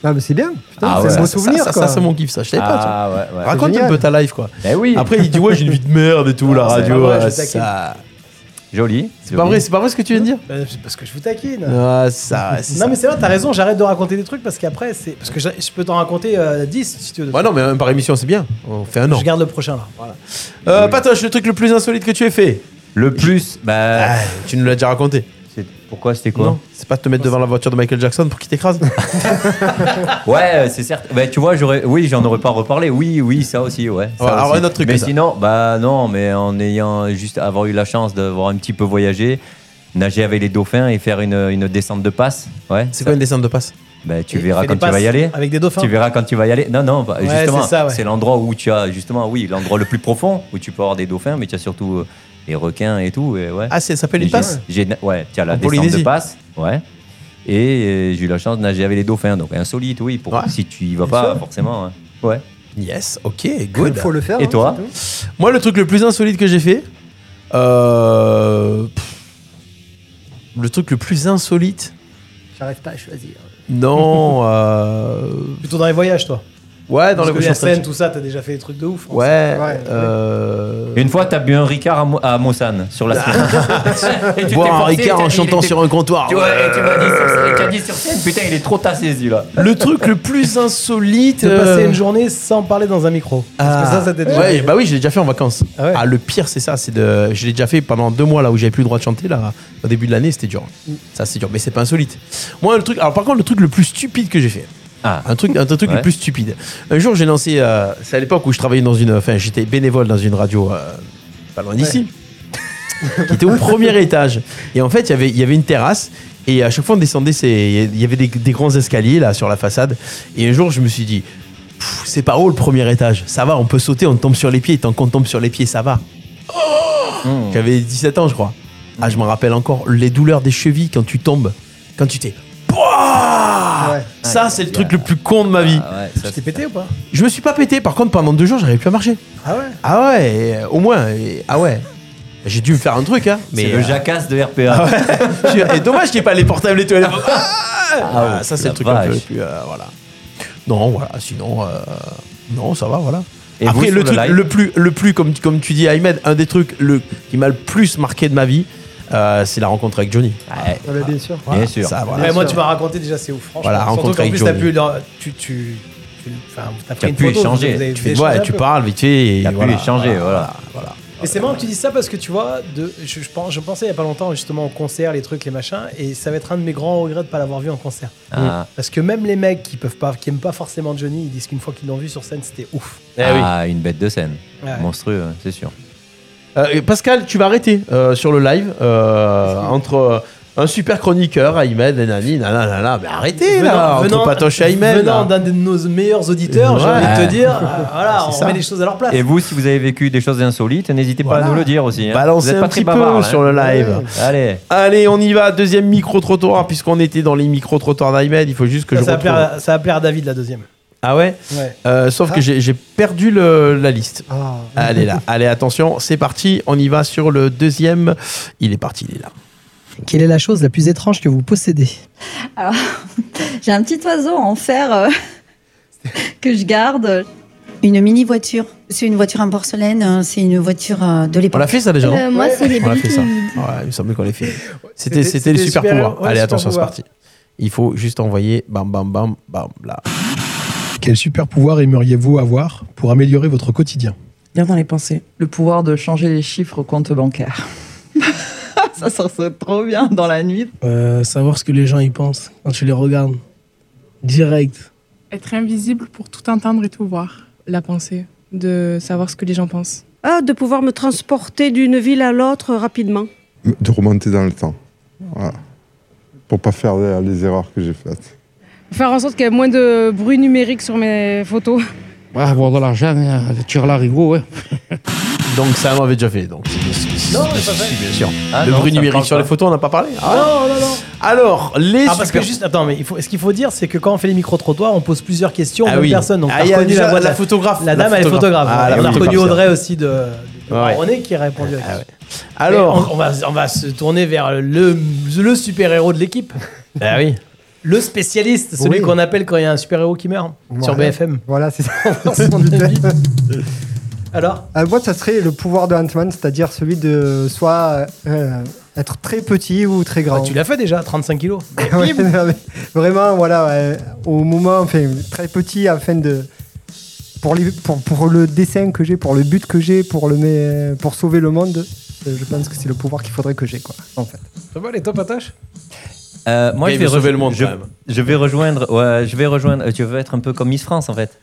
Speaker 5: Ah, mais c'est bien. Putain,
Speaker 4: Ah
Speaker 5: c'est
Speaker 4: ouais.
Speaker 5: un beau
Speaker 2: Ça, ça,
Speaker 5: souvenir,
Speaker 2: ça,
Speaker 5: quoi.
Speaker 2: ça, c'est mon kiff, ça. Je savais pas. ça.
Speaker 4: Ah ouais, ouais.
Speaker 2: hein. Raconte un
Speaker 5: génial.
Speaker 2: peu ta life quoi.
Speaker 4: Ben oui.
Speaker 2: Après, il dit ouais, j'ai une vie de merde et tout, la
Speaker 3: Ah, c'est
Speaker 2: radio.
Speaker 3: pas vrai,
Speaker 2: euh,
Speaker 3: je taquine.
Speaker 2: ça-
Speaker 4: Joli.
Speaker 2: C'est pas vrai, c'est pas vrai ce que tu viens de dire
Speaker 3: Euh, c'est parce que je vous taquine.
Speaker 2: Ah, ça, c'est
Speaker 3: Non
Speaker 2: ça.
Speaker 3: mais c'est vrai, t'as raison, j'arrête de raconter des trucs parce qu'après c'est parce que je, je peux t'en raconter euh, 10 si tu veux.
Speaker 2: Ouais, Bah non, mais un par émission, c'est bien. On fait un an.
Speaker 3: Je garde le prochain là.
Speaker 2: Euh, Patoche, le truc le plus insolite que tu aies fait
Speaker 4: Le plus, bah.
Speaker 2: Ah, Tu nous l'as déjà raconté.
Speaker 4: c'est- Pourquoi c'était quoi
Speaker 2: Non, c'est pas de te mettre devant la voiture de Michael Jackson pour qu'il t'écrase.
Speaker 4: Ouais, c'est certain. Bah, tu vois, j'aurais, oui, j'en aurais pas reparlé. Oui, oui, ça aussi, ouais. ça
Speaker 2: Ouais, alors
Speaker 4: aussi.
Speaker 2: un autre truc
Speaker 4: Mais
Speaker 2: que ça.
Speaker 4: sinon, bah non, mais en ayant juste avoir eu la chance d'avoir un petit peu voyagé, nager avec les dauphins et faire une, une descente de passe, ouais.
Speaker 2: C'est
Speaker 4: ça-
Speaker 2: quoi une descente de passe
Speaker 4: Ben, tu
Speaker 3: Et
Speaker 4: verras
Speaker 3: fais des
Speaker 4: quand tu vas y
Speaker 3: passes
Speaker 4: aller.
Speaker 3: avec des dauphins.
Speaker 4: Tu verras quand tu vas y aller. Non, non, bah,
Speaker 3: Ouais,
Speaker 4: justement,
Speaker 3: c'est ça, ouais.
Speaker 4: c'est l'endroit où tu as, justement, oui, l'endroit le plus profond où tu peux avoir des dauphins, mais tu as surtout euh, les requins et tout. et ouais.
Speaker 2: Ah, c'est- ça s'appelle
Speaker 4: Et
Speaker 2: les
Speaker 4: j'ai-
Speaker 2: passes
Speaker 4: j'ai- Ouais, tu as la
Speaker 2: En
Speaker 4: descente
Speaker 2: Polynésie.
Speaker 4: de passe. Ouais. Et euh, j'ai eu la chance de nager avec les dauphins, donc insolite, oui, pour, si tu y vas
Speaker 2: Bien
Speaker 4: pas,
Speaker 2: sûr.
Speaker 4: forcément. hein. Ouais.
Speaker 2: Yes, ok, good.
Speaker 4: Faut le faire, Et hein, toi
Speaker 2: Moi, le truc le plus insolite que j'ai fait. euh, pff, Le truc le plus insolite.
Speaker 5: J'arrive pas à choisir.
Speaker 2: Ah, Non. euh,
Speaker 3: Plutôt dans les voyages, toi.
Speaker 2: Ouais, dans
Speaker 3: Parce
Speaker 2: les
Speaker 3: que la
Speaker 2: voyages.
Speaker 3: scène, tout ça, t'as déjà fait des trucs de ouf.
Speaker 2: Ouais. Euh,
Speaker 4: Une fois, t'as bu un Ricard à, Mo- à Mossane sur la scène. Et tu t'es
Speaker 2: Boire un
Speaker 4: forcé,
Speaker 2: Ricard
Speaker 4: t'as-
Speaker 2: en
Speaker 4: il
Speaker 2: chantant
Speaker 4: était-
Speaker 2: sur un comptoir.
Speaker 4: Tu vois, et tu m'as dit sur- et tu as dit sur scène, putain, il est trop tassé celui-là.
Speaker 2: Le truc le plus insolite.
Speaker 3: De passer
Speaker 2: euh,
Speaker 3: une journée sans parler dans un micro. Parce que ça, ça t'est déjà
Speaker 2: ouais,
Speaker 3: arrivé.
Speaker 2: bah oui, je l'ai déjà fait en vacances. Ah, le pire, c'est ça, c'est de, je l'ai déjà fait pendant deux mois là où j'avais plus le droit de chanter là. Au début de l'année, c'était dur. Ça, c'est dur, mais c'est pas insolite. Moi, le truc, alors par contre, le truc le plus stupide que j'ai fait. Un truc, un, truc
Speaker 4: Ouais.
Speaker 2: le plus stupide. Un jour, j'ai lancé, euh, c'est à l'époque où je travaillais dans une, enfin, j'étais bénévole dans une radio euh, pas loin d'ici qui était au premier étage. Et en fait, il y avait- il y avait une terrasse. Et à chaque fois, on descendait, ces- il y avait des, des grands escaliers là sur la façade. Et un jour, je me suis dit, Pff, c'est pas haut le premier étage. Ça va, on peut sauter, on tombe sur les pieds. Et tant qu'on tombe sur les pieds, ça va. J'avais 17 ans, je crois. Ah, je m'en rappelle encore. Les douleurs des chevilles quand tu tombes, quand tu t'es. Pouah Ça, c'est Ah le truc le plus con de ma vie.
Speaker 3: Tu t'es pété ou pas
Speaker 2: Je me suis pas pété, par contre, pendant deux jours, j'arrivais plus à marcher.
Speaker 3: Ah ouais
Speaker 2: Ah ouais, et, euh, au moins. et- ah ouais. J'ai dû me faire un truc, hein.
Speaker 4: C'est
Speaker 2: mais,
Speaker 4: le
Speaker 2: euh,
Speaker 4: jacasse de RPA.
Speaker 2: ah ouais. Tu- Et dommage qu'il n'y ait pas les portables et tout. Ah,
Speaker 4: Ah ouais,
Speaker 2: ça, c'est
Speaker 4: la
Speaker 2: le truc un peu.
Speaker 4: vache.
Speaker 2: plus, euh, voilà. Non, voilà. Sinon, euh, non, ça va, voilà.
Speaker 4: Et vous,
Speaker 2: Après,
Speaker 4: sur
Speaker 2: le
Speaker 4: le
Speaker 2: truc
Speaker 4: live
Speaker 2: le plus, le plus comme, tu- comme tu dis, Ahmed, un des trucs le, qui m'a le plus marqué de ma vie, euh, c'est la rencontre avec Johnny.
Speaker 5: Ah bah, bien sûr.
Speaker 2: Voilà, ça, voilà.
Speaker 3: Ouais, moi, tu m'as raconté déjà, c'est ouf. franchement.
Speaker 2: Voilà,
Speaker 3: Surtout
Speaker 2: rencontre
Speaker 3: qu'en
Speaker 2: avec
Speaker 3: plus, t'as
Speaker 2: Johnny.
Speaker 3: pu. leur- Tu, tu, tu, enfin, t'as
Speaker 2: Tu
Speaker 3: pris
Speaker 2: as
Speaker 3: une
Speaker 2: pu
Speaker 3: photo, vous
Speaker 2: échanger.
Speaker 3: avez-
Speaker 2: Tu
Speaker 3: vous avez
Speaker 2: fais-
Speaker 3: échangé
Speaker 2: ouais,
Speaker 3: un
Speaker 2: tu
Speaker 3: peu.
Speaker 2: parles vite fait.
Speaker 4: T'as pu échanger,
Speaker 2: Ah.
Speaker 4: voilà.
Speaker 3: Mais c'est marrant que tu dis ça parce que tu vois, de, je, je pense, je pensais il y a pas longtemps justement au concert, les trucs, les machins, et ça va être un de mes grands regrets de pas l'avoir vu en concert. Mm.
Speaker 4: Ah.
Speaker 3: Parce que même les mecs qui peuvent pas, qui aiment pas forcément Johnny, ils disent qu'une fois qu'ils l'ont vu sur scène, c'était ouf.
Speaker 2: Eh
Speaker 4: Ah, une bête de scène.
Speaker 3: Ouais.
Speaker 4: Monstrueux, hein, c'est sûr.
Speaker 2: Euh, et Pascal, tu vas arrêter euh, sur le live euh, entre euh, un super chroniqueur, Ahmed, et Nani, nanana, mais arrêtez là, entre Patoche et Ahmed.
Speaker 3: venant
Speaker 2: là.
Speaker 3: d'un de nos meilleurs auditeurs, j'ai
Speaker 2: Ouais.
Speaker 3: envie de te dire, euh, voilà,
Speaker 2: C'est
Speaker 3: on
Speaker 2: ça.
Speaker 3: met les choses à leur place.
Speaker 4: Et vous, si vous avez vécu des choses insolites, n'hésitez pas à nous le dire aussi. hein.
Speaker 2: Balancez
Speaker 4: vous êtes
Speaker 2: un
Speaker 4: pas très
Speaker 2: petit peu
Speaker 4: bavards, hein.
Speaker 2: sur le live.
Speaker 4: Allez.
Speaker 2: Allez, on y va. Deuxième micro-trottoir, puisqu'on était dans les micro-trottoirs d'Ahmed, il faut juste que
Speaker 3: ça,
Speaker 2: je
Speaker 3: ça va
Speaker 2: retrouve.
Speaker 3: plaire, à- ça va plaire à David la deuxième.
Speaker 2: Ah ouais,
Speaker 3: Ouais.
Speaker 2: Euh, Sauf
Speaker 3: Ah.
Speaker 2: que j'ai j'ai perdu le- la liste.
Speaker 5: Ah.
Speaker 2: Allez là, allez attention, c'est parti, on y va sur le deuxième. Il est parti, il est là.
Speaker 15: Quelle est la chose la plus étrange que vous possédez
Speaker 16: Alors, j'ai un petit oiseau en fer euh, que je garde. Une mini voiture. C'est une voiture en porcelaine.
Speaker 13: hein,
Speaker 16: euh, C'est une voiture euh, de
Speaker 2: On
Speaker 16: l'époque.
Speaker 2: l'a fait ça déjà non On l'a fait ça. Ouais,
Speaker 16: liquides.
Speaker 2: il me semblait qu'on l'a fait.
Speaker 16: c'était-
Speaker 2: C'était c'était les
Speaker 16: c'était
Speaker 2: super
Speaker 16: super-
Speaker 2: pouvoirs.
Speaker 16: ouais,
Speaker 2: Allez,
Speaker 16: super
Speaker 2: attention, c'est
Speaker 16: pouvoirs.
Speaker 2: parti. Il faut juste envoyer bam bam bam bam là.
Speaker 15: Quel super pouvoir aimeriez-vous avoir pour améliorer votre quotidien
Speaker 17: Lire dans les pensées. Le pouvoir de changer les chiffres au compte bancaire. ça, ça serait trop bien dans la nuit.
Speaker 8: Euh, savoir ce que les gens y pensent quand tu les regardes. Direct.
Speaker 18: Être invisible pour tout entendre et tout voir.
Speaker 14: La pensée,
Speaker 18: De savoir ce que les gens pensent.
Speaker 14: Ah, de pouvoir me transporter d'une ville à l'autre rapidement.
Speaker 19: De remonter dans le temps. Voilà. Pour pas faire les- les erreurs que j'ai faites.
Speaker 20: Faire en sorte qu'il y ait moins de bruit numérique sur mes photos.
Speaker 21: Ouais, avoir de l'argent, hein, le tir l'arigot, ouais.
Speaker 2: Donc ça on avait déjà fait. Donc c'est- c'est- c'est-
Speaker 3: Non,
Speaker 2: c'est-
Speaker 3: c'est pas
Speaker 2: si,
Speaker 3: vrai.
Speaker 2: bien sûr.
Speaker 3: Ah
Speaker 2: le
Speaker 3: non,
Speaker 2: bruit
Speaker 3: ça
Speaker 2: numérique
Speaker 3: parle
Speaker 2: sur
Speaker 3: pas.
Speaker 2: les photos, on n'a pas parlé. Ah.
Speaker 3: non, non, non.
Speaker 2: Alors, les
Speaker 3: Ah, parce
Speaker 2: super-
Speaker 3: que juste, attends, mais il faut, ce qu'il faut dire, c'est que quand on fait les micro-trottoirs, on pose plusieurs questions aux
Speaker 2: Ah
Speaker 3: mêmes
Speaker 2: oui.
Speaker 3: personnes. Donc,
Speaker 2: Ah,
Speaker 3: t'as
Speaker 2: il y a
Speaker 3: reconnu
Speaker 2: déjà
Speaker 3: voix de
Speaker 2: la photographe,
Speaker 3: La
Speaker 2: la
Speaker 3: dame, elle est
Speaker 2: photographe.
Speaker 3: photographe.
Speaker 2: Ah, la
Speaker 3: on a
Speaker 2: photographe,
Speaker 3: reconnu
Speaker 2: ça.
Speaker 3: Audrey aussi de. de
Speaker 2: Ouais. Ah
Speaker 3: Baronnet qui a répondu à la question.
Speaker 2: Alors-
Speaker 3: Mais on, on va, on va se tourner vers le, le super-héros de l'équipe.
Speaker 2: Ah oui.
Speaker 3: Le spécialiste, celui
Speaker 5: Oui.
Speaker 3: qu'on appelle quand il y a un super-héros qui meurt sur
Speaker 5: Voilà.
Speaker 3: BFM.
Speaker 5: Voilà, c'est ça. Son invite.
Speaker 3: Alors
Speaker 5: Euh, Moi, ça serait le pouvoir de Ant-Man, c'est-à-dire celui de soit euh, être très petit ou très grand.
Speaker 3: Bah,
Speaker 4: Ah,
Speaker 3: tu l'as fait déjà, 35 kilos.
Speaker 5: Ouais, non, mais vraiment, voilà, ouais, au moment, enfin, très petit, afin de. Pour, les- pour, pour le dessin que j'ai, pour le but que j'ai, pour, le, mais- pour sauver le monde, euh, je pense que c'est le pouvoir qu'il faudrait que j'ai, quoi, en fait.
Speaker 3: Pas mal, et toi, Patoche
Speaker 4: Euh, moi,
Speaker 2: Ok,
Speaker 4: je vais
Speaker 2: il veut sauver
Speaker 4: rejo-
Speaker 2: le monde,
Speaker 4: Je,
Speaker 2: quand même.
Speaker 4: je vais rejoindre. ouais, je vais rejoindre. euh, Tu veux être un peu comme Miss France en fait.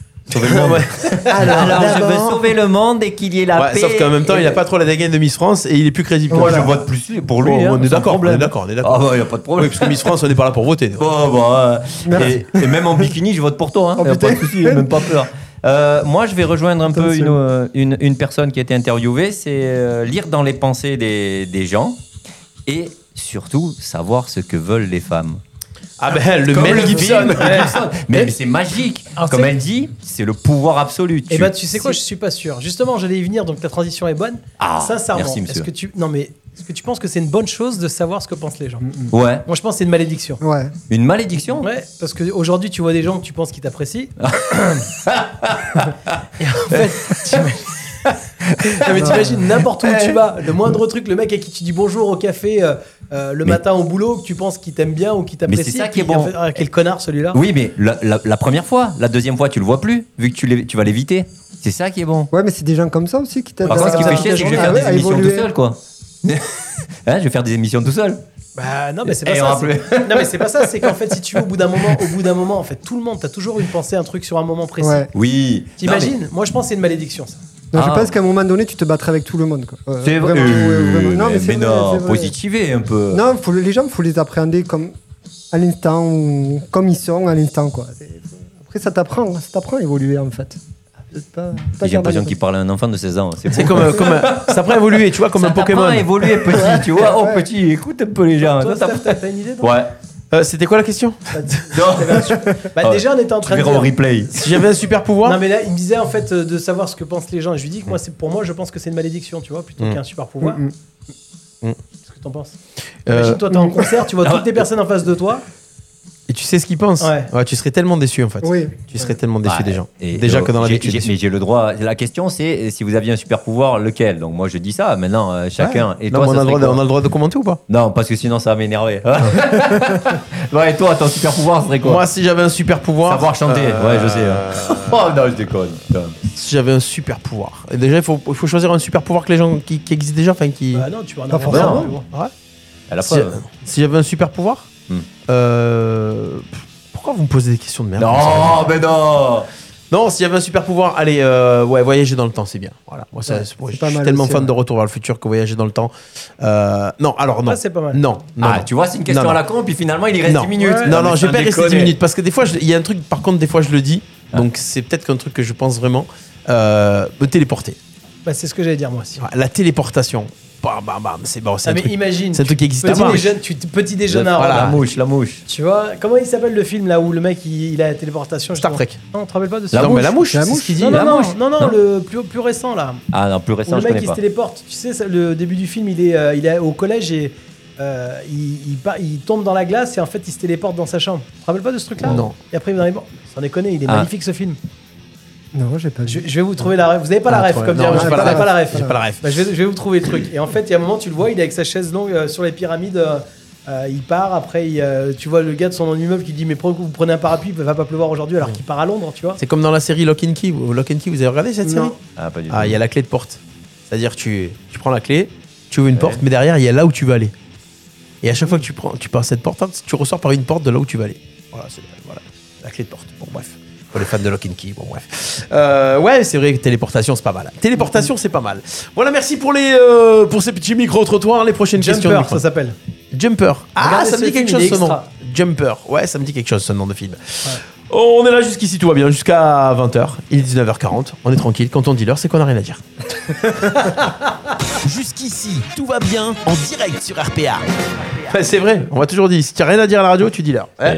Speaker 4: Sauver le monde.
Speaker 2: Alors,
Speaker 4: Alors, je veux
Speaker 2: d'abord-
Speaker 4: sauver le monde et qu'il y ait la
Speaker 2: Ouais,
Speaker 4: paix.
Speaker 2: sauf qu'en même temps,
Speaker 4: et
Speaker 2: il a
Speaker 4: le-
Speaker 2: pas trop la dégaine de Miss France et il est plus crédible. que
Speaker 4: Voilà.
Speaker 2: lui.
Speaker 4: Je vote plus pour lui,
Speaker 2: Oh,
Speaker 4: hein,
Speaker 2: on est
Speaker 4: sans
Speaker 2: d'accord, on
Speaker 4: problème.
Speaker 2: est d'accord, on est d'accord.
Speaker 4: Ah bah, y a pas de problème.
Speaker 2: Oui, parce que Miss France, on n'est pas là pour voter. nous.
Speaker 4: Bon, bon, euh, et, et même en bikini, je vote pour toi. Hein,
Speaker 2: Oh,
Speaker 4: y a pas de
Speaker 2: putain.
Speaker 4: souci, même pas peur. Euh, moi, je vais rejoindre un peu
Speaker 2: Attention.
Speaker 4: une, euh, une, une personne qui a été interviewée. C'est euh, lire dans les pensées des, des gens et surtout savoir ce que veulent les femmes.
Speaker 2: Ah ben, le
Speaker 4: Comme
Speaker 2: Mel
Speaker 4: film,
Speaker 2: Gibson.
Speaker 4: Mel Gibson. Mais,
Speaker 3: Mais-
Speaker 4: mais c'est magique.
Speaker 3: Alors,
Speaker 4: Comme
Speaker 3: c'est-
Speaker 4: elle dit, c'est le pouvoir absolu.
Speaker 3: Eh ben, tu sais quoi, je suis pas sûr. Justement, j'allais y venir, donc ta transition est bonne.
Speaker 4: Ah,
Speaker 3: Sincèrement,
Speaker 4: merci, monsieur.
Speaker 3: est-ce que tu, non mais, est-ce que tu penses que c'est une bonne chose de savoir ce que pensent les gens
Speaker 4: Mm, Ouais.
Speaker 3: Moi, je pense que c'est une malédiction.
Speaker 5: Ouais.
Speaker 4: Une malédiction
Speaker 3: Ouais, parce qu'aujourd'hui, tu vois des gens que tu penses qu'ils t'apprécient. Et en fait, tu Non, mais t'imagines n'importe où
Speaker 4: Eh.
Speaker 3: tu vas, le moindre truc, le mec à qui tu dis bonjour au café euh, euh, le matin au boulot, que tu penses qu'il t'aime bien ou qu'il t'apprécie.
Speaker 4: c'est ça qui est
Speaker 3: puis, en
Speaker 4: bon.
Speaker 3: fait, ah, quel connard celui-là.
Speaker 4: Oui, mais la, la- la première fois, la deuxième fois, tu le vois plus, vu que tu, l'é- tu vas l'éviter. C'est ça qui est bon.
Speaker 5: Ouais, mais c'est des gens comme ça Ah aussi qui t'aident
Speaker 4: Par contre, ce qui
Speaker 5: à-
Speaker 4: fait chier, c'est que je vais
Speaker 5: à-
Speaker 4: faire des
Speaker 5: à
Speaker 4: émissions
Speaker 5: évoluer.
Speaker 4: tout seul, quoi. Hein, je vais faire des émissions tout seul.
Speaker 3: Bah non mais c'est pas
Speaker 4: Et
Speaker 3: ça.
Speaker 4: on rappelait.
Speaker 3: c'est- Non mais c'est pas ça, c'est qu'en fait si tu veux au bout d'un moment, au bout d'un moment en fait tout le monde t'as toujours une pensée, un truc sur un moment précis.
Speaker 4: Oui.
Speaker 3: T'imagines Moi je pense que c'est une malédiction ça.
Speaker 5: Non,
Speaker 4: Ah.
Speaker 5: Je pense qu'à un moment donné, tu te battrais avec tout le monde. quoi. Euh,
Speaker 4: C'est vrai.
Speaker 5: vraiment, ouais, vraiment.
Speaker 4: Euh,
Speaker 5: Non, mais
Speaker 4: mais,
Speaker 5: c'est vrai,
Speaker 4: non,
Speaker 5: c'est vrai.
Speaker 4: positiver un peu.
Speaker 5: Non, faut- les gens, faut les appréhender comme à l'instant ou comme ils sont à l'instant. quoi. C'est- Après, ça t'apprend, ça t'apprend à évoluer en fait. C'est pas- pas
Speaker 4: J'ai l'impression
Speaker 5: garder-
Speaker 4: qu'il parle à un enfant de 16 ans.
Speaker 2: C'est
Speaker 4: beau.
Speaker 2: comme, un- comme un- ça prend à évoluer, tu vois, comme
Speaker 4: Ça
Speaker 2: un
Speaker 4: t'apprend
Speaker 2: Pokémon.
Speaker 4: à évoluer, petit, tu vois. Oh, petit, écoute un peu les gens.
Speaker 3: Toi,
Speaker 4: Ça, ça-
Speaker 3: Steph, Ah, t'as t'as une idée toi
Speaker 4: Ouais.
Speaker 2: Euh, C'était quoi la question
Speaker 3: Bah
Speaker 4: Ah,
Speaker 3: déjà on était en
Speaker 4: tu
Speaker 3: train de
Speaker 4: verras
Speaker 3: dire-
Speaker 4: au replay.
Speaker 2: Si j'avais un super pouvoir.
Speaker 3: Non mais là il me disait en fait euh, de savoir ce que pensent les gens et je lui dis que moi c'est pour moi je pense que c'est une malédiction tu vois plutôt
Speaker 2: Mm.
Speaker 3: qu'un super pouvoir.
Speaker 2: Mm, mm.
Speaker 3: Qu'est-ce que t'en penses
Speaker 2: Euh,
Speaker 3: Imagine toi t'es en concert, tu vois
Speaker 2: Ah,
Speaker 3: toutes les personnes en face de toi.
Speaker 2: Et tu sais ce qu'ils pensent
Speaker 3: Ouais.
Speaker 2: Tu serais tellement déçu en fait.
Speaker 3: Oui.
Speaker 2: Tu serais tellement déçu
Speaker 4: Ouais,
Speaker 2: des gens.
Speaker 4: Bah, et-
Speaker 2: Déjà
Speaker 4: et-
Speaker 2: que dans la
Speaker 4: j'ai-
Speaker 2: vie, tu es
Speaker 4: j'ai-
Speaker 2: déçu.
Speaker 4: Mais j'ai le droit. La question, c'est euh, si vous aviez un super pouvoir, lequel Donc moi, je dis ça. Maintenant, euh, chacun.
Speaker 2: Ouais.
Speaker 4: Et
Speaker 2: Non,
Speaker 4: toi,
Speaker 2: mais on,
Speaker 4: ça
Speaker 2: a le droit
Speaker 4: serait
Speaker 2: de,
Speaker 4: quoi
Speaker 2: on a le droit de commenter ou pas
Speaker 4: Non, parce que sinon, ça va m'énerver. ouais, et toi, ton super pouvoir serait quoi
Speaker 2: Moi, si j'avais un super pouvoir.
Speaker 4: Savoir chanter.
Speaker 2: euh,
Speaker 4: Ouais, je sais. hein. oh non, je déconne. putain.
Speaker 2: Si j'avais un super pouvoir. Et déjà, il faut, il faut choisir un super pouvoir que les gens qui, qui existent déjà, enfin qui.
Speaker 3: Bah non tu vas en
Speaker 2: Pas
Speaker 3: avoir
Speaker 2: forcément.
Speaker 3: mais bon.
Speaker 2: Ouais.
Speaker 4: À la
Speaker 2: Si,
Speaker 4: preuve.
Speaker 2: si j'avais un super pouvoir.
Speaker 4: Hmm.
Speaker 2: euh, pourquoi vous me posez des questions de merde comme ça
Speaker 4: Non, mais non
Speaker 2: Non, s'il y avait un super pouvoir, allez, euh, ouais, voyager dans le temps, c'est bien. Voilà, moi, ça,
Speaker 5: Ouais,
Speaker 2: c'est- moi,
Speaker 5: c'est
Speaker 2: je
Speaker 5: pas
Speaker 2: suis
Speaker 5: mal
Speaker 2: tellement
Speaker 5: aussi,
Speaker 2: fan
Speaker 5: ouais.
Speaker 2: de Retour vers le futur que voyager dans le temps. Euh, non, alors non.
Speaker 3: Ah, c'est pas mal.
Speaker 2: Non, non,
Speaker 4: ah,
Speaker 2: non.
Speaker 4: tu vois, c'est une question
Speaker 2: Non,
Speaker 4: à
Speaker 2: non.
Speaker 4: la con, puis finalement, il y reste
Speaker 2: non.
Speaker 4: 10 minutes.
Speaker 2: Non, non,
Speaker 4: mais
Speaker 2: je vais
Speaker 4: sans
Speaker 2: pas rester
Speaker 4: déconner.
Speaker 2: 10 minutes parce que des fois, je- il y a un truc, par contre, des fois, je le dis,
Speaker 4: Ah.
Speaker 2: donc c'est peut-être qu'un truc que je pense vraiment. Euh, me téléporter.
Speaker 3: Bah c'est ce que j'allais dire moi aussi.
Speaker 2: Ouais, La téléportation. Bam, bam, bam, c'est bon, c'est
Speaker 3: Ah,
Speaker 2: un
Speaker 3: mais
Speaker 2: truc.
Speaker 3: imagine,
Speaker 2: C'est un truc qui
Speaker 3: tu-
Speaker 2: existe
Speaker 3: petit
Speaker 2: pas.
Speaker 3: déjeuner- tu- petit déjeuner à
Speaker 2: Voilà.
Speaker 4: La mouche, la mouche.
Speaker 3: Tu vois, comment il s'appelle le film là où le mec il, il a la téléportation Star
Speaker 2: Trek.
Speaker 3: Non, on te rappelle pas de ce
Speaker 4: La
Speaker 3: film
Speaker 4: mouche. La
Speaker 2: mouche,
Speaker 3: Non,
Speaker 2: c'est ce qu'il dit.
Speaker 3: Non,
Speaker 2: La
Speaker 3: non,
Speaker 2: mouche.
Speaker 3: non, non,
Speaker 2: Non.
Speaker 3: le plus, plus récent là.
Speaker 4: Ah non, plus récent,
Speaker 3: où
Speaker 4: je
Speaker 3: le mec
Speaker 4: connais
Speaker 3: il se
Speaker 4: pas.
Speaker 3: téléporte. Tu sais, ça, le début du film, il est, euh, il est au collège et euh, il, il, part- il tombe dans la glace et en fait il se téléporte dans sa chambre. Tu te rappelles pas de ce truc là
Speaker 2: Non.
Speaker 3: Et après il va dans les bancs. Sans déconner, il est
Speaker 4: Ah.
Speaker 3: magnifique ce film.
Speaker 5: Non, j'ai pas vu.
Speaker 3: Je, je vais vous trouver la ref. Vous avez pas la
Speaker 2: Ah,
Speaker 3: ref,
Speaker 2: ouais,
Speaker 3: comme
Speaker 2: non,
Speaker 3: dire.
Speaker 2: j'ai
Speaker 3: vous
Speaker 2: pas la
Speaker 3: avez
Speaker 2: ref.
Speaker 3: pas la ref.
Speaker 2: J'ai pas la ref.
Speaker 3: Bah, je, vais, je vais vous trouver le truc. Et en fait, il y a un moment, tu le vois, il est avec sa chaise longue euh, sur les pyramides. euh, euh, il part, après, il, euh, tu vois le gars de son immeuble qui dit Mais pourquoi vous prenez un parapluie Il va pas pleuvoir aujourd'hui alors qu'il part à Londres, tu vois.
Speaker 2: C'est comme dans la série Lock and Key. Vous- Lock and Key, vous avez regardé cette
Speaker 3: Non.
Speaker 2: série
Speaker 4: Ah, pas du tout.
Speaker 2: Ah, il y a la clé de porte. C'est-à-dire, tu, tu prends la clé, tu ouvres une porte, mais derrière, il y a là où tu vas aller. Et à chaque fois que tu, prends, tu passes cette porte, hein, tu ressors par une porte de là où tu vas aller. Voilà, c'est voilà, la clé de porte. Bon, bref. Pour les fans de Lock and Key, bon, bref. Euh, ouais, c'est vrai que téléportation, c'est pas mal. Téléportation, c'est pas mal. Voilà, merci pour, les, euh, pour ces petits micro-trottoirs. hein, Les prochaines questions. de
Speaker 3: Jumper,
Speaker 2: micro.
Speaker 3: ça s'appelle.
Speaker 2: Jumper. Ah,
Speaker 3: Regardez
Speaker 2: ça me
Speaker 3: ce
Speaker 2: dit quelque
Speaker 3: film,
Speaker 2: chose
Speaker 3: il
Speaker 2: ce
Speaker 3: est
Speaker 2: nom.
Speaker 3: extra.
Speaker 2: Jumper. Ouais, ça me dit quelque chose ce nom de film. On est là jusqu'ici, tout va bien, jusqu'à 20h. Il est 19h40. On est tranquille. Quand on dit l'heure, c'est qu'on n'a rien à dire.
Speaker 7: Jusqu'ici, tout va bien en direct sur RPA.
Speaker 2: Ouais, c'est vrai, on m'a toujours dit, si tu rien à dire à la radio, tu dis l'heure. Hein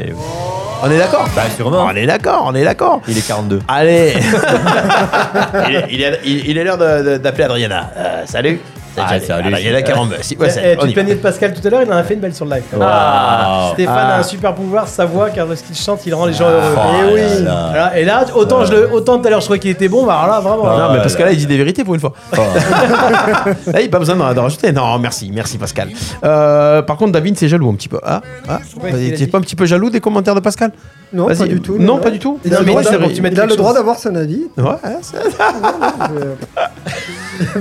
Speaker 2: on est d'accord
Speaker 4: Bah, sûrement.
Speaker 2: On est d'accord, on est d'accord.
Speaker 4: Il est 42.
Speaker 2: Allez Il est- Il est- il- il est l'heure de- de- d'appeler Adriana. Euh, salut
Speaker 4: Ah, salut.
Speaker 2: Adriana 42. Si, ouais,
Speaker 3: Eh,
Speaker 2: salut,
Speaker 3: eh,
Speaker 2: on
Speaker 3: tu
Speaker 2: y va.
Speaker 3: te plaignais de Pascal tout à l'heure, il en a fait une belle sur le live. quand même.
Speaker 2: Ah.
Speaker 3: Stéphane
Speaker 2: Ah.
Speaker 3: a un super pouvoir, sa voix, car lorsqu'il chante, il rend les gens heureux.
Speaker 2: Ah,
Speaker 3: Eh
Speaker 2: là,
Speaker 3: oui.
Speaker 2: là.
Speaker 3: Alors, Et là, autant, je le- autant tout à l'heure je trouvais qu'il était bon, bah alors là vraiment.
Speaker 2: non, mais Pascal, là, il dit des vérités pour une fois. Là, il a pas besoin d'en d'en rajouter. Non, merci, merci Pascal. Euh, par contre, David, c'est jaloux un petit peu. Ah, ah.
Speaker 5: Ouais,
Speaker 2: Vas-y,
Speaker 5: il a
Speaker 2: T'es
Speaker 5: dit.
Speaker 2: pas un petit peu jaloux des commentaires de Pascal
Speaker 5: Non,
Speaker 2: Vas-y.
Speaker 5: pas du tout.
Speaker 2: Non, pas du tout.
Speaker 5: Il a
Speaker 2: Non,
Speaker 5: le
Speaker 2: mais
Speaker 5: droit
Speaker 2: c'est
Speaker 5: d'avoir-
Speaker 2: vrai.
Speaker 5: il a le droit d'avoir son avis.
Speaker 2: Ouais, c'est-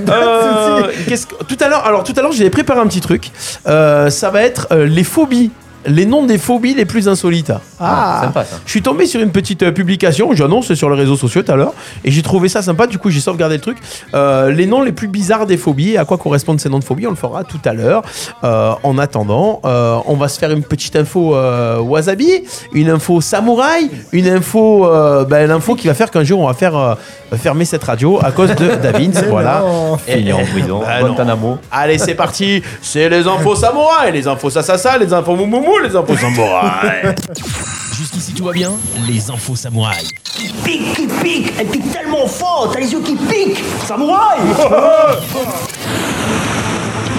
Speaker 5: Pas de
Speaker 2: Euh, qu'est-ce que- Tout à l'heure, alors tout à l'heure, j'avais préparé un petit truc. Euh, ça va être euh, les phobies les noms des phobies les plus insolites.
Speaker 4: Ah, sympa, ça.
Speaker 2: Je suis tombé sur une petite euh, publication, j'annonce sur les réseaux sociaux tout à l'heure, et j'ai trouvé ça sympa, du coup j'ai sauvegardé le truc. Euh, les noms les plus bizarres des phobies, et à quoi correspondent ces noms de phobies, on le fera tout à l'heure. Euh, en attendant, euh, on va se faire une petite info euh, wasabi, une info samouraï, une info, euh, ben, l'info qui va faire qu'un jour on va faire euh, fermer cette radio à cause de Davins,
Speaker 4: Mais
Speaker 2: voilà. eh, ben,
Speaker 4: non. Fini en prison, Guantanamo.
Speaker 2: Allez, c'est parti, c'est les infos samouraï, les infos sasasa, les infos moumoumou, les infos samouraï.
Speaker 7: Jusqu'ici tout va bien Les infos samouraïs.
Speaker 1: Qui pique, qui pique Elle pique tellement fort T'as les yeux qui piquent Samouraï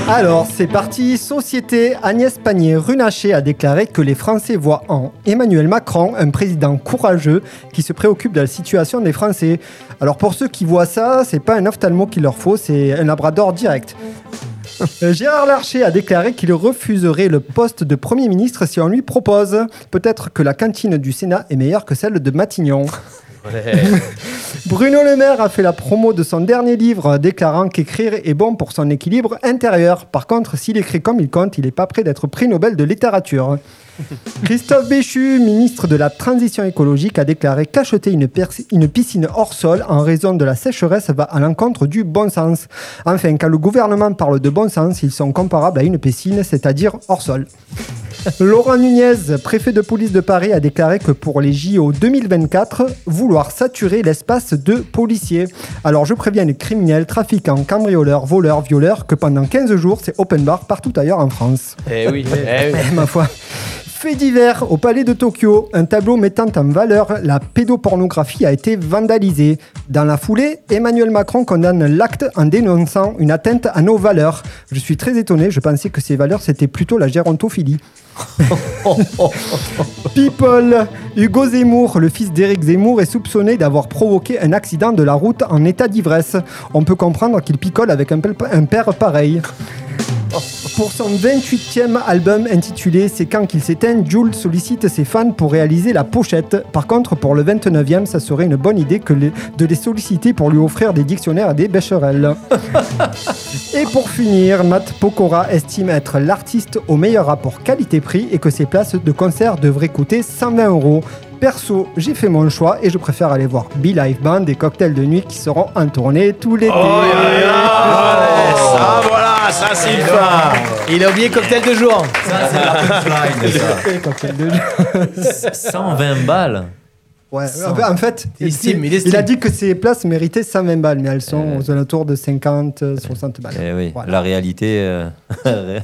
Speaker 5: Alors, c'est parti. Société Agnès Pannier-Runacher a déclaré que les Français voient en Emmanuel Macron un président courageux qui se préoccupe de la situation des Français. Alors, pour ceux qui voient ça, c'est pas un ophtalmo qu'il leur faut, c'est un labrador direct. Euh, Gérard Larcher a déclaré qu'il refuserait le poste de Premier ministre si on lui propose. Peut-être que la cantine du Sénat est meilleure que celle de Matignon. Bruno Le Maire a fait la promo de son dernier livre, déclarant qu'écrire est bon pour son équilibre intérieur. Par contre, s'il écrit comme il compte, il n'est pas prêt d'être prix Nobel de littérature. Christophe Béchu, ministre de la Transition écologique, a déclaré qu'acheter une, persi- une piscine hors sol en raison de la sécheresse va à l'encontre du bon sens. Enfin, quand le gouvernement parle de bon sens, ils sont comparables à une piscine, c'est-à-dire hors sol. Laurent Nunez, préfet de police de Paris, a déclaré que pour les JO 2024, vouloir saturer l'espace de policiers. Alors je préviens les criminels, trafiquants, cambrioleurs, voleurs, violeurs que pendant 15 jours, c'est open bar partout ailleurs en France.
Speaker 2: Eh oui, eh oui.
Speaker 5: Eh, ma foi. Fait divers, au palais de Tokyo, un tableau mettant en valeur la pédopornographie a été vandalisé. Dans la foulée, Emmanuel Macron condamne l'acte en dénonçant une atteinte à nos valeurs. Je suis très étonné, je pensais que ces valeurs c'était plutôt la gérontophilie. People Hugo Zemmour, le fils d'Éric Zemmour, est soupçonné d'avoir provoqué un accident de la route en état d'ivresse. On peut comprendre qu'il picole avec un pel- un père pareil. Pour son 28e album intitulé C'est quand qu'il s'éteint, Jules sollicite ses fans pour réaliser la pochette. Par contre, pour le 29e, ça serait une bonne idée que les- de les solliciter pour lui offrir des dictionnaires et des bécherelles. et pour finir, Matt Pokora estime être l'artiste au meilleur rapport qualité-prix et que ses places de concert devraient coûter 120 euros. Perso, j'ai fait mon choix et je préfère aller voir Be Live Band des cocktails de nuit qui seront en tournée tout l'été.
Speaker 2: Ah voilà, ça c'est une fin.
Speaker 3: Il a oublié cocktail de jour.
Speaker 4: Ça, c'est la punchline, ça.
Speaker 5: Et cocktail de jour.
Speaker 4: 120 balles.
Speaker 5: Ouais,
Speaker 4: Cent.
Speaker 5: en fait- en fait,
Speaker 4: Il
Speaker 5: il,
Speaker 4: estime, il
Speaker 5: il
Speaker 4: estime.
Speaker 5: a dit que ses places méritaient 120 balles, mais elles sont aux alentours de 50, euh, 60 balles. Ah,
Speaker 4: Eh oui, la réalité. euh,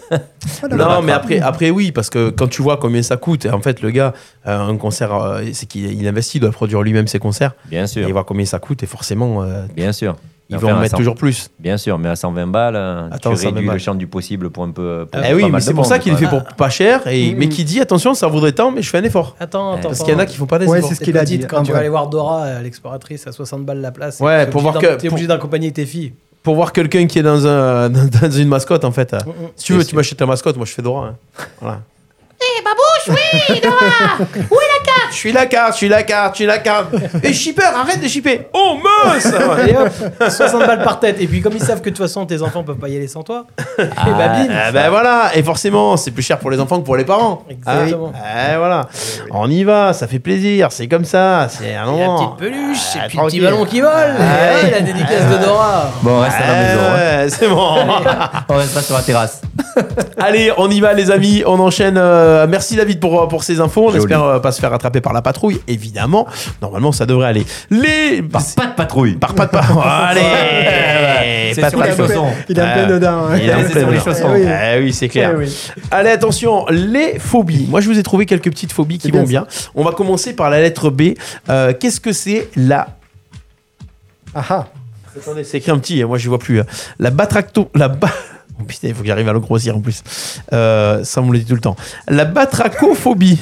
Speaker 2: Non, mais après, après oui, parce que quand tu vois combien ça coûte, et en fait, le gars, euh, un concert, euh, c'est qu'il il investit, il doit produire lui-même ses concerts.
Speaker 4: Bien sûr.
Speaker 2: Et voir combien ça coûte, et forcément, euh,
Speaker 4: Bien sûr.
Speaker 2: Ils
Speaker 4: Mais
Speaker 2: vont en
Speaker 4: à
Speaker 2: mettre
Speaker 4: 100
Speaker 2: toujours plus.
Speaker 4: Bien sûr, mais à 120 balles, euh,
Speaker 2: Attends,
Speaker 4: tu
Speaker 2: 120
Speaker 4: réduis
Speaker 2: balles.
Speaker 4: le champ du possible pour un peu. pour
Speaker 2: Eh
Speaker 4: Ah, pas
Speaker 2: oui, mais
Speaker 4: mal de
Speaker 2: c'est pour
Speaker 4: monde,
Speaker 2: ça qu'il le
Speaker 4: quoi.
Speaker 2: fait pour pas cher, et, mais
Speaker 3: Ah.
Speaker 2: qui dit attention, ça vaudrait tant, mais je fais un effort.
Speaker 3: Attends, attends.
Speaker 2: Parce qu'il y en a qui font pas des
Speaker 3: Ouais,
Speaker 2: efforts.
Speaker 3: c'est ce qu'il a dit. Quand tu vas aller voir Dora, euh, l'exploratrice, à 60 balles la place.
Speaker 2: Ouais,
Speaker 3: t'es
Speaker 2: pour
Speaker 3: obligé
Speaker 2: voir
Speaker 3: d'en-
Speaker 2: que-
Speaker 3: T'es obligé
Speaker 2: pour-
Speaker 3: d'accompagner tes filles.
Speaker 2: Pour voir quelqu'un qui est dans, un, dans une mascotte, en fait. euh, Si tu veux, tu m'achètes la mascotte, moi je fais Dora. hein. Voilà.
Speaker 1: Eh, babouche, oui, Dora Où est la carte
Speaker 2: Je suis la carte, je suis la carte, je suis la carte. Et shipper, arrête de shipper. Oh meuf
Speaker 3: Et hop, 60 balles par tête. Et puis, comme ils savent que de toute façon, tes enfants peuvent pas y aller sans toi,
Speaker 2: Ah,
Speaker 3: et bah, bim.
Speaker 2: ah, ben voilà, et forcément, c'est plus cher pour les enfants que pour les parents.
Speaker 3: Exactement.
Speaker 2: Ah, eh, voilà. On y va, ça fait plaisir, c'est comme ça, c'est un
Speaker 3: La
Speaker 2: moment.
Speaker 3: petite peluche, et puis le petit
Speaker 2: tranquille.
Speaker 3: ballon qui vole.
Speaker 2: Ah,
Speaker 3: et, oh, la dédicace de Dora.
Speaker 4: Bon, on reste à la
Speaker 2: Eh
Speaker 4: maison. hein.
Speaker 2: ouais, c'est bon.
Speaker 4: On reste pas sur la terrasse.
Speaker 2: Allez, on y va les amis, on enchaîne. euh, merci David pour, euh, pour ces infos. On espère euh, pas se faire attraper par la patrouille, évidemment. Normalement, ça devrait aller. Les... Par
Speaker 4: pas de patrouille.
Speaker 2: Par pas de patrouille. Allez
Speaker 4: C'est
Speaker 2: pas de
Speaker 4: sur les
Speaker 2: patrouille.
Speaker 4: chaussons.
Speaker 5: Il est en plein
Speaker 2: Ah,
Speaker 5: dedans, hein.
Speaker 2: Il est en
Speaker 5: C'est
Speaker 2: plein
Speaker 5: sur les
Speaker 2: dedans.
Speaker 5: chaussons.
Speaker 2: Ah oui,
Speaker 5: Eh oui.
Speaker 2: c'est clair.
Speaker 5: Eh oui.
Speaker 2: Allez, attention, les phobies. Moi, je vous ai trouvé quelques petites phobies qui
Speaker 5: bien
Speaker 2: vont
Speaker 5: ça.
Speaker 2: bien. On va commencer par la lettre B. Euh, Qu'est-ce que c'est la
Speaker 5: Ah ah.
Speaker 2: Attendez, c'est écrit en petit, hein, moi je vois plus. hein. La batracto. La ba... Oh, putain, il faut que j'arrive à le grossir en plus. Euh, ça, on me le dit tout le temps. La batracophobie.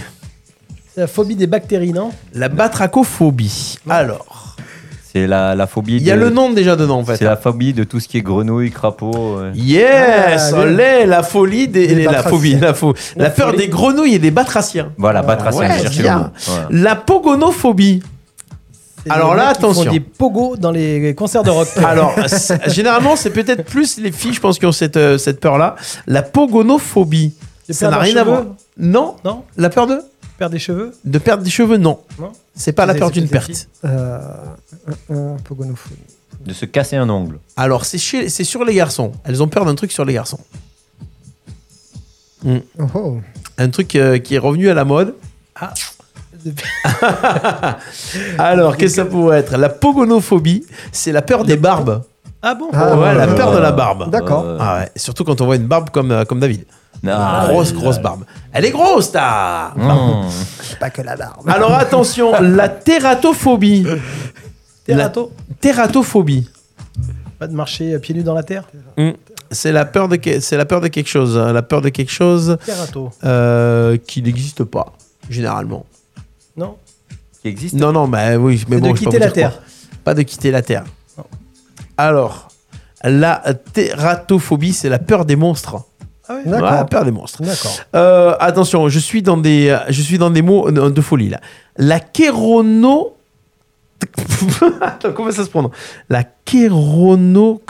Speaker 3: C'est la phobie des bactéries, non
Speaker 2: La batracophobie. Alors,
Speaker 4: C'est la, la phobie.
Speaker 2: il y a
Speaker 4: de-
Speaker 2: le nom déjà dedans en fait. hein.
Speaker 4: C'est la phobie de tout ce qui est grenouille, crapaud. euh. ouais.
Speaker 2: Yes,
Speaker 4: Ah,
Speaker 2: on l'est, la folie des,
Speaker 4: Des
Speaker 2: la
Speaker 4: batraciens.
Speaker 2: phobie, la, fo- la peur
Speaker 4: folie.
Speaker 2: des grenouilles et des batraciens.
Speaker 4: Voilà, batracien,
Speaker 2: Ah, Ouais,
Speaker 4: j'ai cherché le
Speaker 2: bien.
Speaker 4: mot. Ouais.
Speaker 2: La pogonophobie.
Speaker 3: C'est
Speaker 2: Alors
Speaker 3: les
Speaker 2: là,
Speaker 3: mecs qui
Speaker 2: attention. Ah,
Speaker 3: Font des pogos dans les concerts de rock.
Speaker 2: Alors, c'est- généralement, c'est peut-être plus les filles, je pense, qui ont cette, euh, cette peur-là. La pogonophobie.
Speaker 3: Les
Speaker 2: Ça n'a
Speaker 3: peurs de
Speaker 2: rien à
Speaker 3: cheveux
Speaker 2: voir. Non
Speaker 3: Non
Speaker 2: La peur de
Speaker 3: Perdre des cheveux
Speaker 2: De perdre des cheveux, non.
Speaker 3: Non
Speaker 2: C'est pas la
Speaker 3: C'est-
Speaker 2: peur
Speaker 3: c'est
Speaker 2: d'une
Speaker 3: peut-être
Speaker 2: perte.
Speaker 5: Euh,
Speaker 4: De se casser un ongle.
Speaker 2: Alors, c'est chez- c'est sur les garçons. Elles ont peur d'un truc sur les garçons. Hmm.
Speaker 5: Oh,
Speaker 2: Un truc euh, qui est revenu à la mode.
Speaker 3: Ah.
Speaker 2: Alors, qu'est-ce que ça pourrait être La pogonophobie, c'est la peur des barbes.
Speaker 3: Ah bon
Speaker 2: ouais, la peur de la barbe.
Speaker 3: D'accord.
Speaker 2: Ah ouais, Surtout quand on voit une barbe comme, euh, comme David.
Speaker 4: Euh, Ah,
Speaker 2: grosse, Ah.
Speaker 4: là,
Speaker 2: grosse
Speaker 4: là.
Speaker 2: barbe. Elle est grosse, ta
Speaker 4: Hmm.
Speaker 5: Pas que la barbe.
Speaker 2: Alors attention, la teratophobie.
Speaker 3: Terrato
Speaker 2: La teratophobie.
Speaker 3: Pas de marcher euh, pieds nus dans la terre
Speaker 2: Hmm. C'est la peur de que- c'est la peur de quelque chose, hein, la peur de quelque chose
Speaker 3: Terrato.
Speaker 2: euh, qui n'existe pas généralement.
Speaker 3: Non
Speaker 4: Qui existe
Speaker 2: Non non mais oui mais
Speaker 3: C'est
Speaker 2: bon je
Speaker 3: de
Speaker 2: peux
Speaker 3: quitter
Speaker 2: vous
Speaker 3: la
Speaker 2: dire quoi.
Speaker 3: Terre.
Speaker 2: Pas de quitter la terre. Alors la teratophobie c'est la peur des monstres.
Speaker 3: Ah ouais
Speaker 2: Voilà, la peur des monstres.
Speaker 3: D'accord.
Speaker 2: Euh, attention, je suis dans des, euh, je suis dans des mots euh, de folie là. La kérono. Attends, comment ça se prononce La kérono.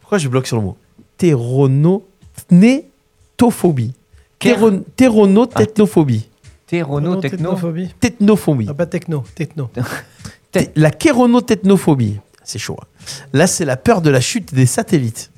Speaker 2: Pourquoi je bloque sur le mot Téronotnétophobie. Téron- Téronotethnophobie.
Speaker 4: Téronotechnophobie.
Speaker 2: Technophobie.
Speaker 3: Ah, pas techno, techno.
Speaker 2: Té- La kéronotethnophobie. C'est chaud. hein. Là, c'est la peur de la chute des satellites.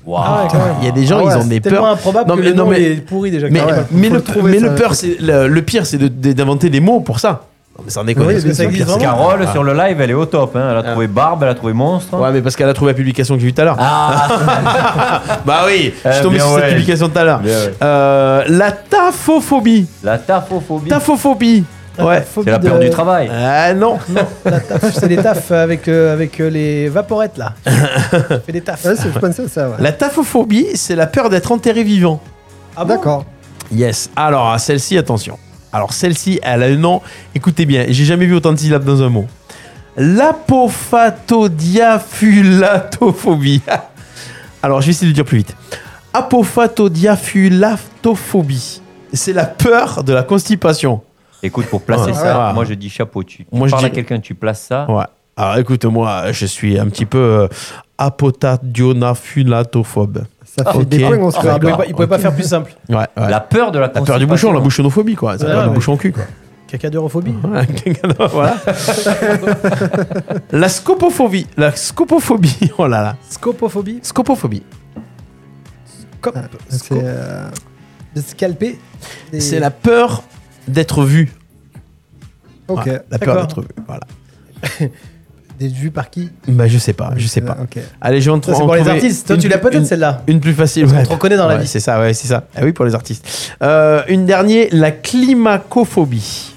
Speaker 3: Ah ouais, quand même.
Speaker 2: Il y a des gens,
Speaker 3: Ah ouais,
Speaker 2: ils ont
Speaker 3: c'est
Speaker 2: des
Speaker 3: tellement
Speaker 2: peurs.
Speaker 3: improbable que le nom, il est pourri déjà.
Speaker 2: Mais,
Speaker 3: Ah ouais.
Speaker 2: mais
Speaker 3: Faut
Speaker 2: le,
Speaker 3: le trouver,
Speaker 2: mais
Speaker 3: ça.
Speaker 2: le peur, c'est le, le pire, c'est de- de- d'inventer des mots pour ça. Non, mais ça en déconne.
Speaker 3: Oui,
Speaker 2: parce
Speaker 3: mais
Speaker 2: que
Speaker 3: ça
Speaker 2: le
Speaker 3: existe
Speaker 2: pire, c'est-
Speaker 4: Carole,
Speaker 2: Ah.
Speaker 4: sur le live, elle est au top. hein. Elle a trouvé barbe, elle a trouvé monstre.
Speaker 2: Ouais, mais parce qu'elle a trouvé la publication que j'ai vue tout à l'heure. bah oui, je suis
Speaker 4: Eh
Speaker 2: tombé
Speaker 4: Ah, bien
Speaker 2: sur
Speaker 4: ouais.
Speaker 2: cette publication tout à l'heure.
Speaker 4: Bien ouais.
Speaker 2: Euh, la taphophobie.
Speaker 4: La tafophobie.
Speaker 2: Taphophobie. Ouais.
Speaker 4: C'est la peur
Speaker 3: de-
Speaker 4: du travail.
Speaker 2: Ah non.
Speaker 3: Taf, C'est les tafs avec, euh, avec euh, les vaporettes là. Fais des tafs.
Speaker 5: c'est- je pensais à ça, ouais.
Speaker 2: La taphophobie, c'est la peur d'être enterré vivant.
Speaker 3: Ah bon D'accord.
Speaker 2: Yes. Alors, à celle-ci, attention. Alors, celle-ci, elle a un nom. Écoutez bien, j'ai jamais vu autant de syllabes dans un mot. L'apophatodiafulatophobie. Alors, je vais essayer de le dire plus vite. Apophatodiafulatophobie. C'est la peur de la constipation.
Speaker 4: Écoute, pour placer
Speaker 2: Ouais.
Speaker 4: ça,
Speaker 2: Ouais.
Speaker 4: moi je dis chapeau. Tu, tu
Speaker 2: Moi, je
Speaker 4: parles à
Speaker 2: dis-
Speaker 4: quelqu'un, tu places ça.
Speaker 2: Ouais. Alors, écoute, moi, je suis un petit peu euh, apotadionafulatophobe.
Speaker 5: Ça fait
Speaker 2: Ok.
Speaker 5: des points, on se
Speaker 2: Ah,
Speaker 5: fait
Speaker 2: ouais,
Speaker 3: Il pouvait pas,
Speaker 2: bah,
Speaker 3: il pouvait pas
Speaker 2: ok.
Speaker 3: faire plus simple.
Speaker 2: Ouais, ouais.
Speaker 4: La peur de la
Speaker 2: La peur du bouchon, la bouchonophobie, quoi. C'est
Speaker 3: Ouais,
Speaker 2: pas le
Speaker 3: ouais.
Speaker 2: bouchon au cul, quoi.
Speaker 3: Cacadurophobie.
Speaker 2: voilà. la scopophobie. La scopophobie. Oh là là.
Speaker 3: Scopophobie.
Speaker 2: Scopophobie.
Speaker 3: Cop.
Speaker 5: C'est, euh,
Speaker 3: De scalper. des-
Speaker 2: C'est la peur d'être vu.
Speaker 5: Ok.
Speaker 2: Voilà, Ah, la peur
Speaker 3: D'accord.
Speaker 2: d'être vu. Voilà.
Speaker 3: Des vues par qui
Speaker 2: Bah, je sais pas. Je sais pas.
Speaker 5: Euh, Ok.
Speaker 2: Allez, je vais en
Speaker 3: euh, Ça, c'est
Speaker 2: en
Speaker 3: pour les
Speaker 2: trouver
Speaker 3: artistes. Toi,
Speaker 2: une
Speaker 3: tu l'as
Speaker 2: plus-
Speaker 3: peut-être,
Speaker 2: une-
Speaker 3: celle-là.
Speaker 2: Une plus facile.
Speaker 3: Parce qu'on
Speaker 2: ouais.
Speaker 3: te reconnaît dans la
Speaker 2: Ouais,
Speaker 3: vie.
Speaker 2: C'est ça, ouais, c'est ça. Ah oui, pour les artistes. Euh, une dernière, la climacophobie.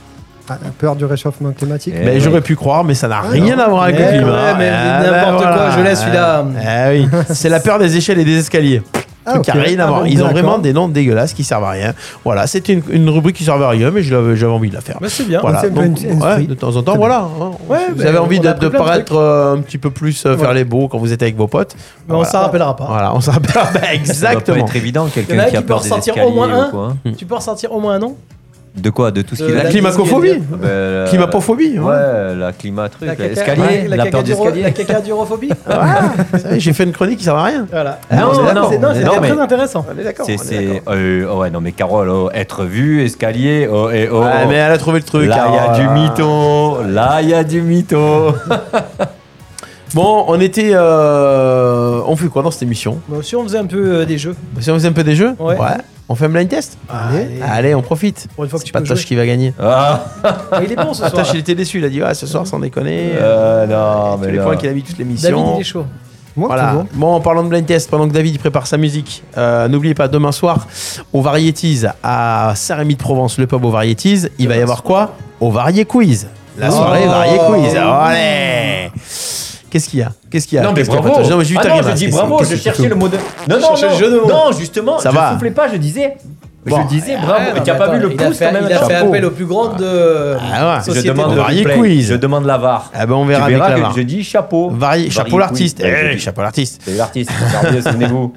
Speaker 5: Ah, la peur du réchauffement climatique.
Speaker 2: Mais Ben, j'aurais pu croire, mais ça n'a rien
Speaker 5: Eh non.
Speaker 2: à voir avec le
Speaker 5: Mais
Speaker 2: climat.
Speaker 5: ouais, mais
Speaker 2: Ah,
Speaker 5: n'importe
Speaker 2: bah,
Speaker 5: quoi, je l'ai, celui-là.
Speaker 2: Ah oui, c'est la peur des échelles et des escaliers.
Speaker 5: Ah,
Speaker 2: Truc qui a
Speaker 5: ok.
Speaker 2: rien à
Speaker 5: Ah
Speaker 2: voir.
Speaker 5: bon,
Speaker 2: Ils ont
Speaker 5: d'accord.
Speaker 2: vraiment des noms dégueulasses qui servent à rien. Voilà, c'était une, une rubrique qui servait à rien, mais je l'avais- j'avais envie de la faire.
Speaker 3: Bah, c'est bien.
Speaker 2: Voilà.
Speaker 3: C'est un peu
Speaker 2: Donc,
Speaker 3: une- une
Speaker 2: ouais,
Speaker 3: esprit.
Speaker 2: de temps en temps,
Speaker 3: C'est
Speaker 2: voilà.
Speaker 3: bien.
Speaker 2: hein.
Speaker 3: Ouais,
Speaker 2: vous
Speaker 3: mais
Speaker 2: avez
Speaker 3: on
Speaker 2: envie
Speaker 3: a
Speaker 2: de,
Speaker 3: appris
Speaker 2: de
Speaker 3: plein de
Speaker 2: paraître euh, un petit peu plus euh, faire les beaux quand vous êtes avec vos potes.
Speaker 3: Mais on s'en rappellera pas.
Speaker 2: Voilà, on s'en rappellera. Bah,
Speaker 4: Ça doit
Speaker 2: exactement.
Speaker 4: pas être évident,
Speaker 3: Il y en
Speaker 4: quelqu'un
Speaker 3: a
Speaker 4: qui a
Speaker 3: qui peut
Speaker 4: peur des
Speaker 3: ressortir
Speaker 4: escaliers
Speaker 3: au moins
Speaker 4: ou quoi. hein.
Speaker 3: un. Tu peux ressortir au moins un nom
Speaker 4: De quoi De tout ce
Speaker 3: De
Speaker 4: qu'il
Speaker 2: Euh,
Speaker 4: a
Speaker 3: la
Speaker 4: dit
Speaker 3: climacophobie.
Speaker 4: Bah, euh,
Speaker 2: Climapophobie, ouais.
Speaker 4: Ouais, la climat truc.
Speaker 3: La caca-
Speaker 4: L'escalier,
Speaker 3: la
Speaker 4: la peur des
Speaker 3: cacaduro-
Speaker 4: escaliers.
Speaker 3: La cacadurophobie
Speaker 2: Ouais, J'ai fait une chronique qui sert à rien.
Speaker 3: Voilà.
Speaker 4: Non,
Speaker 3: Ah, c'est-
Speaker 4: non, non,
Speaker 3: c'est- non,
Speaker 4: mais
Speaker 3: c'était
Speaker 4: non,
Speaker 3: très
Speaker 4: mais-
Speaker 3: intéressant.
Speaker 4: C'est, c'est, euh, oh ouais, non, mais Carole, oh, être vu, escalier, oh, et oh.
Speaker 2: Ouais,
Speaker 4: oh.
Speaker 2: Ah, mais elle a trouvé le truc.
Speaker 4: Là, il y a
Speaker 2: alors,
Speaker 4: du
Speaker 2: euh,
Speaker 4: mytho. Là, Ah, il y a du mytho.
Speaker 2: Bon, on était. euh, On fait quoi dans cette émission Bah,
Speaker 3: Moi aussi, on faisait un peu euh, des jeux.
Speaker 2: Si on faisait un peu des jeux
Speaker 3: Ouais.
Speaker 2: On fait un blind test
Speaker 3: Allez.
Speaker 2: Allez, on profite.
Speaker 3: Pour une fois que
Speaker 2: C'est
Speaker 3: tu
Speaker 2: pas
Speaker 3: peux
Speaker 2: Tosh
Speaker 3: jouer.
Speaker 2: qui va gagner.
Speaker 3: Ah, il est bon ce soir.
Speaker 2: Tosh, il était déçu. Il a dit Ah, ce soir, sans déconner.
Speaker 4: Euh, non, mais
Speaker 2: les
Speaker 4: là.
Speaker 2: points qu'il a mis toute l'émission.
Speaker 3: David, il est chaud.
Speaker 5: Moi,
Speaker 2: Voilà.
Speaker 5: toujours.
Speaker 2: Bon, en parlant de blind test, pendant que David prépare sa musique, euh, n'oubliez pas demain soir au Varieties à Saint-Rémy de Provence, le pub au Varieties, il va y avoir quoi Au Varié Quiz. La
Speaker 4: Oh.
Speaker 2: soirée Varié Quiz. Allez Qu'est-ce qu'il y a Qu'est-ce qu'il y a
Speaker 4: Non, mais
Speaker 2: Qu'est-ce qu'il y a,
Speaker 4: bravo.
Speaker 2: Patrice Non, mais j'ai vu
Speaker 4: Ah
Speaker 2: ta
Speaker 4: non,
Speaker 2: grimace.
Speaker 4: je dis
Speaker 2: Qu'est-ce-
Speaker 4: bravo,
Speaker 2: qu'est-ce
Speaker 4: je
Speaker 2: que tu
Speaker 4: cherchais
Speaker 2: fous
Speaker 4: le mot de. Non, non,
Speaker 2: Cherchais le jeu de
Speaker 4: non,
Speaker 2: mots.
Speaker 4: non, justement,
Speaker 2: Ça
Speaker 4: je
Speaker 2: va.
Speaker 4: soufflais pas, je disais.
Speaker 2: Bon.
Speaker 4: Je disais bravo.
Speaker 3: mais
Speaker 4: Et t'as pas
Speaker 3: attends,
Speaker 4: vu le
Speaker 3: il a
Speaker 4: pouce
Speaker 3: fait-
Speaker 4: quand même
Speaker 3: Il a fait
Speaker 4: chapeau.
Speaker 3: appel au plus grand de.
Speaker 2: Ah ouais,
Speaker 3: société
Speaker 4: Je demande
Speaker 3: de-
Speaker 4: le
Speaker 2: Varié
Speaker 4: replay.
Speaker 2: Quiz.
Speaker 4: Je demande la VAR.
Speaker 2: Ah ben on verra
Speaker 4: tu
Speaker 2: avec
Speaker 4: verras
Speaker 2: la
Speaker 4: que
Speaker 2: VAR.
Speaker 4: je dis chapeau.
Speaker 2: Varié, chapeau l'artiste.
Speaker 4: oui. Ouais,
Speaker 2: Eh,
Speaker 4: je dis
Speaker 2: chapeau l'artiste.
Speaker 4: C'est l'artiste. Regardez, Souvenez-vous.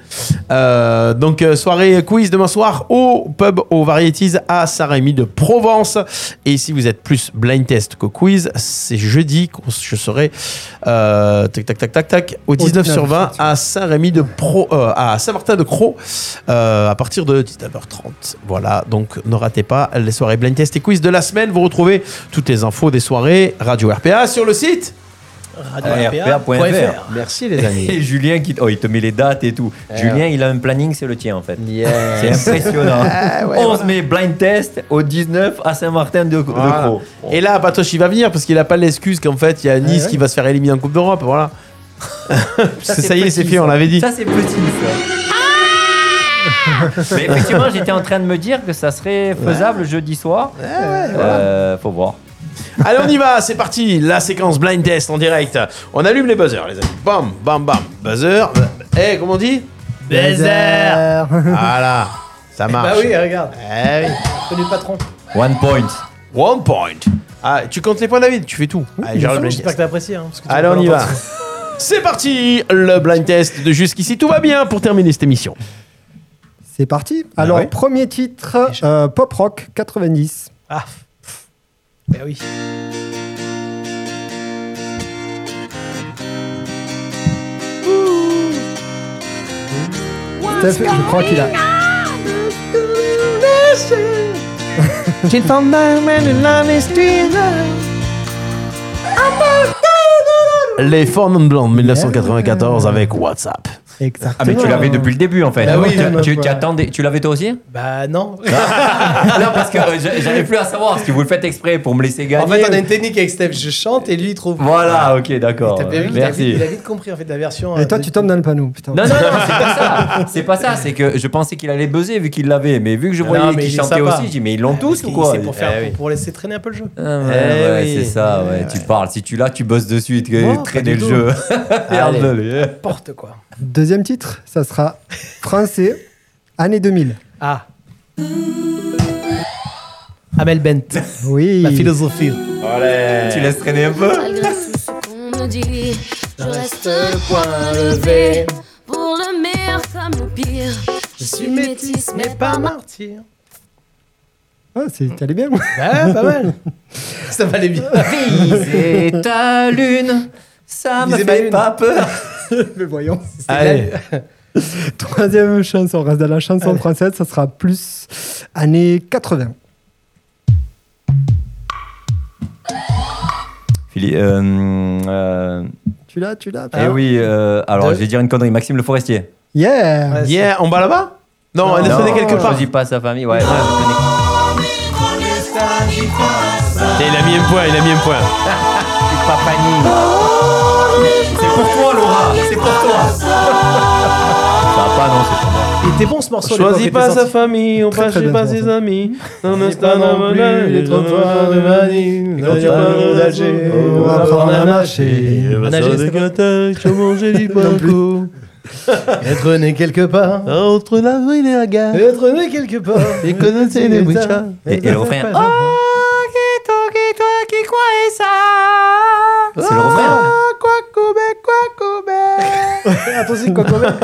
Speaker 2: Euh, donc euh, soirée quiz demain soir au pub aux Varieties à Saint-Rémy de Provence. Et si vous êtes plus blind test qu'au quiz, c'est jeudi qu'on- je serai euh, tac tac tac tac tac au 19 sur 20 à Saint-Rémy de Pro euh, à Saint-Martin de Croix euh, à partir de 19h30. Charente. Voilà, donc ne ratez pas les soirées blind test et quiz de la semaine. Vous retrouvez toutes les infos des soirées Radio RPA sur le site
Speaker 4: RPA.fr.
Speaker 2: Merci les amis.
Speaker 4: Et Julien, qui... oh, il te met les dates et tout.
Speaker 2: Eh
Speaker 4: Julien,
Speaker 2: ouais.
Speaker 4: il a un planning, c'est le tien en fait.
Speaker 2: Yes.
Speaker 4: C'est impressionnant.
Speaker 2: Ah, ouais,
Speaker 4: 11
Speaker 2: voilà.
Speaker 4: mai, blind test au 19 à Saint-Martin de, de
Speaker 2: Voilà.
Speaker 4: Croix.
Speaker 2: Et là, Patoche, il va venir parce qu'il n'a pas l'excuse qu'en fait, il y a Nice
Speaker 4: ouais.
Speaker 2: qui va se faire éliminer en Coupe d'Europe. Voilà. ça,
Speaker 4: c'est
Speaker 2: y est, c'est
Speaker 4: petit,
Speaker 2: fait, on
Speaker 4: ça.
Speaker 2: l'avait dit.
Speaker 4: Ça, c'est petit, ça. Mais effectivement, j'étais en train de me dire que ça serait faisable jeudi soir. Euh, faut voir.
Speaker 2: Allez, on y va, c'est parti. La séquence blind test en direct. On allume les buzzers, les amis. Bam, bam, bam. Buzzer. Eh, comment on dit
Speaker 3: Buzzer.
Speaker 2: Voilà, ça marche.
Speaker 3: Bah oui, regarde.
Speaker 2: Eh oui.
Speaker 3: Connu le patron.
Speaker 4: One point.
Speaker 2: One point. Ah, tu comptes les points, David Tu fais tout. Allez, genre le blind
Speaker 3: J'espère
Speaker 2: test.
Speaker 3: que t'as apprécié. Hein, parce que tu
Speaker 2: Allez,
Speaker 3: l'as
Speaker 2: on y
Speaker 3: pas
Speaker 2: va.
Speaker 3: entendu.
Speaker 2: C'est parti, le blind test de jusqu'ici. Tout va bien pour terminer cette émission.
Speaker 5: C'est parti. Alors, premier titre, euh, pop rock 90.
Speaker 3: Ah. Ben oui.
Speaker 5: Steph, je crois qu'il a.
Speaker 3: J'ai le temps de
Speaker 2: Les Formes Blondes 1994 avec WhatsApp.
Speaker 5: Exactement.
Speaker 4: Ah, mais tu l'avais depuis le début en fait.
Speaker 2: Bah oui,
Speaker 4: Tu-
Speaker 2: ouais.
Speaker 4: tu, tu attendais. Tu l'avais toi aussi
Speaker 3: Bah non.
Speaker 4: Non, parce que euh, j'a- j'avais plus à savoir si vous le faites exprès pour me laisser gagner.
Speaker 3: En fait, on a une technique avec Steph. Je chante et lui, il trouve.
Speaker 4: Voilà, ok, d'accord.
Speaker 3: T'as bien vu, il a vite-
Speaker 4: Merci.
Speaker 3: Il a vite compris en fait la version. euh,
Speaker 5: Et toi, tu tombes dans le panneau, putain.
Speaker 4: Non, non, non, c'est pas ça. C'est pas ça. C'est que je pensais qu'il allait buzzer vu qu'il l'avait. Mais vu que je
Speaker 3: Non,
Speaker 4: voyais
Speaker 3: mais
Speaker 4: qu'il
Speaker 3: il est
Speaker 4: chantait
Speaker 3: sympa. Ah,
Speaker 4: aussi, j'ai dit, mais ils l'ont tous ou quoi
Speaker 3: C'est pour, faire-
Speaker 4: Eh oui.
Speaker 3: pour, Eh pour laisser traîner un peu le jeu.
Speaker 4: Ah ouais, ouais,
Speaker 2: oui.
Speaker 4: c'est ça, ouais. Tu parles. Si tu l'as, tu bosses de suite. que-
Speaker 3: Moi, pas
Speaker 4: traîner
Speaker 3: du tout.
Speaker 4: le jeu.
Speaker 3: Allez.
Speaker 4: Merde,
Speaker 3: N'importe quoi.
Speaker 5: Deuxième titre, ça sera français, année 2000.
Speaker 3: Ah. Amel Bent.
Speaker 5: Oui.
Speaker 3: La philosophie.
Speaker 4: Tu laisses traîner un peu
Speaker 9: Malgré tout ce qu'on me dit, je reste le poing levé. Pour le meilleur comme le pire, je suis métisse mais pas martyr.
Speaker 5: Ah, c'est allé bien.
Speaker 3: Ouais, pas mal. Ça valait bien.
Speaker 4: Viser ta lune, ça me
Speaker 3: Viser Ah, ma
Speaker 4: fait
Speaker 3: lune.
Speaker 4: pas peur.
Speaker 5: Mais voyons.
Speaker 2: Allez.
Speaker 5: Troisième chanson, on reste dans la chanson française, ça sera plus année 80.
Speaker 4: Philippe, euh, euh,
Speaker 5: Tu l'as, tu l'as. tu
Speaker 4: eh
Speaker 5: l'as.
Speaker 4: oui, euh, alors je vais dire une connerie. Maxime Le Forestier.
Speaker 5: Yeah.
Speaker 2: Yeah, on bat là-bas Non,
Speaker 4: Ah,
Speaker 2: on est sonné quelque part.
Speaker 4: Je dis pas sa famille. Ouais, ouais, je connais.
Speaker 2: Et il a mis un point, il a mis un point.
Speaker 4: C'est pour toi, Laura. C'est pour toi. ça va pas, non, c'est pour moi.
Speaker 3: Il était bon ce morceau. à l'époque, il
Speaker 2: Choisis
Speaker 3: était
Speaker 2: pas sa
Speaker 3: sorti.
Speaker 2: famille, on
Speaker 3: Très,
Speaker 2: passe
Speaker 3: très bien,
Speaker 2: pas
Speaker 3: ce
Speaker 2: ses
Speaker 3: morceau.
Speaker 2: amis. Dans
Speaker 3: N'est pas non plus les trottoirs de Manille, les trottoirs d'Alger, on va apprendre à marcher. À nager, c'est pas- Non plus. Être né quelque part.
Speaker 2: Ah, Entre la rue et la gare.
Speaker 3: Être né quelque part.
Speaker 2: Et connaître les bruitages.
Speaker 4: Et, et le refrain. Ah,
Speaker 3: Oh,
Speaker 4: C'est le refrain. hein.
Speaker 3: Attention, quoi, quand même.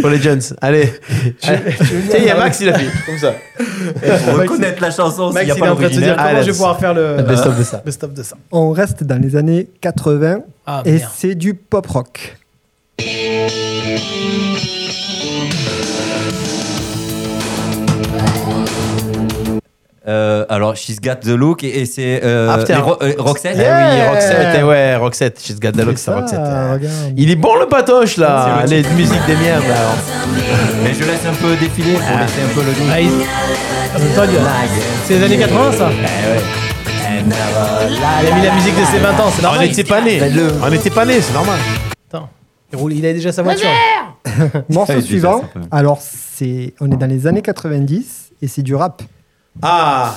Speaker 2: Pour les Jones, allez. Tu sais, il y a Max, il a fait comme ça.
Speaker 4: Pour Ah, reconnaître la chanson, s'il
Speaker 3: Max,
Speaker 4: n'y a
Speaker 3: il est
Speaker 4: pas
Speaker 3: en train de se dire
Speaker 4: l'original.
Speaker 3: comment je vais pouvoir faire le
Speaker 2: Best-of de ça.
Speaker 3: best-of de ça.
Speaker 5: On reste dans les années 80
Speaker 3: Ah,
Speaker 5: et
Speaker 3: merde.
Speaker 5: c'est du pop rock.
Speaker 4: Euh, alors, She's Got the Look et, et c'est euh,
Speaker 2: After.
Speaker 4: les Ro- euh, Roxette.
Speaker 2: Eh oui, Roxette, eh ouais, Roxette. She's got the look, ça, Roxette.
Speaker 3: Ah,
Speaker 2: Il est bon le patoche là, les musiques des miens.
Speaker 4: Mais je laisse un peu défiler pour laisser un peu le
Speaker 3: Ah, il-
Speaker 4: doute.
Speaker 3: En même temps, il y a- C'est les années 80, ça Il a mis la musique de ses 20 ans, c'est
Speaker 2: On
Speaker 3: normal.
Speaker 2: n'était pas nés. On n'était pas nés, c'est normal.
Speaker 3: Il roule- il a déjà sa voiture.
Speaker 5: Morceau
Speaker 2: Oui, déjà,
Speaker 5: suivant.
Speaker 2: ça peut.
Speaker 5: Alors, c'est on est dans les années 90 et c'est du rap.
Speaker 2: Ah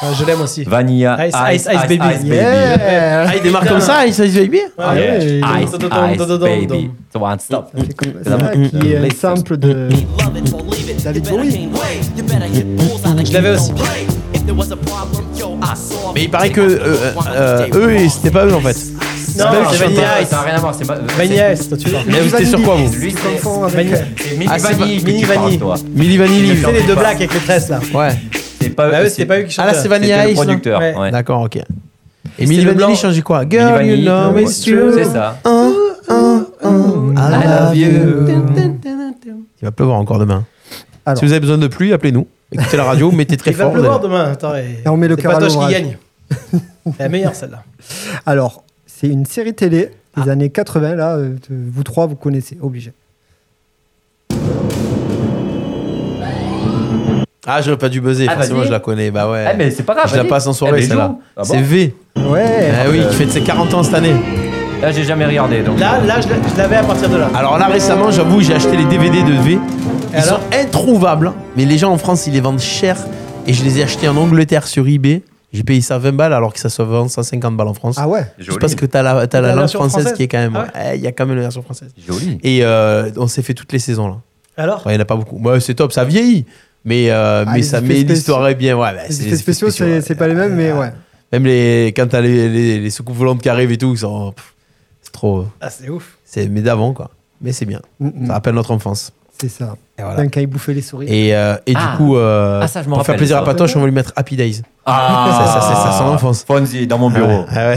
Speaker 3: Ah, Je l'aime aussi.
Speaker 4: Vanilla.
Speaker 3: Ice, Ice, Ice Baby.
Speaker 2: Eh
Speaker 5: Eh, Yeah.
Speaker 2: Ah, il démarre comme ça, il s'agit bien.
Speaker 3: Ah ouais.
Speaker 2: eh,
Speaker 4: Ice,
Speaker 3: Ice,
Speaker 4: Ice Baby. It's One stop.
Speaker 5: C'est ça qui est un sample de David Bowie.
Speaker 3: Je l'avais aussi.
Speaker 2: Mais il paraît que euh, euh, eux, ils- c'était pas eux en fait.
Speaker 3: Non,
Speaker 2: pas eux qui
Speaker 3: c'est
Speaker 2: chantaient.
Speaker 3: Vanilla Ice.
Speaker 4: Ça n'a rien à voir. c'est pas-
Speaker 3: Vanilla Ice, toi, tu vois.
Speaker 2: Mais vous étiez sur quoi vous
Speaker 4: Lui, c'est
Speaker 3: Vanilla.
Speaker 4: c'est Milli
Speaker 2: Ah, c'est pas-
Speaker 4: Vanilli. que
Speaker 3: Mini
Speaker 4: tu parles,
Speaker 3: Vanilli.
Speaker 4: toi.
Speaker 2: Milli Vanilli.
Speaker 3: C'est les deux blacks avec les tresses là.
Speaker 2: Ah Ouais.
Speaker 4: C'est pas
Speaker 3: Bah
Speaker 4: eux.
Speaker 3: ouais, c'était pas eux qui
Speaker 2: Ah
Speaker 3: chantaient.
Speaker 2: là, c'est Vanilla
Speaker 4: C'était le
Speaker 2: Ice. non
Speaker 4: producteur,
Speaker 3: Ouais.
Speaker 4: ouais.
Speaker 2: D'accord, ok. Et
Speaker 3: Et
Speaker 2: Milli
Speaker 3: c'était le
Speaker 2: Vanilli
Speaker 3: blanc.
Speaker 2: changeait quoi
Speaker 4: Milli
Speaker 2: Girl, you
Speaker 4: Vanilli,
Speaker 2: know
Speaker 4: ouais.
Speaker 2: it's true.
Speaker 4: C'est ça.
Speaker 2: Oh, oh, oh, I love you.
Speaker 3: you.
Speaker 2: Il va pleuvoir encore demain.
Speaker 5: Alors.
Speaker 2: Si vous avez besoin de pluie, appelez-nous. Écoutez la radio, mettez très
Speaker 3: Il va
Speaker 2: fort.
Speaker 3: pleuvoir
Speaker 2: vous allez-
Speaker 3: demain. Attends, et-
Speaker 5: Et on met le
Speaker 3: c'est
Speaker 5: cœur à
Speaker 3: Patoche qui
Speaker 5: l'ouvrage.
Speaker 3: gagne. La meilleure, celle-là.
Speaker 5: Alors, c'est une série télé des années 80, là, euh, de- vous trois, vous connaissez, obligé.
Speaker 2: Ah, j'aurais pas dû buzzer.
Speaker 5: Ah,
Speaker 2: forcément,
Speaker 5: vas-y.
Speaker 2: je la connais. Bah ouais.
Speaker 4: Eh,
Speaker 5: Ah, mais c'est pas grave,
Speaker 2: Je la
Speaker 5: vas-y.
Speaker 2: passe en
Speaker 5: Ah,
Speaker 2: soirée,
Speaker 5: mais
Speaker 2: celle-là.
Speaker 5: joue. Ah bon
Speaker 2: c'est V.
Speaker 5: Ouais.
Speaker 2: Ah oui, qui fête ses 40 ans cette année.
Speaker 4: Là, j'ai jamais regardé. Donc.
Speaker 3: Là, là, je l'a- je l'avais à partir de là.
Speaker 2: Alors là, récemment, j'avoue, j'ai acheté les DVD de V. Ils
Speaker 3: alors
Speaker 2: sont introuvables, mais les gens en France, ils les vendent cher. Et je les ai achetés en Angleterre sur eBay. J'ai payé ça 20 balles alors que ça se vend 150 balles en France.
Speaker 5: Ah ouais
Speaker 2: Juste parce que t'as la, t'as la,
Speaker 3: La
Speaker 2: langue
Speaker 3: version
Speaker 2: française,
Speaker 3: française
Speaker 2: qui est quand même.
Speaker 3: Ah
Speaker 2: ouais, Il y a quand même la version française.
Speaker 4: Joli.
Speaker 2: Et euh, on s'est fait toutes les saisons là.
Speaker 3: Alors
Speaker 2: Ouais, Il n'y en a pas beaucoup. Ouais, c'est top, ça vieillit. Mais, euh,
Speaker 5: Ah,
Speaker 2: mais,
Speaker 5: les
Speaker 2: ça,
Speaker 5: effets
Speaker 2: mais
Speaker 5: spéciaux.
Speaker 2: l'histoire est bien. Ouais, bah,
Speaker 5: Les
Speaker 2: c'est
Speaker 5: effets spéciaux, c'est c'est pas les mêmes, mais ouais.
Speaker 2: Même les, quand t'as les, les, les soucoupes volantes qui arrivent et tout, ça- pff, c'est trop.
Speaker 3: Ah, c'est ouf.
Speaker 2: C'est mais d'avant quoi. Mais c'est bien.
Speaker 5: Mm, mm.
Speaker 2: Ça rappelle notre enfance.
Speaker 5: C'est ça.
Speaker 2: Et
Speaker 5: D'un cas, il bouffait les souris.
Speaker 2: Et, euh, et
Speaker 5: Ah.
Speaker 2: du coup, euh,
Speaker 5: Ah, ça, je m'en
Speaker 2: pour faire
Speaker 5: rappelle,
Speaker 2: plaisir
Speaker 5: ça.
Speaker 2: à Patoche, on va lui mettre Happy Days.
Speaker 4: Ah.
Speaker 2: ça, ça, c'est ça, son enfance.
Speaker 4: Fonzie, dans mon bureau.
Speaker 2: Ah ouais.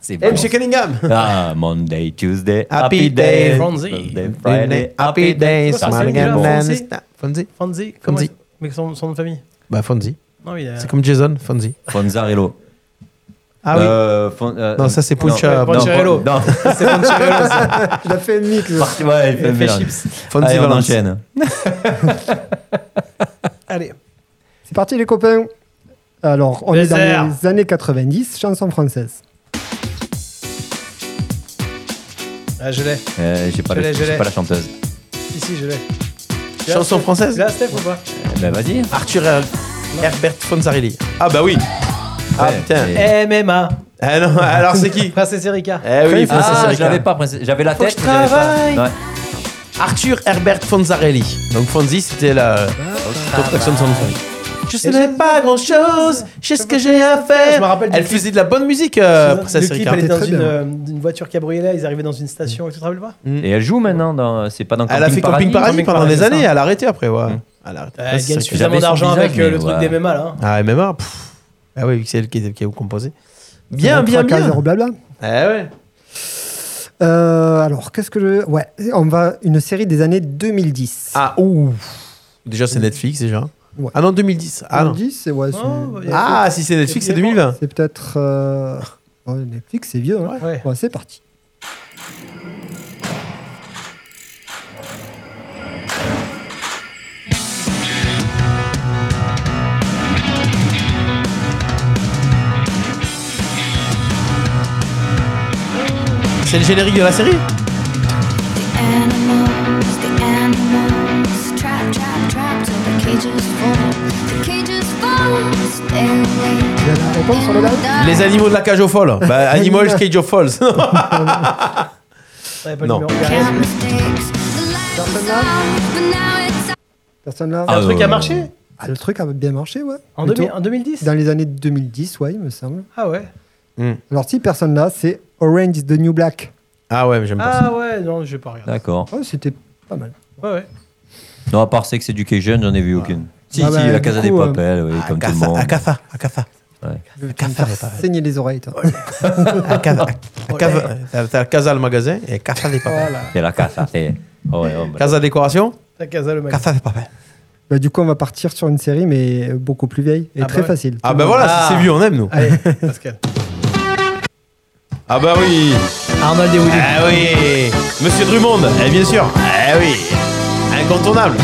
Speaker 4: c'est
Speaker 2: Eh, monsieur Cunningham.
Speaker 4: Ah, Monday, Tuesday,
Speaker 2: Happy
Speaker 4: Happy Day,
Speaker 2: Day,
Speaker 3: Fonzie.
Speaker 4: Monday, Friday, Happy Day,
Speaker 3: Ça, c'est
Speaker 4: Saturday,
Speaker 3: lui, déjà,
Speaker 4: Monday.
Speaker 3: Fonzie
Speaker 2: Fonzie
Speaker 3: Fonzie comment
Speaker 2: Fonzie.
Speaker 3: il- Mais son, son nom de famille
Speaker 2: Bah, Fonzie.
Speaker 3: Non, il euh, a-
Speaker 2: C'est comme Jason, Fonzie.
Speaker 4: Fonzarello.
Speaker 2: Ah oui.
Speaker 4: Euh, Fon- euh,
Speaker 2: Non, ça, c'est Poncha-
Speaker 4: non,
Speaker 2: Poncherello.
Speaker 4: Non,
Speaker 3: C'est Poncherello, ça.
Speaker 5: Il a fait une mix.
Speaker 4: Ouais, il fait
Speaker 5: Il a fait
Speaker 4: merde.
Speaker 5: chips.
Speaker 2: Fonzie
Speaker 4: Allez, on
Speaker 2: Valence.
Speaker 4: enchaîne.
Speaker 5: Allez. C'est parti, les copains. Alors, on est
Speaker 3: Désert.
Speaker 5: dans les années 90, chanson française.
Speaker 3: Ah, je l'ai.
Speaker 4: Euh, j'ai pas,
Speaker 3: Je
Speaker 4: la-
Speaker 3: l'ai, je
Speaker 4: j'ai
Speaker 3: l'ai.
Speaker 4: pas la chanteuse.
Speaker 3: Ici, je l'ai.
Speaker 2: Chanson française
Speaker 3: Là, Steph ou pas
Speaker 4: Eh Ben vas-y.
Speaker 2: Arthur Her- Herbert Fonzarelli. Ah bah oui. Ah
Speaker 4: Ouais,
Speaker 2: putain.
Speaker 3: MMA.
Speaker 2: Ah non, alors c'est qui
Speaker 3: Eh, Princesse Erika.
Speaker 2: Eh oui,
Speaker 4: Ah,
Speaker 2: Princesse
Speaker 4: je
Speaker 2: Erika.
Speaker 4: l'avais pas, princesse- j'avais la
Speaker 2: Faut que
Speaker 4: tête.
Speaker 2: je
Speaker 4: mais j'avais pas-
Speaker 2: travaille.
Speaker 4: Ouais.
Speaker 2: Arthur Herbert Fonzarelli. Donc Fonzie, c'était la construction de son nom. Je sais pas grand chose, je sais ce que j'ai à faire. Elle faisait de la bonne musique, euh, Princesse
Speaker 3: le clip,
Speaker 2: Erika.
Speaker 3: elle est dans
Speaker 2: Très
Speaker 3: une,
Speaker 2: bien.
Speaker 3: euh, une voiture cabriolet, ils arrivaient dans une station, tu te rappelles pas
Speaker 4: Et elle joue maintenant dans. C'est pas dans
Speaker 2: Elle a fait Camping Paradis Hum. pendant des années, elle a arrêté après. Ouais. Elle a arrêté.
Speaker 3: Elle
Speaker 2: Ouais, c'est
Speaker 3: gagne
Speaker 2: ça que-
Speaker 3: suffisamment d'argent
Speaker 4: visage,
Speaker 3: avec euh, le
Speaker 4: mais
Speaker 3: truc
Speaker 4: ouais.
Speaker 3: des MMA, là. hein.
Speaker 2: Ah, MMA pff. Ah oui, vu que c'est elle qui, est- qui a composé. Bien,
Speaker 5: Ça va
Speaker 2: bien,
Speaker 5: être un
Speaker 2: bien.
Speaker 5: quart d'heure blabla.
Speaker 2: Eh ouais.
Speaker 5: Euh, alors, qu'est-ce que je. Ouais, on va. Une série des années 2010.
Speaker 2: Ah, ouh. Déjà, c'est Netflix, déjà.
Speaker 5: Ouais.
Speaker 2: Ah non, 2010. Ah, non.
Speaker 5: 2010, c'est. Ouais, c'est-
Speaker 3: Oh, bah,
Speaker 2: Ah, si c'est Netflix, c'est 2020.
Speaker 5: C'est peut-être. euh, ouais, Netflix, c'est vieux. hein.
Speaker 3: Ouais.
Speaker 5: Ouais, c'est parti.
Speaker 2: C'est le générique de la série
Speaker 9: Animals, the animals, trap, trap, trap till the cages fall. The cages fall, staring late.
Speaker 4: Ah.
Speaker 2: Les animaux de la cage aux folles. Bah, Animals Cage of Falls.
Speaker 3: Ouais, pas le
Speaker 2: Non.
Speaker 3: numéro, on
Speaker 9: Count
Speaker 3: verra.
Speaker 9: mistakes. The light was off, but now it's on.
Speaker 5: Personne là
Speaker 2: bah.
Speaker 3: Ah, le truc a marché
Speaker 5: Ah, le truc a bien marché, ouais.
Speaker 3: En
Speaker 5: Plutôt.
Speaker 3: 2000 en 2010
Speaker 5: Dans les années 2010, ouais, il me semble.
Speaker 3: Ah ouais
Speaker 5: Alors, si personne là, c'est Orange is the New Black.
Speaker 2: Ah ouais, mais j'aime pas ça.
Speaker 3: Ah ouais, non, je vais pas regarder.
Speaker 4: D'accord.
Speaker 5: Ouais, c'était pas mal.
Speaker 3: Ouais, ouais.
Speaker 4: Non, à part Sex Education, j'en ai vu aucune. Si,
Speaker 5: Ah
Speaker 4: si,
Speaker 5: bah,
Speaker 4: la Casa des
Speaker 5: beaucoup, euh,
Speaker 4: Papel, oui, comme tout le monde.
Speaker 2: Akafa, Akafa.
Speaker 4: Ouais.
Speaker 2: Akafa, c'est pas vrai.
Speaker 5: Saigner les oreilles, toi.
Speaker 2: Akafa. Akafa. T'as- T'as Casa le magasin et Casa des papels.
Speaker 3: Voilà.
Speaker 4: C'est la Casa, c'est. Oh, ouais, oh, bah.
Speaker 2: Casa décoration
Speaker 3: La Casa le mec.
Speaker 2: Casa des papels.
Speaker 5: Bah, du coup, on va partir sur une série, mais beaucoup plus vieille
Speaker 3: Ah
Speaker 5: et
Speaker 3: bah
Speaker 5: très
Speaker 3: ouais.
Speaker 5: facile.
Speaker 2: Ah bah voilà, si c'est vu, on aime nous.
Speaker 3: Allez, Pascal.
Speaker 2: Ah bah oui
Speaker 3: Arnold et Willy.
Speaker 2: Ah oui Monsieur Drummond, eh bien sûr Ah oui Incontournable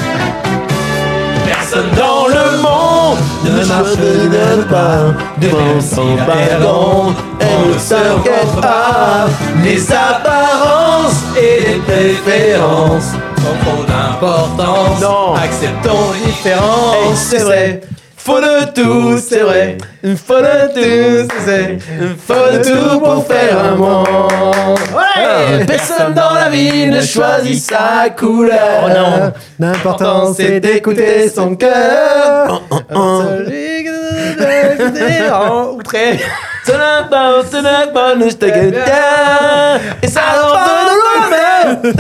Speaker 2: Personne dans le monde ne m'abandonne pas Devant son pardon, on ne se regrette pas Les apparences et les préférences sont trop d'importance Acceptons les différences, Eh, c'est vrai Faut de tout, c'est vrai Faut de tout, c'est vrai Faut de tout pour faire un monde Ah, Ouais Personne dans la vie ne choisit sa couleur Oh
Speaker 5: Euh, L'important, c'est d'écouter son cœur.
Speaker 2: en outré. Tonapa, tonapa, nous te guettons. Et ça rentre dans le même.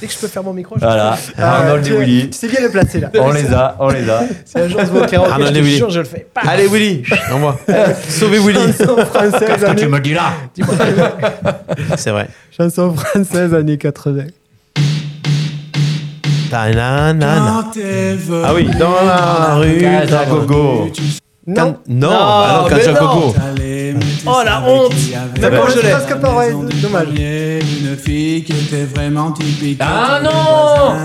Speaker 3: Dès que je peux faire mon micro, je
Speaker 4: Voilà, Arnold et Willy.
Speaker 5: C'est bien le placé là.
Speaker 4: On les a, on les a.
Speaker 3: Si un jour je vais au karaoké,
Speaker 2: Arnold
Speaker 3: je
Speaker 2: et
Speaker 3: te
Speaker 2: Willy.
Speaker 3: jure, je le fais. Paf
Speaker 2: Allez Willy, envoie.
Speaker 5: Euh,
Speaker 2: Sauvez Willy.
Speaker 5: Chanson française, année-
Speaker 4: dis là
Speaker 2: C'est vrai.
Speaker 5: Chanson française années 80.
Speaker 2: Ta na na na.
Speaker 5: Quand elle veut.
Speaker 2: Ah oui, Ah, dans la rue.
Speaker 5: Quand
Speaker 2: dans
Speaker 5: elle
Speaker 2: la-
Speaker 5: gogo.
Speaker 2: Quand- Non,
Speaker 5: Non,
Speaker 2: bah non, quand
Speaker 5: mais
Speaker 2: je
Speaker 5: non.
Speaker 2: gogo.
Speaker 5: Oh la honte D'accord, je l'ai.
Speaker 10: Dommage. Une fille qui était vraiment typique.
Speaker 4: Ah non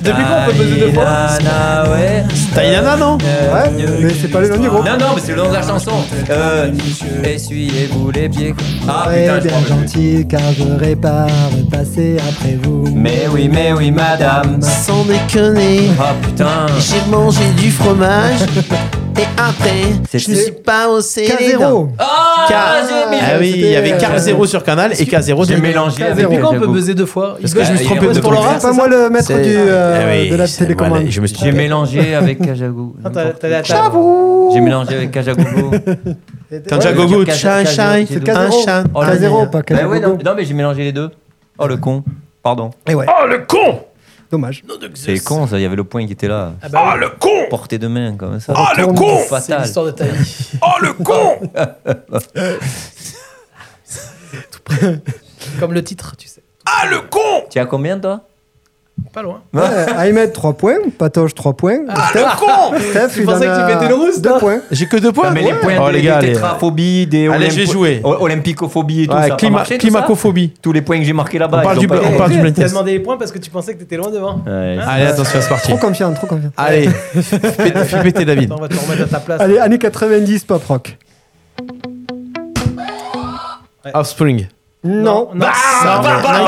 Speaker 5: Depuis quand on peut poser deux fois
Speaker 4: Ah ouais
Speaker 2: Taïnana, non
Speaker 3: Euh,
Speaker 5: Ouais, mais c'est pas le nom du groupe.
Speaker 4: Non, non, mais c'est le nom de la chanson. Euh, Essuyez-vous les pieds. Ah putain,
Speaker 5: Soyez
Speaker 4: je
Speaker 5: bien gentil car je répare le passé après vous.
Speaker 4: Mais oui, mais oui, madame.
Speaker 5: Sans déconner.
Speaker 4: Ah putain.
Speaker 5: J'ai mangé du fromage. Et après,
Speaker 4: C'est- je me suis
Speaker 5: pas haussé.
Speaker 2: les dents.
Speaker 4: Ah,
Speaker 2: K-
Speaker 4: j'ai mis-
Speaker 2: Ah oui, il y avait Carl 0 sur Canal et K0 sur
Speaker 4: J'ai mélangé avec
Speaker 3: Depuis quand on peut
Speaker 4: Jacob.
Speaker 3: buzzer deux fois
Speaker 2: Parce
Speaker 3: Parce que
Speaker 2: que-
Speaker 3: je me suis
Speaker 2: il
Speaker 3: trompé
Speaker 2: reste
Speaker 3: c'est pour
Speaker 2: pour
Speaker 3: Laura
Speaker 2: le
Speaker 5: C'est pas moi le maître
Speaker 2: C'est-
Speaker 5: du, euh,
Speaker 2: Ah oui,
Speaker 5: de la
Speaker 2: c'est-
Speaker 5: télécommande.
Speaker 2: voilà, je me suis
Speaker 4: J'ai
Speaker 2: trompé.
Speaker 4: mélangé avec Kajagougou. J'ai mélangé avec Kajagougou.
Speaker 2: Quand Jagogo, tcha, tcha,
Speaker 4: Kajagougou,
Speaker 2: c'est un chat.
Speaker 4: Oh,
Speaker 2: Un
Speaker 4: le
Speaker 2: zéro,
Speaker 4: merde.
Speaker 2: pas
Speaker 5: Bah
Speaker 4: Ben ouais, non,
Speaker 2: Kajagougou.
Speaker 4: non, mais j'ai mélangé les deux. Oh le con. Pardon.
Speaker 2: Oh le con
Speaker 5: Dommage.
Speaker 4: C'est con ça, il y avait le point qui était là. Oh,
Speaker 2: Ah, le con
Speaker 4: Portée de main comme ça.
Speaker 2: Ah, le con
Speaker 4: Fatal.
Speaker 3: de ta vie.
Speaker 2: Oh le con
Speaker 3: Comme le titre, tu sais.
Speaker 2: Ah le con
Speaker 4: Tu as combien toi
Speaker 3: Pas loin.
Speaker 5: Ouais, Ahmed 3 points, Patoche 3 points. Ah
Speaker 2: le con
Speaker 5: Steph,
Speaker 2: Tu
Speaker 5: il en
Speaker 2: pensais que tu
Speaker 5: a
Speaker 2: mettais le rousse,
Speaker 5: 2 points.
Speaker 2: J'ai que deux points.
Speaker 4: Non, mais les
Speaker 2: Ouais.
Speaker 4: points
Speaker 2: Oh,
Speaker 4: des,
Speaker 2: les gars,
Speaker 4: des
Speaker 2: les-
Speaker 4: tétraphobies, des
Speaker 2: Allez, je vais
Speaker 4: olympo-
Speaker 2: jouer.
Speaker 4: o- olympicophobie et tout
Speaker 2: Oh, Ouais,
Speaker 4: ça. Ça a
Speaker 2: clima-
Speaker 4: marché, tout ça
Speaker 2: climacophobie.
Speaker 4: Tous les points que j'ai marqués là-bas.
Speaker 2: On parle
Speaker 4: ils
Speaker 2: du
Speaker 4: ont pas Ah,
Speaker 2: bl- on
Speaker 4: compté.
Speaker 2: parle du blind
Speaker 3: Eh, T'as
Speaker 2: test.
Speaker 3: demandé les points parce que tu pensais que t'étais loin devant.
Speaker 4: Ouais.
Speaker 2: Allez, attention, c'est parti.
Speaker 5: Trop confiant, trop confiant.
Speaker 2: Allez, fais fais péter David.
Speaker 3: Attends, on va te remettre à ta place.
Speaker 5: Allez, années 90, pop rock.
Speaker 2: Offspring.
Speaker 5: Non.
Speaker 3: Non.
Speaker 2: Ah, bah, bah,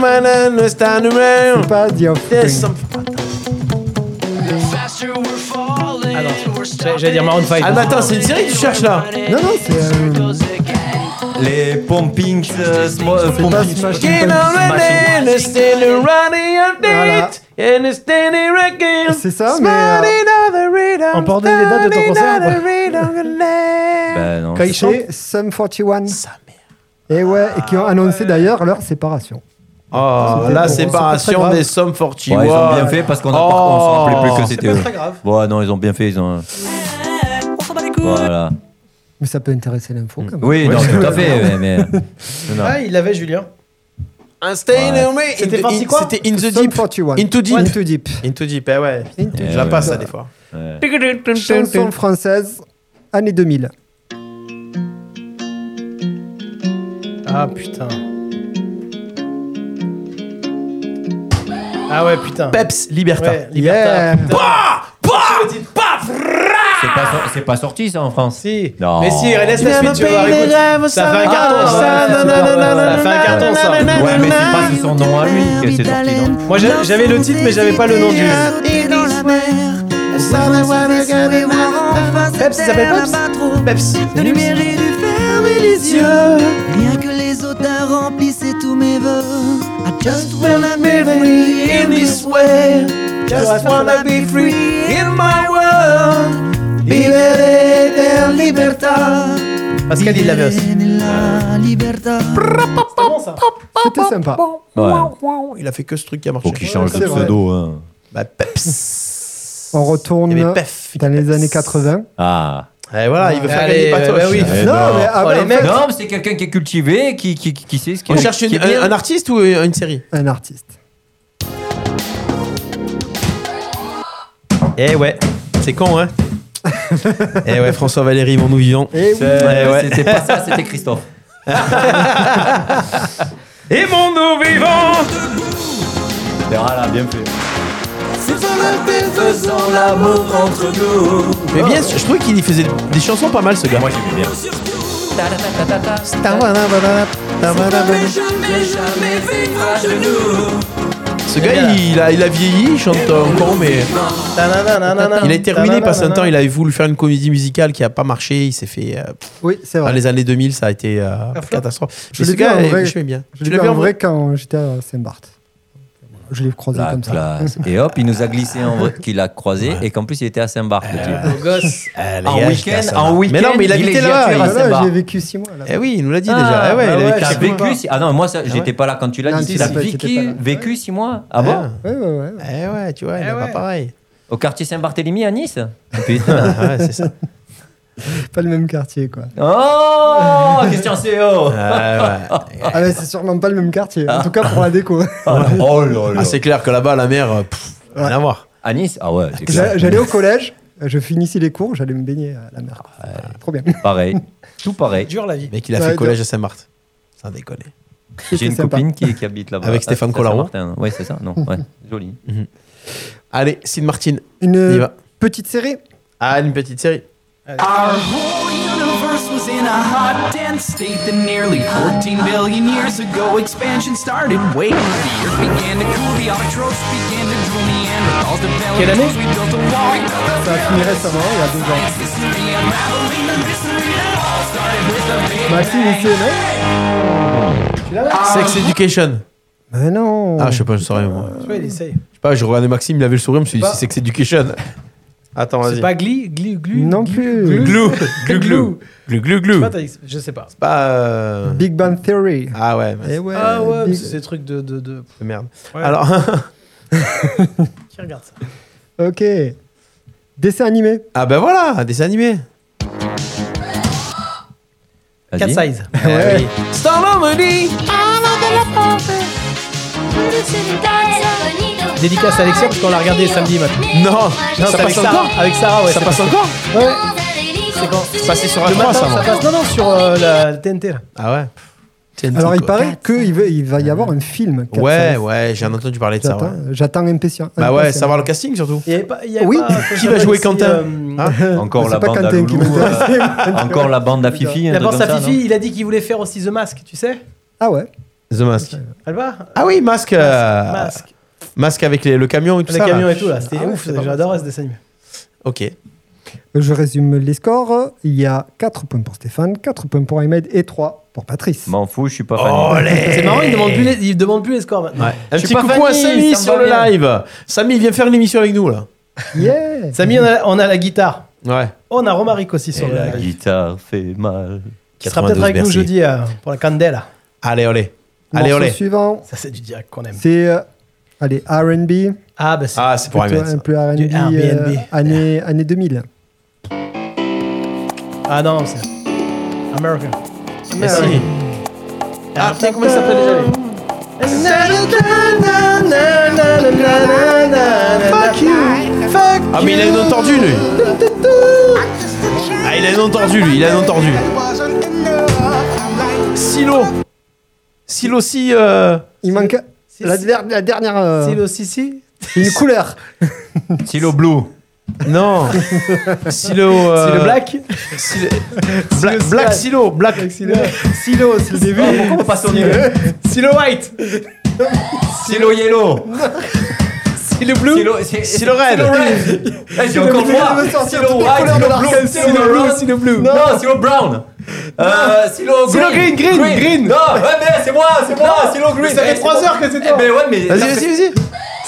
Speaker 2: bah.
Speaker 5: C'est pas The Offspring.
Speaker 3: J'allais- J'allais dire Maroon 5.
Speaker 2: Ah, mais attends, c'est une série que tu cherches là
Speaker 5: Non, non, c'est. euh,
Speaker 4: Les pumpings. euh, smo- euh, pumpings.
Speaker 5: Smash Voilà. C'est
Speaker 2: C'est
Speaker 5: ça, mais, euh,
Speaker 2: On
Speaker 5: emporter les dates de ton concert, quoi.
Speaker 4: Ben non.
Speaker 5: Quand c'est Sum 41. Sa mère. Et ouais, et qui ont annoncé d'ailleurs leur séparation.
Speaker 2: Oh, la
Speaker 5: C'est pas
Speaker 2: séparation
Speaker 5: grave.
Speaker 2: des sommes fortunes.
Speaker 4: Ouais, ils ont bien fait parce qu'on a pas- on s'en rappelait plus que c'était eux.
Speaker 3: très grave.
Speaker 4: Ouais, non, ils ont bien fait. Ils ont... Voilà.
Speaker 5: Mais ça peut intéresser l'info quand même.
Speaker 4: Oui, non, tout à fait. mais, mais- non.
Speaker 3: Ah, il l'avait, Julien.
Speaker 2: Un stay
Speaker 4: Ouais.
Speaker 2: in the-
Speaker 3: C'était parti
Speaker 2: in-
Speaker 3: quoi
Speaker 2: C'était in the
Speaker 5: Sum
Speaker 2: deep.
Speaker 5: 41.
Speaker 2: Into deep.
Speaker 5: Into Deep.
Speaker 2: Into deep, eh ouais.
Speaker 5: Into
Speaker 2: Je la
Speaker 4: ouais.
Speaker 2: passe ça des fois.
Speaker 4: Ouais.
Speaker 5: Chanson française, année 2000.
Speaker 3: Ah putain. Ah ouais, putain.
Speaker 2: Peps, Liberta.
Speaker 3: Ouais, Liberta. putain.
Speaker 4: C'est pas, sor- c'est pas sorti ça en France.
Speaker 3: Si.
Speaker 4: Non.
Speaker 3: Mais si, laisse la suite, tu vas voir, écoute. Ça fait un carton, ça. Ça fait un carton, ça.
Speaker 4: Ouais, mais c'est pas sous son nom à lui que c'est sorti, non
Speaker 3: Moi, j'a- j'avais le titre, mais j'avais pas le nom du.
Speaker 5: Peps, ça s'appelle Peps
Speaker 2: Peps.
Speaker 22: Rien que les odeurs remplissaient tous mes vœux. I just wanna be
Speaker 2: free in this way. Just wanna be free in my world. Libérez libertà.
Speaker 3: Pascal, il l'avait aussi.
Speaker 22: la libertà.
Speaker 5: C'était sympa.
Speaker 2: Il a fait que ce truc qui a marché.
Speaker 4: Faut qu'il change de
Speaker 5: c'est vrai.
Speaker 4: pseudo. hein.
Speaker 2: Bah, Peps.
Speaker 5: On retourne
Speaker 2: Il y avait Pef.
Speaker 5: dans les années 80.
Speaker 4: Ah.
Speaker 2: Et voilà, il veut faire gagner
Speaker 3: Allez,
Speaker 2: Patoche.
Speaker 3: bah oui.
Speaker 4: Eh
Speaker 5: non,
Speaker 4: non.
Speaker 5: mais ah,
Speaker 3: Oh,
Speaker 5: bah,
Speaker 3: les
Speaker 5: en
Speaker 3: mecs.
Speaker 5: fait,
Speaker 4: Non, mais c'est quelqu'un qui est cultivé, qui, qui, qui, qui sait ce qu'il
Speaker 2: On cherche une- un, un artiste ou une série
Speaker 5: un artiste.
Speaker 2: Eh ouais, c'est con, hein Eh ouais, François Valéry, mon nous vivant.
Speaker 5: Et oui,
Speaker 2: Ouais, ouais.
Speaker 4: C'était pas ça, c'était Christophe.
Speaker 2: Et mon nous vivant
Speaker 5: Oh.
Speaker 4: Voilà, bien fait.
Speaker 2: Faisons l'amour entre nous. Mais bien, sûr, je trouvais qu'il y faisait des chansons pas mal, ce gars.
Speaker 4: Moi, j'aimais bien.
Speaker 2: Ce gars, il a, il a vieilli, il chante encore, mais il a terminé passe un temps. Il avait voulu faire une comédie musicale qui a pas marché. Il s'est fait. euh, pff,
Speaker 5: Oui, c'est
Speaker 2: dans
Speaker 5: vrai.
Speaker 2: les années 2000, ça a été euh, catastrophe.
Speaker 5: Je
Speaker 2: Mais ce
Speaker 5: l'ai vu
Speaker 2: gars,
Speaker 5: en vrai.
Speaker 2: je l'aime bien.
Speaker 5: Je
Speaker 2: Tu
Speaker 5: l'ai vu en vrai quand j'étais à Saint-Barth. Je l'ai croisé
Speaker 4: La
Speaker 5: comme ça.
Speaker 4: classe. Et hop, il nous a glissé en vrai qu'il a croisé et qu'en plus il était à Saint-Barth. le type.
Speaker 3: Beau gosse.
Speaker 2: Eh, les
Speaker 4: En
Speaker 2: gars,
Speaker 4: week-end,
Speaker 2: j'étais à
Speaker 4: en
Speaker 2: ça.
Speaker 4: week-end.
Speaker 2: Mais non, mais il
Speaker 4: est
Speaker 2: habitait là-bas.
Speaker 4: gériatrique à
Speaker 5: Voilà,
Speaker 4: Saint-Barth.
Speaker 5: J'ai vécu 6 mois là.
Speaker 2: Eh oui, il nous l'a dit
Speaker 4: Ah,
Speaker 2: déjà. Eh ouais,
Speaker 4: bah
Speaker 2: il
Speaker 4: ouais,
Speaker 2: avait
Speaker 4: j'ai
Speaker 2: carrément-
Speaker 4: vécu. si- Ah non, moi ça, j'étais
Speaker 5: ouais.
Speaker 4: pas là quand tu l'as
Speaker 5: Non,
Speaker 4: dit.
Speaker 5: tu
Speaker 4: Il a
Speaker 5: sais pas, j'étais
Speaker 4: vécu,
Speaker 5: pas là.
Speaker 4: vécu six mois. Ah bon
Speaker 5: Ouais, ouais, ouais.
Speaker 2: Eh ouais, tu vois, il
Speaker 3: Eh
Speaker 2: n'est pas
Speaker 3: ouais.
Speaker 2: pareil.
Speaker 4: Au quartier Saint-Barthélemy à Nice Putain.
Speaker 2: Ah ouais, c'est ça.
Speaker 5: Pas le même quartier, quoi.
Speaker 4: Oh Question CO
Speaker 5: Ah, mais c'est sûrement pas le même quartier. En tout cas, pour la déco.
Speaker 2: Oh Ah, c'est clair que là-bas, la mer, euh, pff, rien à voir.
Speaker 4: À Nice Ah ouais, c'est
Speaker 5: J'a- J'allais au collège, je finissais les cours, j'allais me baigner à la mer. Voilà, Trop bien.
Speaker 4: Pareil. Tout pareil.
Speaker 3: Dure la vie.
Speaker 2: Mec, il a
Speaker 5: Ouais,
Speaker 2: fait
Speaker 5: dur.
Speaker 2: collège à Saint-Marthe. Ça déconne.
Speaker 4: J'ai une
Speaker 2: sympa.
Speaker 4: copine qui, qui habite là-bas.
Speaker 2: Avec Stéphane Collaro.
Speaker 4: Oui, c'est ça. Non, ouais. Joli.
Speaker 2: Allez, Sid Martin.
Speaker 5: Une petite série
Speaker 2: Ah, une petite série.
Speaker 7: Our whole universe was in a hot, dense state that nearly 14 billion years ago expansion started. Wait, the earth began to cool, the autotrophs began to drool, Neanderthals developed.
Speaker 5: Quelle année
Speaker 7: we built a wall, we built a
Speaker 5: Ça a fini récemment, il y a deux ans.
Speaker 7: history, unraveling the mystery that all started with a big
Speaker 5: Maxime, il s'est aimé
Speaker 2: Sex Education.
Speaker 5: Mais non.
Speaker 2: Ah, je sais pas, je sais rien, moi.
Speaker 3: Tu vois, il essaye.
Speaker 2: Je sais pas, je regardais Maxime, il avait le sourire, je me suis dit,
Speaker 3: Pas-
Speaker 2: c'est Sex Education. Bah. Attends, vas-y.
Speaker 3: C'est pas Glee Glee Glee
Speaker 5: Non
Speaker 3: Glee-
Speaker 5: plus.
Speaker 3: Glee-
Speaker 2: Glou. Glou,
Speaker 3: Glue.
Speaker 2: glou. Glou, glou,
Speaker 3: Je sais
Speaker 2: glou.
Speaker 3: pas, t'as- Je sais pas.
Speaker 2: C'est pas. euh,
Speaker 5: Big Bang Theory.
Speaker 2: Ah ouais, mais
Speaker 5: Eh ouais,
Speaker 3: Ah ouais, mais
Speaker 5: Big-
Speaker 3: c'est des trucs de. de, de-
Speaker 2: c'est- merde.
Speaker 3: Ouais.
Speaker 2: Alors.
Speaker 3: Qui regarde ça
Speaker 5: Ok. Dessin animé.
Speaker 2: ah ben voilà, un dessin animé.
Speaker 3: Cat Size.
Speaker 2: Eh oui. Starlomedy
Speaker 3: Dédicace à Alexia parce qu'on l'a regardé samedi matin.
Speaker 2: Non,
Speaker 3: Non, c'est avec Sarah. Avec Sarah, ouais.
Speaker 2: Ça
Speaker 3: c'est
Speaker 2: passe
Speaker 3: pas-
Speaker 2: encore
Speaker 3: Ouais.
Speaker 2: C'est quand C'est passé sur la
Speaker 3: Le
Speaker 2: 3,
Speaker 3: matin,
Speaker 2: ça, moi.
Speaker 3: ça passe. Non, non, sur euh, la TNT. là.
Speaker 2: Ah ouais TNT,
Speaker 5: Alors, il
Speaker 2: quoi.
Speaker 5: paraît qu'il va, il va y avoir un film. Cat
Speaker 2: Ouais,
Speaker 5: Size.
Speaker 2: ouais, j'ai entendu parler de ça.
Speaker 5: J'attends Ah,
Speaker 2: Ouais.
Speaker 5: j'attends impatient.
Speaker 2: Bah ouais,
Speaker 5: impatiemment.
Speaker 2: savoir le casting surtout.
Speaker 3: Il y avait pas- il y avait
Speaker 5: Oui.
Speaker 3: pas- ça
Speaker 2: Qui va
Speaker 3: s'appelle,
Speaker 2: jouer
Speaker 3: c'est,
Speaker 2: Quentin
Speaker 3: euh,
Speaker 2: Hein
Speaker 4: Encore
Speaker 5: C'est
Speaker 4: la
Speaker 5: pas
Speaker 4: bande à
Speaker 5: Quentin qui
Speaker 4: Loulou,
Speaker 5: m'intéresse.
Speaker 4: euh, Encore la bande à Fifi. un
Speaker 3: La
Speaker 4: truc
Speaker 3: bande
Speaker 4: comme
Speaker 3: à
Speaker 4: ça,
Speaker 3: Fifi, il a dit qu'il voulait faire aussi The Mask, tu sais
Speaker 5: Ah ouais.
Speaker 2: The Mask.
Speaker 3: Elle va
Speaker 2: Ah oui, masque. euh,
Speaker 3: Mask.
Speaker 2: Masque avec les- le camion et tout
Speaker 3: Le
Speaker 2: ça. là.
Speaker 3: camion et tout là, c'était
Speaker 2: Ah ouais,
Speaker 3: ouf,
Speaker 2: c'est pas mal,
Speaker 3: j'adorais
Speaker 2: ça.
Speaker 3: ce dessin animé.
Speaker 2: Ok.
Speaker 5: Je résume les scores. Il y a 4 points pour Stéphane, 4 points pour Ahmed et 3 pour Patrice.
Speaker 4: M'en fous, je suis pas fan.
Speaker 2: Olé
Speaker 3: C'est marrant, il demande plus les, il demande plus les scores maintenant.
Speaker 2: Ouais. Un
Speaker 4: Je
Speaker 2: petit
Speaker 4: suis pas
Speaker 2: coucou
Speaker 4: Fanny,
Speaker 2: à Samy
Speaker 4: ça me
Speaker 2: sur
Speaker 4: va
Speaker 2: le
Speaker 4: bien.
Speaker 2: live. Samy, viens faire une émission avec nous là.
Speaker 5: Yeah
Speaker 3: Samy, on a, on a la guitare.
Speaker 2: Ouais.
Speaker 3: Oh, On a Romaric aussi sur
Speaker 4: Et
Speaker 3: le
Speaker 4: la
Speaker 3: live.
Speaker 4: guitare fait mal.
Speaker 3: Qui sera peut-être
Speaker 2: 92,
Speaker 3: avec nous
Speaker 2: merci.
Speaker 3: jeudi euh, pour la candela.
Speaker 2: Allez, olé.
Speaker 5: Morceau
Speaker 2: Allez, olé.
Speaker 5: suivant,
Speaker 3: Ça, c'est du direct qu'on aime.
Speaker 5: c'est euh, allez, RB.
Speaker 3: Ah, bah c'est.
Speaker 2: Ah, c'est pour
Speaker 5: Plutôt
Speaker 2: Ahmed. ça.
Speaker 5: Un peu RB.
Speaker 3: Du
Speaker 5: euh,
Speaker 3: RB.
Speaker 5: année, année 2000.
Speaker 3: Ah non, c'est. American.
Speaker 2: Mais si.
Speaker 3: Ah, putain, comment il s'appelle déjà lui
Speaker 2: Fuck you. Ah, mais il a une entendue lui. Ah, il a une entendue lui, il a une entendue. Silo. Silo si. euh,
Speaker 5: Il manque la,
Speaker 3: si.
Speaker 5: der- la dernière. euh,
Speaker 3: C'est le Sissi
Speaker 5: une couleur.
Speaker 4: Silo Blue.
Speaker 2: Non. Silo. euh,
Speaker 3: C'est le black
Speaker 2: Silo- Black, Black Silo. Black Silo.
Speaker 5: Silo, c'est le début.
Speaker 4: Pourquoi on passe au milieu
Speaker 2: Silo White.
Speaker 4: Silo Yellow.
Speaker 2: Silo Blue.
Speaker 4: Silo- c'est-
Speaker 2: Silo Red.
Speaker 4: Silo Red. Eh, J'ai encore
Speaker 5: Silo
Speaker 4: trois.
Speaker 5: veut sortir
Speaker 4: Silo
Speaker 5: toutes les
Speaker 4: White,
Speaker 5: couleurs de l'arc-en-ciel.
Speaker 4: Silo
Speaker 5: Silo
Speaker 4: Blue,
Speaker 5: bleu,
Speaker 4: Silo Blue. Non, Silo Brown. Euh, Silo
Speaker 2: Silo
Speaker 4: Green.
Speaker 2: green, green, green.
Speaker 4: Non, ouais, mais là, c'est moi, c'est moi, Silo Green.
Speaker 3: Ça fait
Speaker 4: Eh,
Speaker 3: 3 heures que c'est
Speaker 4: Eh,
Speaker 3: toi
Speaker 4: mais ouais, mais. Eh,
Speaker 2: Vas-y, vas-y, vas-y.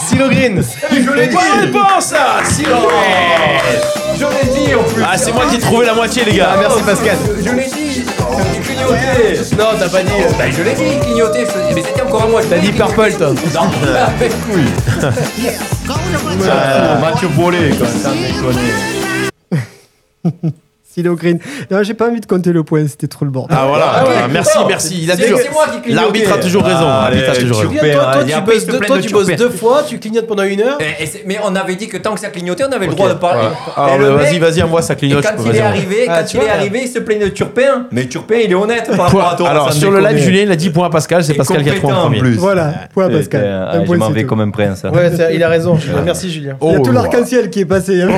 Speaker 2: Silo Green.
Speaker 4: Je l'ai dit. Oh.
Speaker 2: Bonne réponse. Silo Red.
Speaker 4: Je l'ai dit en plus. Ah,
Speaker 2: Ah, c'est moi qui ai trouvé la moitié, les gars. Merci, Pascal.
Speaker 4: Je l'ai dit. J'ai clignoté.
Speaker 2: Non, t'as pas dit. euh,
Speaker 4: Bah, je l'ai dit, clignoté. je- Mais c'était encore à moi. je
Speaker 2: T'as
Speaker 4: l'ai
Speaker 2: dit purple, toi.
Speaker 4: Non, avec couille. Mathieu Bollet, comme ça, déconné.
Speaker 5: Silo green. Non, j'ai pas envie de compter le point, c'était trop le bord.
Speaker 2: Ah, voilà.
Speaker 4: Ah, ouais,
Speaker 2: voilà. merci,
Speaker 4: d'accord.
Speaker 2: merci. Il a
Speaker 4: C'est-
Speaker 2: toujours.
Speaker 4: c'est moi qui ai clignoté.
Speaker 2: L'arbitre a toujours raison.
Speaker 4: Ah,
Speaker 2: L'arbitre a
Speaker 4: allez,
Speaker 2: toujours
Speaker 4: tu-
Speaker 2: raison.
Speaker 3: Regarde, Toi, toi,
Speaker 4: Et
Speaker 3: tu
Speaker 4: après,
Speaker 3: bosses
Speaker 4: ils se
Speaker 3: deux-
Speaker 4: plaignent
Speaker 3: toi,
Speaker 4: de
Speaker 3: tu bosses
Speaker 4: Turpin.
Speaker 3: deux fois, tu clignotes pendant une heure.
Speaker 4: Eh, eh, c'est- mais on avait dit que tant que ça clignotait, on avait le droit de parler.
Speaker 2: Ouais.
Speaker 4: Et
Speaker 2: Ah,
Speaker 4: le
Speaker 2: bah,
Speaker 4: mec-
Speaker 2: vas-y, vas-y, à moi, ça
Speaker 4: Et
Speaker 2: clignote. je
Speaker 4: quand
Speaker 2: peux-
Speaker 4: il est
Speaker 2: vas-y, à moi.
Speaker 4: arrivé,
Speaker 3: Ah,
Speaker 4: quand
Speaker 3: tu
Speaker 4: il est
Speaker 3: vois,
Speaker 4: arrivé, il se plaignait de Turpin. Mais Turpin, il est honnête par rapport à toi.
Speaker 2: Alors,
Speaker 4: ça
Speaker 2: sur
Speaker 4: me
Speaker 2: le live,
Speaker 4: déconne.
Speaker 2: Julien, il a dit point à Pascal. C'est
Speaker 4: Et
Speaker 2: Pascal qui a trois en premier.
Speaker 4: compétent, en plus.
Speaker 5: Voilà, point à Pascal.
Speaker 4: Et, euh,
Speaker 5: Un
Speaker 4: Je
Speaker 5: point,
Speaker 4: m'en
Speaker 5: c'est
Speaker 4: vais
Speaker 5: tout.
Speaker 4: comme un prince. hein.
Speaker 3: Ouais, c'est- il a raison. je- Merci Julien.
Speaker 5: Il y a tout
Speaker 2: Oh,
Speaker 5: l'arc-en-ciel qui est passé. hein.
Speaker 4: Ah,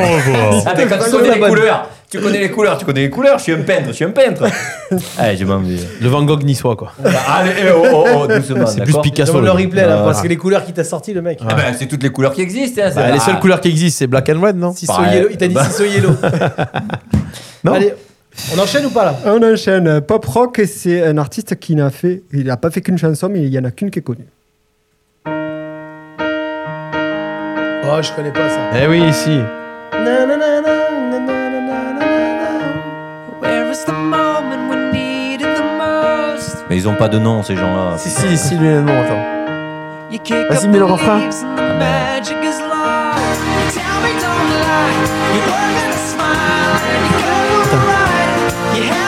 Speaker 4: mais quand tu connais les couleurs, tu connais les couleurs, tu connais les couleurs, je suis un peintre, je suis un peintre. Allez, je m'en vais.
Speaker 2: Le Van Gogh niçois, quoi.
Speaker 4: Allez, eh, oh, oh, oh, doucement.
Speaker 2: C'est plus
Speaker 4: d'accord
Speaker 2: Picasso.
Speaker 3: Demande le replay là,
Speaker 4: Ah.
Speaker 3: parce que les couleurs qui t'a sorti, le mec.
Speaker 4: Ah ben, c'est toutes les couleurs qui existent. hein, c'est-
Speaker 2: Bah, les
Speaker 4: ah.
Speaker 2: seules couleurs qui existent, c'est black and red, non
Speaker 3: Cisso
Speaker 4: Bah,
Speaker 3: yellow, il t'a dit
Speaker 4: bah.
Speaker 3: Cisso yellow.
Speaker 2: Non.
Speaker 3: Allez, on enchaîne ou pas là
Speaker 5: On enchaîne. Pop rock, c'est un artiste qui n'a fait, il n'a pas fait qu'une chanson, mais il y en a qu'une qui est connue.
Speaker 3: Oh, je connais pas ça.
Speaker 2: Eh oui, ici.
Speaker 22: Where is the moment we need it the most?
Speaker 4: Mais ils ont pas de nom, ces gens-là.
Speaker 2: Si, si, si, lui, non, attends.
Speaker 22: You kick
Speaker 2: Vas-y,
Speaker 22: up
Speaker 2: mets
Speaker 22: the
Speaker 2: le refrain.
Speaker 22: leaves and the magic is lost. You tell me don't lie. You work at a smile and you go around.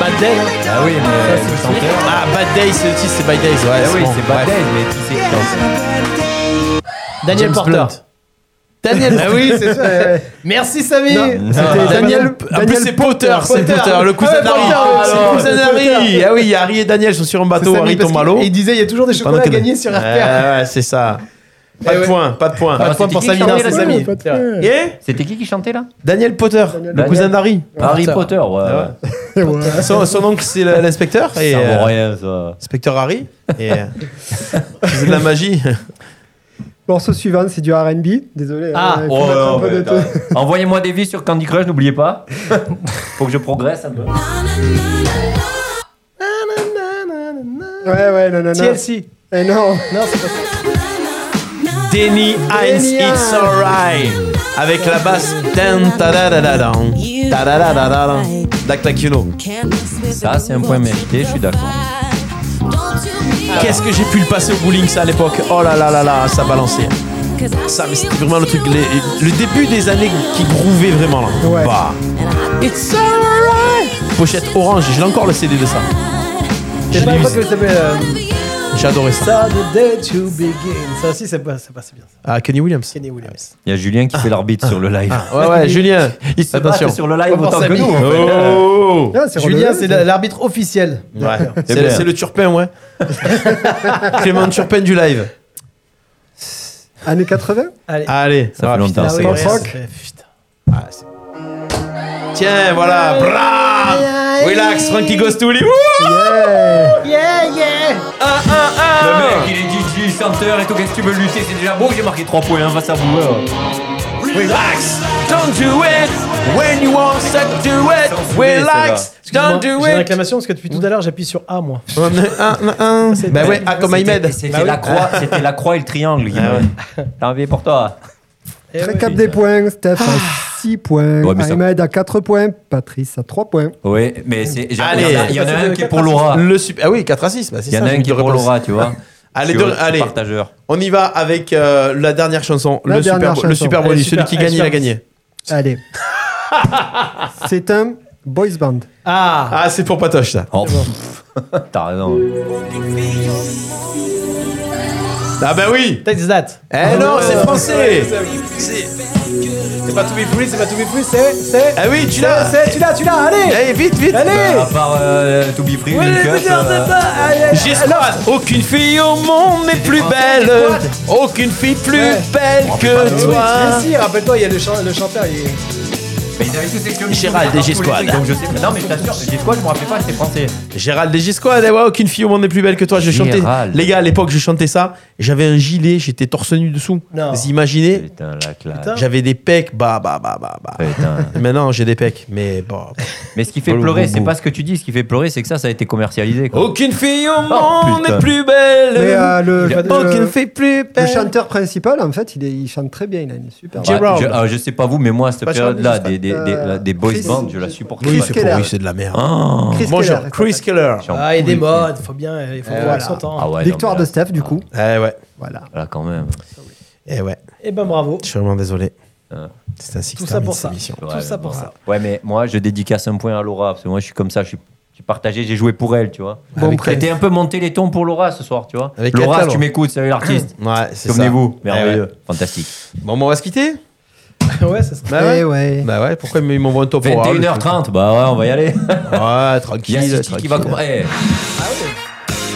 Speaker 2: Bad Day
Speaker 4: Ah oui, mais le chanteur.
Speaker 2: Ah, Bad Day, c'est le titre, c'est Bad Days. Ouais,
Speaker 4: Ah oui,
Speaker 2: bon,
Speaker 4: c'est Bad
Speaker 2: bref.
Speaker 4: Days, mais qui c'est qui chante
Speaker 2: Daniel
Speaker 4: James
Speaker 2: Porter.
Speaker 4: Blunt.
Speaker 2: Daniel.
Speaker 4: Ah oui, c'est ça, ouais.
Speaker 2: Merci Sami.
Speaker 3: Non,
Speaker 2: Daniel.
Speaker 3: c'était Daniel-
Speaker 2: En plus
Speaker 3: Daniel
Speaker 2: c'est
Speaker 3: Potter,
Speaker 2: Potter, c'est
Speaker 3: Potter.
Speaker 2: Potter, le cousin
Speaker 3: Ouais,
Speaker 2: d'Harry.
Speaker 3: Potter,
Speaker 2: Ah,
Speaker 3: c'est
Speaker 2: le
Speaker 3: le
Speaker 2: cousin
Speaker 3: cousin
Speaker 2: d'Harry.
Speaker 3: Potter.
Speaker 2: Ah oui, Harry et Daniel sont sur un bateau.
Speaker 3: Samy,
Speaker 2: Harry
Speaker 3: parce
Speaker 2: tombe à l'eau.
Speaker 3: qu'il- il disait, il y a toujours des
Speaker 2: Pendant
Speaker 3: chocolats à
Speaker 2: qu'il-
Speaker 3: gagner sur Eh
Speaker 2: Ouais,
Speaker 3: RPR.
Speaker 2: Ouais, c'est ça. Pas de point, pas de point, pas de
Speaker 4: Alors,
Speaker 2: point pour
Speaker 4: c'était qui qui
Speaker 2: Samina, c'est
Speaker 4: chantait, là,
Speaker 2: Samy.
Speaker 4: Daniel Potter
Speaker 2: Et
Speaker 4: C'était qui qui chantait là
Speaker 2: Daniel Potter, le
Speaker 4: Potter.
Speaker 2: cousin d'Harry.
Speaker 4: Harry Potter, ouais.
Speaker 2: ouais. Son, son oncle c'est le- l'inspecteur et
Speaker 4: Ça vaut
Speaker 2: euh,
Speaker 4: rien, ça.
Speaker 2: inspecteur Harry et euh, c'est de la magie.
Speaker 5: Morceau suivant, c'est du RB. Désolé. hein, il faut
Speaker 4: Oh,
Speaker 5: mettre un
Speaker 4: ouais,
Speaker 5: peu de
Speaker 4: ouais,
Speaker 5: tout.
Speaker 4: t'as- Envoyez-moi des vies sur Candy Crush, n'oubliez pas. Faut que je progresse un peu.
Speaker 5: Ouais, ouais, non, non, non.
Speaker 2: TLC.
Speaker 5: Eh non. Non, c'est pas ça.
Speaker 2: Denny Heinz, it's alright. Avec la basse. Dan, ta da da da dan. Ta da da da da dan. Dac tac, you know.
Speaker 4: Ça, c'est un point mérité, je suis d'accord.
Speaker 2: Ah. Qu'est-ce que j'ai pu le passer au bowling ça à l'époque Oh là là là là, ça balançait. Ça, mais c'était vraiment le truc, les- le début des années qui grouvait vraiment là. Bah,
Speaker 7: It's alright.
Speaker 2: pochette orange, j'ai encore le CD de ça.
Speaker 3: Je sais pas que ça s'appelle. euh,
Speaker 2: J'adorais ça.
Speaker 3: Saturday to begin. Ça aussi, ça passe, ça passe bien.
Speaker 2: Ah, Kenny Williams.
Speaker 3: Kenny Williams.
Speaker 4: Il y a Julien qui fait l'arbitre sur le live.
Speaker 2: Ouais, ouais, Julien.
Speaker 4: Il se
Speaker 2: attention.
Speaker 4: bat sur le live
Speaker 3: Pas
Speaker 4: autant
Speaker 3: pour
Speaker 4: que
Speaker 3: Samy.
Speaker 4: nous. en fait.
Speaker 2: Oh.
Speaker 3: Ah, c'est Julien,
Speaker 2: Julien,
Speaker 3: c'est la- l'arbitre officiel.
Speaker 2: Ouais,
Speaker 4: C'est
Speaker 2: c'est le,
Speaker 4: bien.
Speaker 2: c'est le Turpin, ouais. Clément Turpin du live.
Speaker 5: Années 80
Speaker 3: Allez.
Speaker 2: Allez,
Speaker 4: Ça fait longtemps,
Speaker 2: putain,
Speaker 4: c'est
Speaker 2: c'est-
Speaker 4: vrai.
Speaker 2: Ah, c'est- Tiens, voilà, bravo Relax, Frankie Goes to Hollywood. Ah,
Speaker 3: Yeah, yeah.
Speaker 4: Le mec, il est DJ, chanteur et tout, qu'est-ce que tu veux lutter C'est déjà beau, j'ai marqué 3 points hein, face à vous.
Speaker 2: Relax, don't do it when you want to do it. Relax,
Speaker 3: Excuse-moi,
Speaker 2: don't do
Speaker 3: J'ai une
Speaker 2: it.
Speaker 3: réclamation parce que depuis tout à l'heure, j'appuie sur A, moi.
Speaker 2: Un, un, un.
Speaker 4: Eh
Speaker 2: Bah ouais, ah, comme
Speaker 4: C'était-
Speaker 2: Ahmed.
Speaker 4: C'était
Speaker 2: Bah oui.
Speaker 4: la croix, c'était la croix et le triangle. Guillaume. Ah T'as envie pour toi.
Speaker 3: Eh
Speaker 5: Récap des points, Steph à 6 points,
Speaker 4: Ouais, mais ça-
Speaker 5: Ahmed à 4 points, Patrice à 3 points.
Speaker 4: Oui, mais c'est. j'ai-
Speaker 2: Allez,
Speaker 4: il y en a- il y en a un qui est pour Laura.
Speaker 2: Le super... Ah oui, 4 à 6. Bah, c'est
Speaker 4: Il y en
Speaker 2: ça,
Speaker 4: a
Speaker 2: j'ai
Speaker 4: un
Speaker 2: une
Speaker 4: qui est pour
Speaker 2: réponse.
Speaker 4: Laura, tu vois.
Speaker 2: Allez,
Speaker 4: Je suis-
Speaker 2: deux-
Speaker 4: je suis
Speaker 2: allez.
Speaker 4: partageur.
Speaker 2: On y va avec euh, la dernière chanson,
Speaker 5: La
Speaker 2: le,
Speaker 5: dernière
Speaker 2: super, le
Speaker 5: chanson.
Speaker 2: super bonus.
Speaker 5: Allez,
Speaker 2: Celui
Speaker 5: super- eh,
Speaker 2: qui
Speaker 5: allez,
Speaker 2: gagne, il a
Speaker 5: super-
Speaker 2: gagné.
Speaker 5: Allez. C'est un boys band.
Speaker 3: Ah
Speaker 2: Ah, c'est pour Patoche, ça.
Speaker 4: Oh, pff, T'as raison.
Speaker 2: Ah bah oui
Speaker 3: Take that.
Speaker 2: Eh non, c'est français
Speaker 3: C'est c'est pas to be free, c'est pas to be free, c'est. c'est-
Speaker 2: Ah oui, tu l'as.
Speaker 3: C'est, c'est- tu l'as, tu l'as, allez
Speaker 2: Allez, vite, vite
Speaker 3: Allez
Speaker 4: À part euh, To Be Free,
Speaker 3: Oui,
Speaker 4: Lil
Speaker 3: les
Speaker 4: Cup,
Speaker 3: leaders,
Speaker 4: euh,
Speaker 3: c'est ça, allez,
Speaker 2: J'ai Ah, squat. Ah. Aucune fille au monde n'est plus belle. Aucune fille plus belle
Speaker 3: Eh
Speaker 2: que toi.
Speaker 3: Mais si, rappelle-toi, il y a le, chan- le chanteur, il est.
Speaker 4: Mais ils avaient tous écrit le
Speaker 2: Gérald et
Speaker 4: micro, tous les
Speaker 2: G-Squad.
Speaker 4: trucs, Donc je sais pas. Non, mais je t'assure, G-Squad, je me rappelais pas, c'était français.
Speaker 2: Gérald des G-Squad, eh ouais, aucune fille au monde n'est plus belle que toi. Je chantais,
Speaker 4: Gérald.
Speaker 2: les gars, à l'époque, je chantais ça. J'avais un gilet, j'étais torse nu dessous.
Speaker 3: Non.
Speaker 2: Vous imaginez
Speaker 4: Putain, la classe.
Speaker 2: J'avais des pecs, bah, bah, bah, bah, bah.
Speaker 4: Putain.
Speaker 2: Maintenant, j'ai des pecs, mais bon.
Speaker 4: Mais ce qui fait
Speaker 2: Boulou,
Speaker 4: pleurer, c'est
Speaker 2: boulou.
Speaker 4: pas ce que tu dis. Ce qui fait pleurer, c'est que ça, ça a été commercialisé. Quoi.
Speaker 2: Aucune fille au
Speaker 4: Oh,
Speaker 2: monde
Speaker 4: putain.
Speaker 2: n'est plus belle.
Speaker 5: Mais euh, le,
Speaker 4: Il
Speaker 2: a pas aucune fille plus
Speaker 5: le
Speaker 2: belle.
Speaker 5: chanteur principal, en fait, il, est- il chante très bien, il a une super.
Speaker 4: Ouais,
Speaker 2: J-Round.
Speaker 4: je, ah, je sais pas vous, mais moi, cette
Speaker 5: Pas
Speaker 4: période-là,
Speaker 5: Charlie,
Speaker 4: des, des,
Speaker 5: euh,
Speaker 4: des, la- des boys
Speaker 5: Chris-
Speaker 4: bands, je la supporte
Speaker 5: Chris
Speaker 4: pas.
Speaker 2: c'est
Speaker 5: Keller.
Speaker 2: pourri, c'est de la merde.
Speaker 4: Ah,
Speaker 5: Chris
Speaker 2: Bonjour,
Speaker 5: Keller,
Speaker 2: Chris Keller.
Speaker 4: j'en
Speaker 3: Ah, il y a
Speaker 4: pouvais
Speaker 3: des
Speaker 4: plus.
Speaker 3: modes, faut bien, il faut
Speaker 2: Eh
Speaker 3: voir
Speaker 2: voilà.
Speaker 3: son temps.
Speaker 4: Ah ouais, non,
Speaker 5: Victoire
Speaker 4: mais
Speaker 5: de
Speaker 4: là,
Speaker 5: Steph, du coup.
Speaker 2: Eh ouais,
Speaker 5: Voilà.
Speaker 4: Là, quand même.
Speaker 2: eh ouais.
Speaker 3: Et ben bravo.
Speaker 2: Je suis vraiment désolé.
Speaker 4: Ah.
Speaker 2: C'est ainsi que
Speaker 3: Tout
Speaker 2: se
Speaker 3: ça
Speaker 2: termine
Speaker 3: pour
Speaker 2: cette
Speaker 3: ça.
Speaker 2: émission.
Speaker 3: Tout ça pour ça.
Speaker 4: Ouais, mais moi, je dédicace un point à Laura, parce que moi, je suis comme ça, je suis, je suis partagé, j'ai joué pour elle, tu vois.
Speaker 2: Ah
Speaker 5: Bon,
Speaker 4: J'ai
Speaker 5: prêt.
Speaker 4: été un peu monté les tons pour Laura ce soir, tu vois.
Speaker 2: Avec
Speaker 4: Laura,
Speaker 2: Catal,
Speaker 4: si tu
Speaker 2: ouais.
Speaker 4: m'écoutes, salut l'artiste.
Speaker 2: Hein Ouais, c'est ça.
Speaker 4: Souvenez-vous,
Speaker 2: Eh ouais.
Speaker 4: merveilleux, Oh, fantastique.
Speaker 2: Bon, bah, on va se quitter
Speaker 3: ouais, ça serait.
Speaker 2: Bah
Speaker 5: Eh ouais.
Speaker 2: Bah ouais, pourquoi ils m'envoient un top horaire, le truc
Speaker 4: 21h30, bah ouais, on va y aller.
Speaker 2: Ouais,
Speaker 4: Il y a
Speaker 2: tranquille.
Speaker 4: City qui va eh,
Speaker 2: tranquille.
Speaker 4: commencer.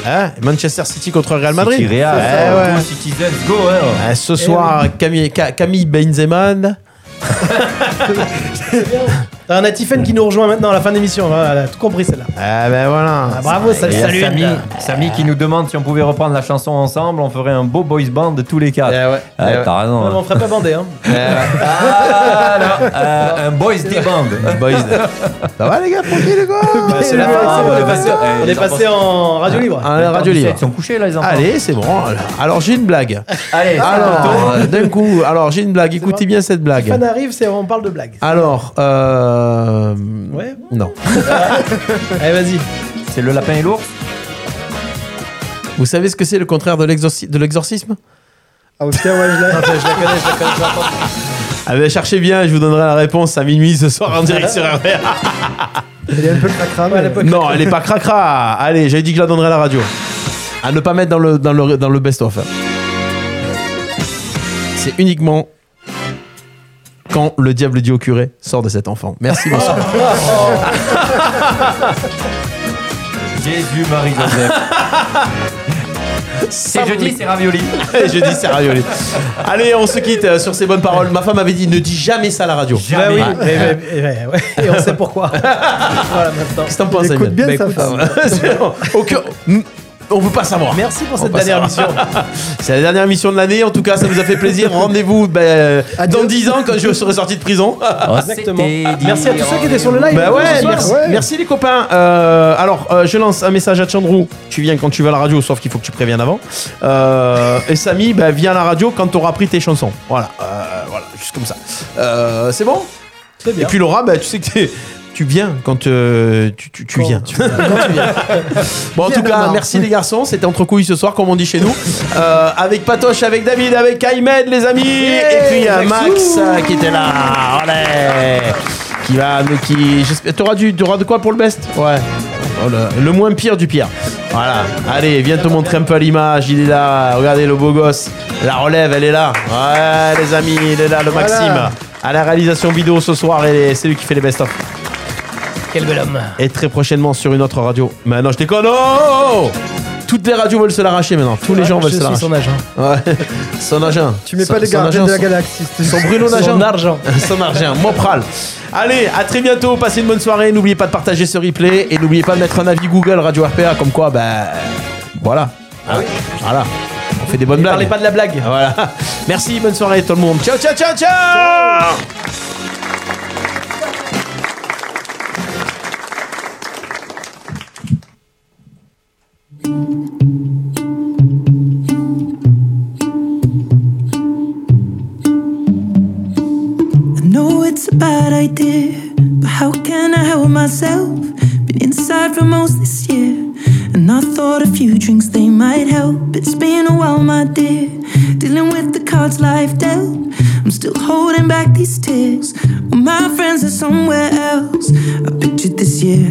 Speaker 2: Hein Manchester City contre Real Madrid.
Speaker 4: City Real,
Speaker 2: Eh ouais.
Speaker 4: go City, let's go. hein.
Speaker 2: Ah, ce soir, Camille, Ca- Camille Benzema. Eh
Speaker 3: T'as un Atifen qui nous rejoint maintenant à la fin de l'émission, voilà, elle a tout compris celle-là.
Speaker 2: Ah ben voilà.
Speaker 3: Ah, bravo,
Speaker 4: Et
Speaker 3: salut,
Speaker 4: il y a
Speaker 3: salut.
Speaker 4: Samy, Samy qui nous demande si on pouvait reprendre la chanson ensemble, on ferait un beau boys band de tous les
Speaker 2: Eh
Speaker 4: quatre.
Speaker 2: ouais.
Speaker 4: Ah,
Speaker 2: eh ouais.
Speaker 4: T'as raison.
Speaker 3: Ouais, mais
Speaker 4: hein.
Speaker 3: on ferait pas bander, hein.
Speaker 4: Ah, non, euh, un boys des bandes.
Speaker 2: Ah, Boys. Ça va les gars, tranquille quoi
Speaker 3: c'est la
Speaker 4: Ah,
Speaker 3: fin,
Speaker 4: on
Speaker 3: on
Speaker 4: est
Speaker 3: est
Speaker 4: passé-
Speaker 3: passé, on
Speaker 4: eh,
Speaker 3: est passé en radio libre.
Speaker 2: Ah, la radio libre.
Speaker 4: Ils sont couchés là, les enfants.
Speaker 2: Allez, c'est bon. Alors j'ai une blague.
Speaker 4: Allez,
Speaker 2: Alors, euh, d'un coup, alors j'ai une blague. Écoutez
Speaker 3: vrai.
Speaker 2: bien cette blague.
Speaker 3: Fan arrive, c'est on parle de blagues.
Speaker 2: Alors, euh...
Speaker 3: Ouais.
Speaker 2: Non.
Speaker 3: Allez, vas-y.
Speaker 4: c'est le lapin et l'ours.
Speaker 2: Vous savez ce que c'est le contraire de l'exorci- de l'exorcisme
Speaker 5: Ah, ok, ouais, je l'ai.
Speaker 3: Je la connais, je la connais, je l'entends.
Speaker 2: Ah ben cherchez bien, je vous donnerai la réponse à minuit ce soir en direct sur RPA.
Speaker 5: Elle est un peu cracra. mais-
Speaker 2: Non, elle est pas cracra. Allez, j'avais dit que je la donnerais à la radio. À ne pas mettre dans le, dans le, dans le best-of. hein. C'est uniquement quand le diable dit au curé sort de cet enfant. Merci,
Speaker 3: Ah.
Speaker 2: bonsoir.
Speaker 4: Jésus, Marie, Joseph.
Speaker 2: C'est
Speaker 4: jeudi, c'est ravioli.
Speaker 2: Jeudi, c'est ravioli. Allez, on se quitte euh, sur ces bonnes paroles. Ma femme avait dit ne dis jamais ça à la radio.
Speaker 3: Bah oui, mais- mais- mais- mais- ouais, et on sait pourquoi. voilà maintenant.
Speaker 2: Qu'est-ce que t'en penses,
Speaker 3: Écoute
Speaker 2: Emmanuel
Speaker 3: bien
Speaker 2: Bah,
Speaker 3: sa
Speaker 2: écoute,
Speaker 3: femme.
Speaker 2: ah ouais, c'est bon. Au cœur- Mm, On veut pas savoir.
Speaker 3: Merci pour
Speaker 2: On
Speaker 3: cette
Speaker 2: veut pas
Speaker 3: dernière
Speaker 2: savoir. C'est la dernière émission de l'année. En tout cas, ça nous a fait plaisir. Rendez-vous ben, dans 10 ans quand je serai sorti de prison.
Speaker 4: Oh,
Speaker 3: Exactement. Merci à tous ceux qui étaient sur le live.
Speaker 2: Bah ouais,
Speaker 3: ce soir.
Speaker 2: merci, merci les copains. Euh, alors, euh, je lance un message à Chandrou. Tu viens quand tu vas à la radio, sauf qu'il faut que tu préviennes avant. Euh, et Samy, bah, viens à la radio quand tu auras pris tes chansons. Voilà, euh, voilà, juste comme ça. Euh, c'est bon
Speaker 3: bien.
Speaker 2: Et puis Laura, bah, tu sais que t'es- tu viens quand euh, tu, tu- tu viens. bon, en tout cas, merci les garçons. C'était entre couilles ce soir, comme on dit chez nous. Euh, avec Patoche, avec David, avec Aymed, les amis. et puis euh, Max
Speaker 3: Maxou.
Speaker 2: euh, qui était là. Allez. Qui va, mais qui. j'espère- T'auras du, t'auras de quoi pour le best Ouais. Oh là, le moins pire du pire. Voilà. Allez, viens te montrer un peu à l'image. Il est là. Regardez le beau gosse. La relève, elle est là. Ouais, les amis, il est là, le
Speaker 3: Voilà.
Speaker 2: Maxime. À la réalisation vidéo ce soir, et c'est lui qui fait les best-of.
Speaker 3: Quel bel homme.
Speaker 2: Et très prochainement sur une autre radio. Mais non, je déconne. Oh Toutes les radios veulent se l'arracher maintenant. Tous les gens veulent
Speaker 3: Je
Speaker 2: se
Speaker 3: suis
Speaker 2: l'arracher.
Speaker 3: son agent.
Speaker 2: Ouais. Son agent.
Speaker 5: Tu mets
Speaker 2: Son-
Speaker 5: pas les
Speaker 2: son
Speaker 5: gardiens
Speaker 2: agent,
Speaker 5: de la
Speaker 2: son-
Speaker 5: galaxie. c'est-
Speaker 2: Son Bruno
Speaker 5: Son
Speaker 2: Nagent.
Speaker 5: argent.
Speaker 2: Son argent. Mopral. Allez, à très bientôt. Passez une bonne soirée. N'oubliez pas de partager ce replay. Et n'oubliez pas de mettre un avis Google Radio RPA. Comme quoi, ben. Voilà. Voilà. On fait des bonnes blagues.
Speaker 3: parlez pas de la blague.
Speaker 2: Voilà. Merci. Bonne soirée, tout le monde. Ciao, ciao, ciao, ciao.
Speaker 6: I know it's a bad idea, but how can I help myself? Been inside for most this year, and I thought a few drinks they might help. It's been a while, my dear, dealing with the cards life dealt. I'm still holding back these tears. Well, my friends are somewhere else. I pictured this year.